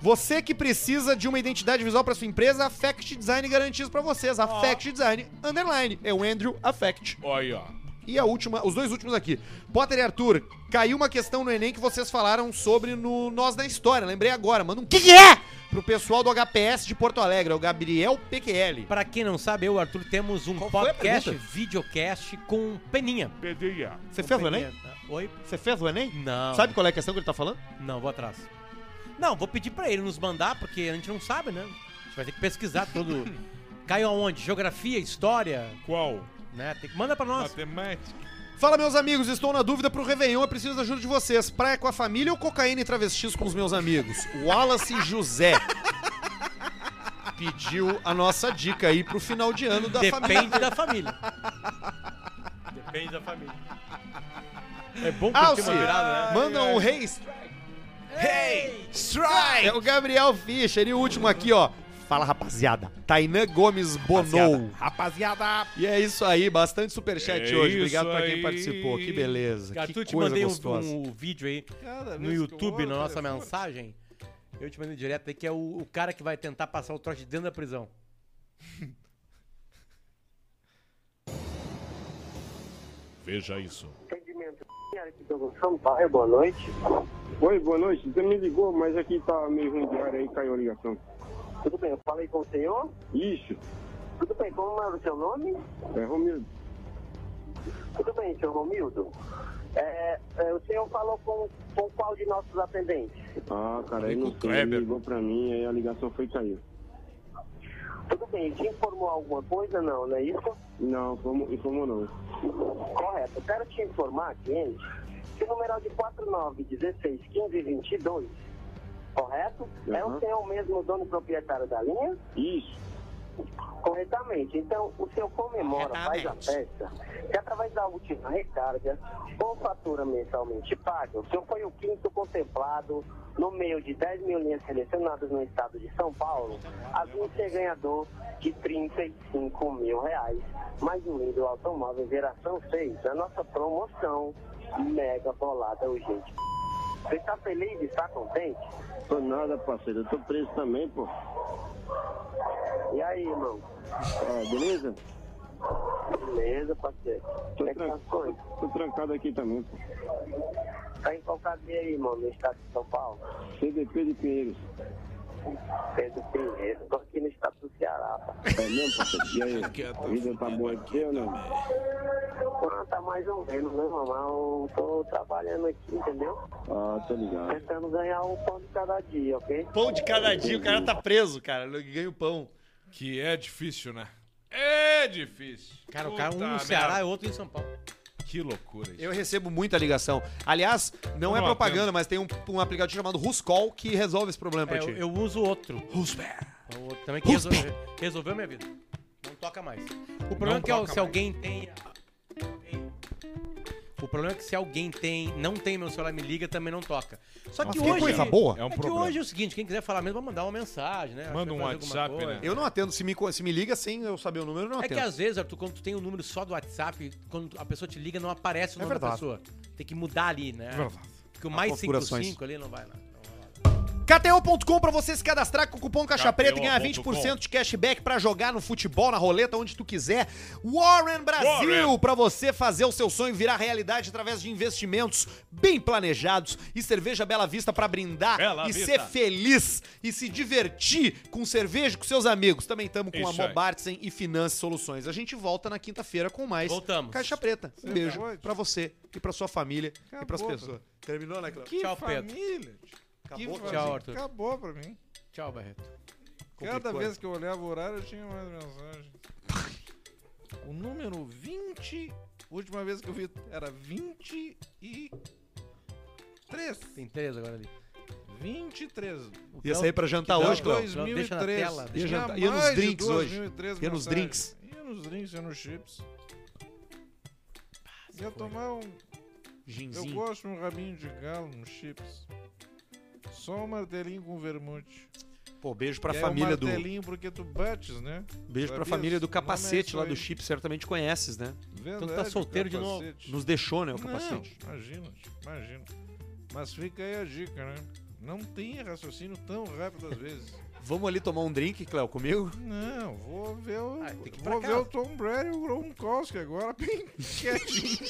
Speaker 1: Você que precisa de uma identidade visual para sua empresa, a Fact Design garante isso para vocês. A Fact Design, underline, é o Andrew Affect.
Speaker 3: Olha aí, ó.
Speaker 1: E a última, os dois últimos aqui. Potter e Arthur, caiu uma questão no Enem que vocês falaram sobre no Nós na História. Lembrei agora, manda um que, que é pro pessoal do HPS de Porto Alegre, é o Gabriel PQL.
Speaker 2: Pra quem não sabe, eu e o Arthur temos um
Speaker 1: Qual foi a
Speaker 2: podcast,
Speaker 1: pergunta?
Speaker 2: videocast com Peninha.
Speaker 1: Você
Speaker 2: Com
Speaker 1: fez o
Speaker 2: Peninha.
Speaker 1: Enem?
Speaker 2: Oi?
Speaker 1: Você fez o Enem?
Speaker 2: Não.
Speaker 1: Sabe qual é a questão que ele tá falando?
Speaker 2: Não, vou atrás. Não, vou pedir pra ele nos mandar, porque a gente não sabe, né? A gente vai ter que pesquisar todo. Caiu aonde? Geografia, história,
Speaker 3: Qual?
Speaker 2: né? Tem que... Manda pra nós.
Speaker 3: Matemática.
Speaker 1: Fala, meus amigos, estou na dúvida pro Réveillon, eu preciso da ajuda de vocês. Praia com a família ou cocaína e travestis com os meus amigos? Wallace José. Pediu a nossa dica aí pro final de ano da família.
Speaker 2: Depende da família. Depende da família. É bom que
Speaker 1: Alce,
Speaker 2: tem uma virada, né?
Speaker 1: manda um rei
Speaker 3: Hey! Strike!
Speaker 1: É o Gabriel Fischer e o último aqui, ó. Fala, rapaziada. Tainan Gomes Bonou.
Speaker 4: Rapaziada,
Speaker 1: E é isso aí, bastante superchat
Speaker 3: É
Speaker 1: hoje.
Speaker 3: isso
Speaker 1: Obrigado pra quem
Speaker 3: aí.
Speaker 1: participou. Que beleza.
Speaker 2: Arthur,
Speaker 1: que
Speaker 2: te mandei um,
Speaker 1: gostosa.
Speaker 2: um vídeo aí
Speaker 4: Cada
Speaker 2: no
Speaker 4: vez que eu
Speaker 2: YouTube,
Speaker 4: olho
Speaker 2: na
Speaker 4: o
Speaker 2: nossa
Speaker 4: telefone.
Speaker 2: mensagem. Eu te mandei direto aí, que é o, o cara que vai tentar passar o trote dentro da prisão.
Speaker 3: Veja isso.
Speaker 8: Sampaio, boa noite. Oi, boa noite. Você me ligou, mas aqui tá meio ruim de área aí, caiu a ligação.
Speaker 9: Então,
Speaker 8: Tudo bem, eu falei com o senhor? Isso. Tudo bem, como era o seu nome? É Romildo. Tudo bem, senhor Romildo. É, é, o senhor falou com, com qual de nossos atendentes? Ah, cara, aí não sei,
Speaker 3: Kleber.
Speaker 8: ligou pra mim, aí a ligação foi e caiu. Tudo bem, te informou alguma coisa? Não, não é isso? Não, informou não. Correto. Quero te informar, cliente, que o numeral de um 49, 16, 15 e 22, correto? É o senhor mesmo, dono e proprietário da linha? Isso. Corretamente. Então, o senhor comemora, faz a festa, que através da última recarga ou fatura mensalmente paga, o senhor foi o quinto contemplado no meio de 10 mil linhas selecionadas no estado de São Paulo, a vir ser ganhador de 35 mil reais, mais um indo automóvel geração 6, a nossa promoção mega bolada urgente. Você está feliz e está contente?
Speaker 9: Tô nada, parceiro. Eu tô preso também, pô.
Speaker 8: E aí, irmão?
Speaker 9: Ah, beleza?
Speaker 8: Beleza, parceiro?
Speaker 9: Tô,
Speaker 8: Como é que tá
Speaker 9: tran-
Speaker 8: as coisas?
Speaker 9: tô trancado aqui também, pô.
Speaker 8: Tá em qual cadeia aí, irmão, no estado de São Paulo?
Speaker 9: CDP de Pinheiros.
Speaker 8: Pedro Pinheiro, tô aqui no estado do Ceará, pá.
Speaker 9: É mesmo, parceiro? E aí? A vida tá boa aqui ou não?
Speaker 8: Ah, tá mais ou menos, né, mamão? Eu Tô trabalhando aqui, entendeu?
Speaker 9: Ah, tô ligado.
Speaker 8: Tentando ganhar um pão de cada dia, ok?
Speaker 1: Pão de cada dia, o cara tá preso, cara. Ele Ganha o pão.
Speaker 3: Que é difícil, né? É difícil.
Speaker 2: Cara, o cara um
Speaker 3: Puta
Speaker 2: no Ceará e
Speaker 3: merda.
Speaker 2: outro em São Paulo.
Speaker 3: Que loucura isso.
Speaker 1: Eu recebo muita ligação. Aliás, não é
Speaker 3: Não,
Speaker 1: propaganda, mas tem um, um aplicativo chamado Ruscall que resolve esse problema pra
Speaker 2: É, eu,
Speaker 1: ti.
Speaker 2: eu uso outro. É o outro também que resol- resolveu minha vida. Não toca mais. O problema é que é o- se alguém tem. O problema é que se alguém tem, não tem meu celular, me liga, também não toca. Só que
Speaker 1: Nossa,
Speaker 2: hoje.
Speaker 1: que coisa boa.
Speaker 3: É um
Speaker 2: é que
Speaker 3: problema.
Speaker 2: hoje é o seguinte, quem quiser falar mesmo, vai mandar uma mensagem, né?
Speaker 3: Manda
Speaker 2: Vai
Speaker 3: um
Speaker 2: fazer alguma
Speaker 3: WhatsApp,
Speaker 2: coisa.
Speaker 3: né?
Speaker 1: Eu não atendo. Se me, co- se me liga sem eu saber o número, eu não
Speaker 2: É
Speaker 1: atendo.
Speaker 2: que às vezes, Arthur, quando tu tem o número só do WhatsApp, quando a pessoa te liga, não aparece o
Speaker 1: É
Speaker 2: nome da
Speaker 1: verdade. É
Speaker 2: pessoa. Tem que mudar ali, né? Porque o mais
Speaker 1: configurações.
Speaker 2: 55 ali não vai lá.
Speaker 1: KTO.com pra você se cadastrar com o cupom Caixa
Speaker 3: KTO.com.
Speaker 1: Preta e ganhar 20% de cashback pra jogar no futebol, na roleta, onde tu quiser. Warren Brasil
Speaker 3: Warren.
Speaker 1: pra você fazer o seu sonho virar realidade através de investimentos bem planejados e cerveja Bela Vista pra brindar
Speaker 3: Bela
Speaker 1: e
Speaker 3: Vista.
Speaker 1: ser feliz e se divertir com cerveja e com seus amigos. Também estamos com a
Speaker 3: Isso aí.
Speaker 1: Mobartsen e Finance Soluções. A gente volta na quinta-feira com mais
Speaker 2: Voltamos.
Speaker 1: Caixa Preta. Um beijo
Speaker 4: doido.
Speaker 1: pra você e pra sua família e pras
Speaker 4: Acabou,
Speaker 1: pessoas. Terminou, né, Cláudio?
Speaker 4: Que
Speaker 2: Tchau, Pedro.
Speaker 4: família. tio. Que
Speaker 1: Acabou,
Speaker 4: família.
Speaker 2: Tchau, Arthur.
Speaker 4: Acabou pra mim.
Speaker 2: Tchau, Barreto.
Speaker 4: Cada
Speaker 1: Complicou,
Speaker 4: vez que eu olhava o horário, eu tinha mais mensagem. O número 20, última vez que eu vi, era 23.
Speaker 2: Tem três agora ali.
Speaker 4: 23.
Speaker 2: O
Speaker 1: Ia
Speaker 2: Theo-
Speaker 1: sair pra jantar
Speaker 2: que
Speaker 1: hoje,
Speaker 2: tal?
Speaker 1: Cláudio?
Speaker 2: Cláudio, deixa na tela,
Speaker 4: 2003.
Speaker 2: deixa
Speaker 1: na
Speaker 4: Tinha
Speaker 1: tela. Ia nos
Speaker 4: mais de
Speaker 1: drinks
Speaker 4: duas
Speaker 1: hoje.
Speaker 4: mil e três
Speaker 1: Ia nos
Speaker 4: mensagens. Ia nos drinks, ia nos chips.
Speaker 2: Ah,
Speaker 4: Ia tomar um... Eu
Speaker 1: Ginzinho.
Speaker 4: gosto de um rabinho de galo, uns chips. Só um martelinho com vermute.
Speaker 1: Pô, beijo pra
Speaker 4: E aí
Speaker 1: família
Speaker 4: um
Speaker 1: do.
Speaker 4: martelinho porque tu bates, né?
Speaker 1: Beijo pra
Speaker 4: Sabias?
Speaker 1: família
Speaker 4: O
Speaker 1: do
Speaker 4: nome é
Speaker 1: capacete
Speaker 4: isso
Speaker 1: lá do
Speaker 4: aí.
Speaker 1: chip, certamente conheces, né?
Speaker 4: Verdade,
Speaker 2: tá solteiro de novo.
Speaker 4: capacete.
Speaker 1: Nos deixou, né, o
Speaker 4: Não,
Speaker 1: capacete.
Speaker 4: imagina, imagina. Mas fica aí a dica, né? Não tenha raciocínio tão rápido às vezes.
Speaker 1: Vamos ali tomar um drink, Cléo, comigo?
Speaker 4: Não, vou ver o.
Speaker 2: Ah, tem que ir pra
Speaker 4: vou ver
Speaker 2: casa.
Speaker 4: o Tom Brady e o Gronkowski agora, bem quietinho.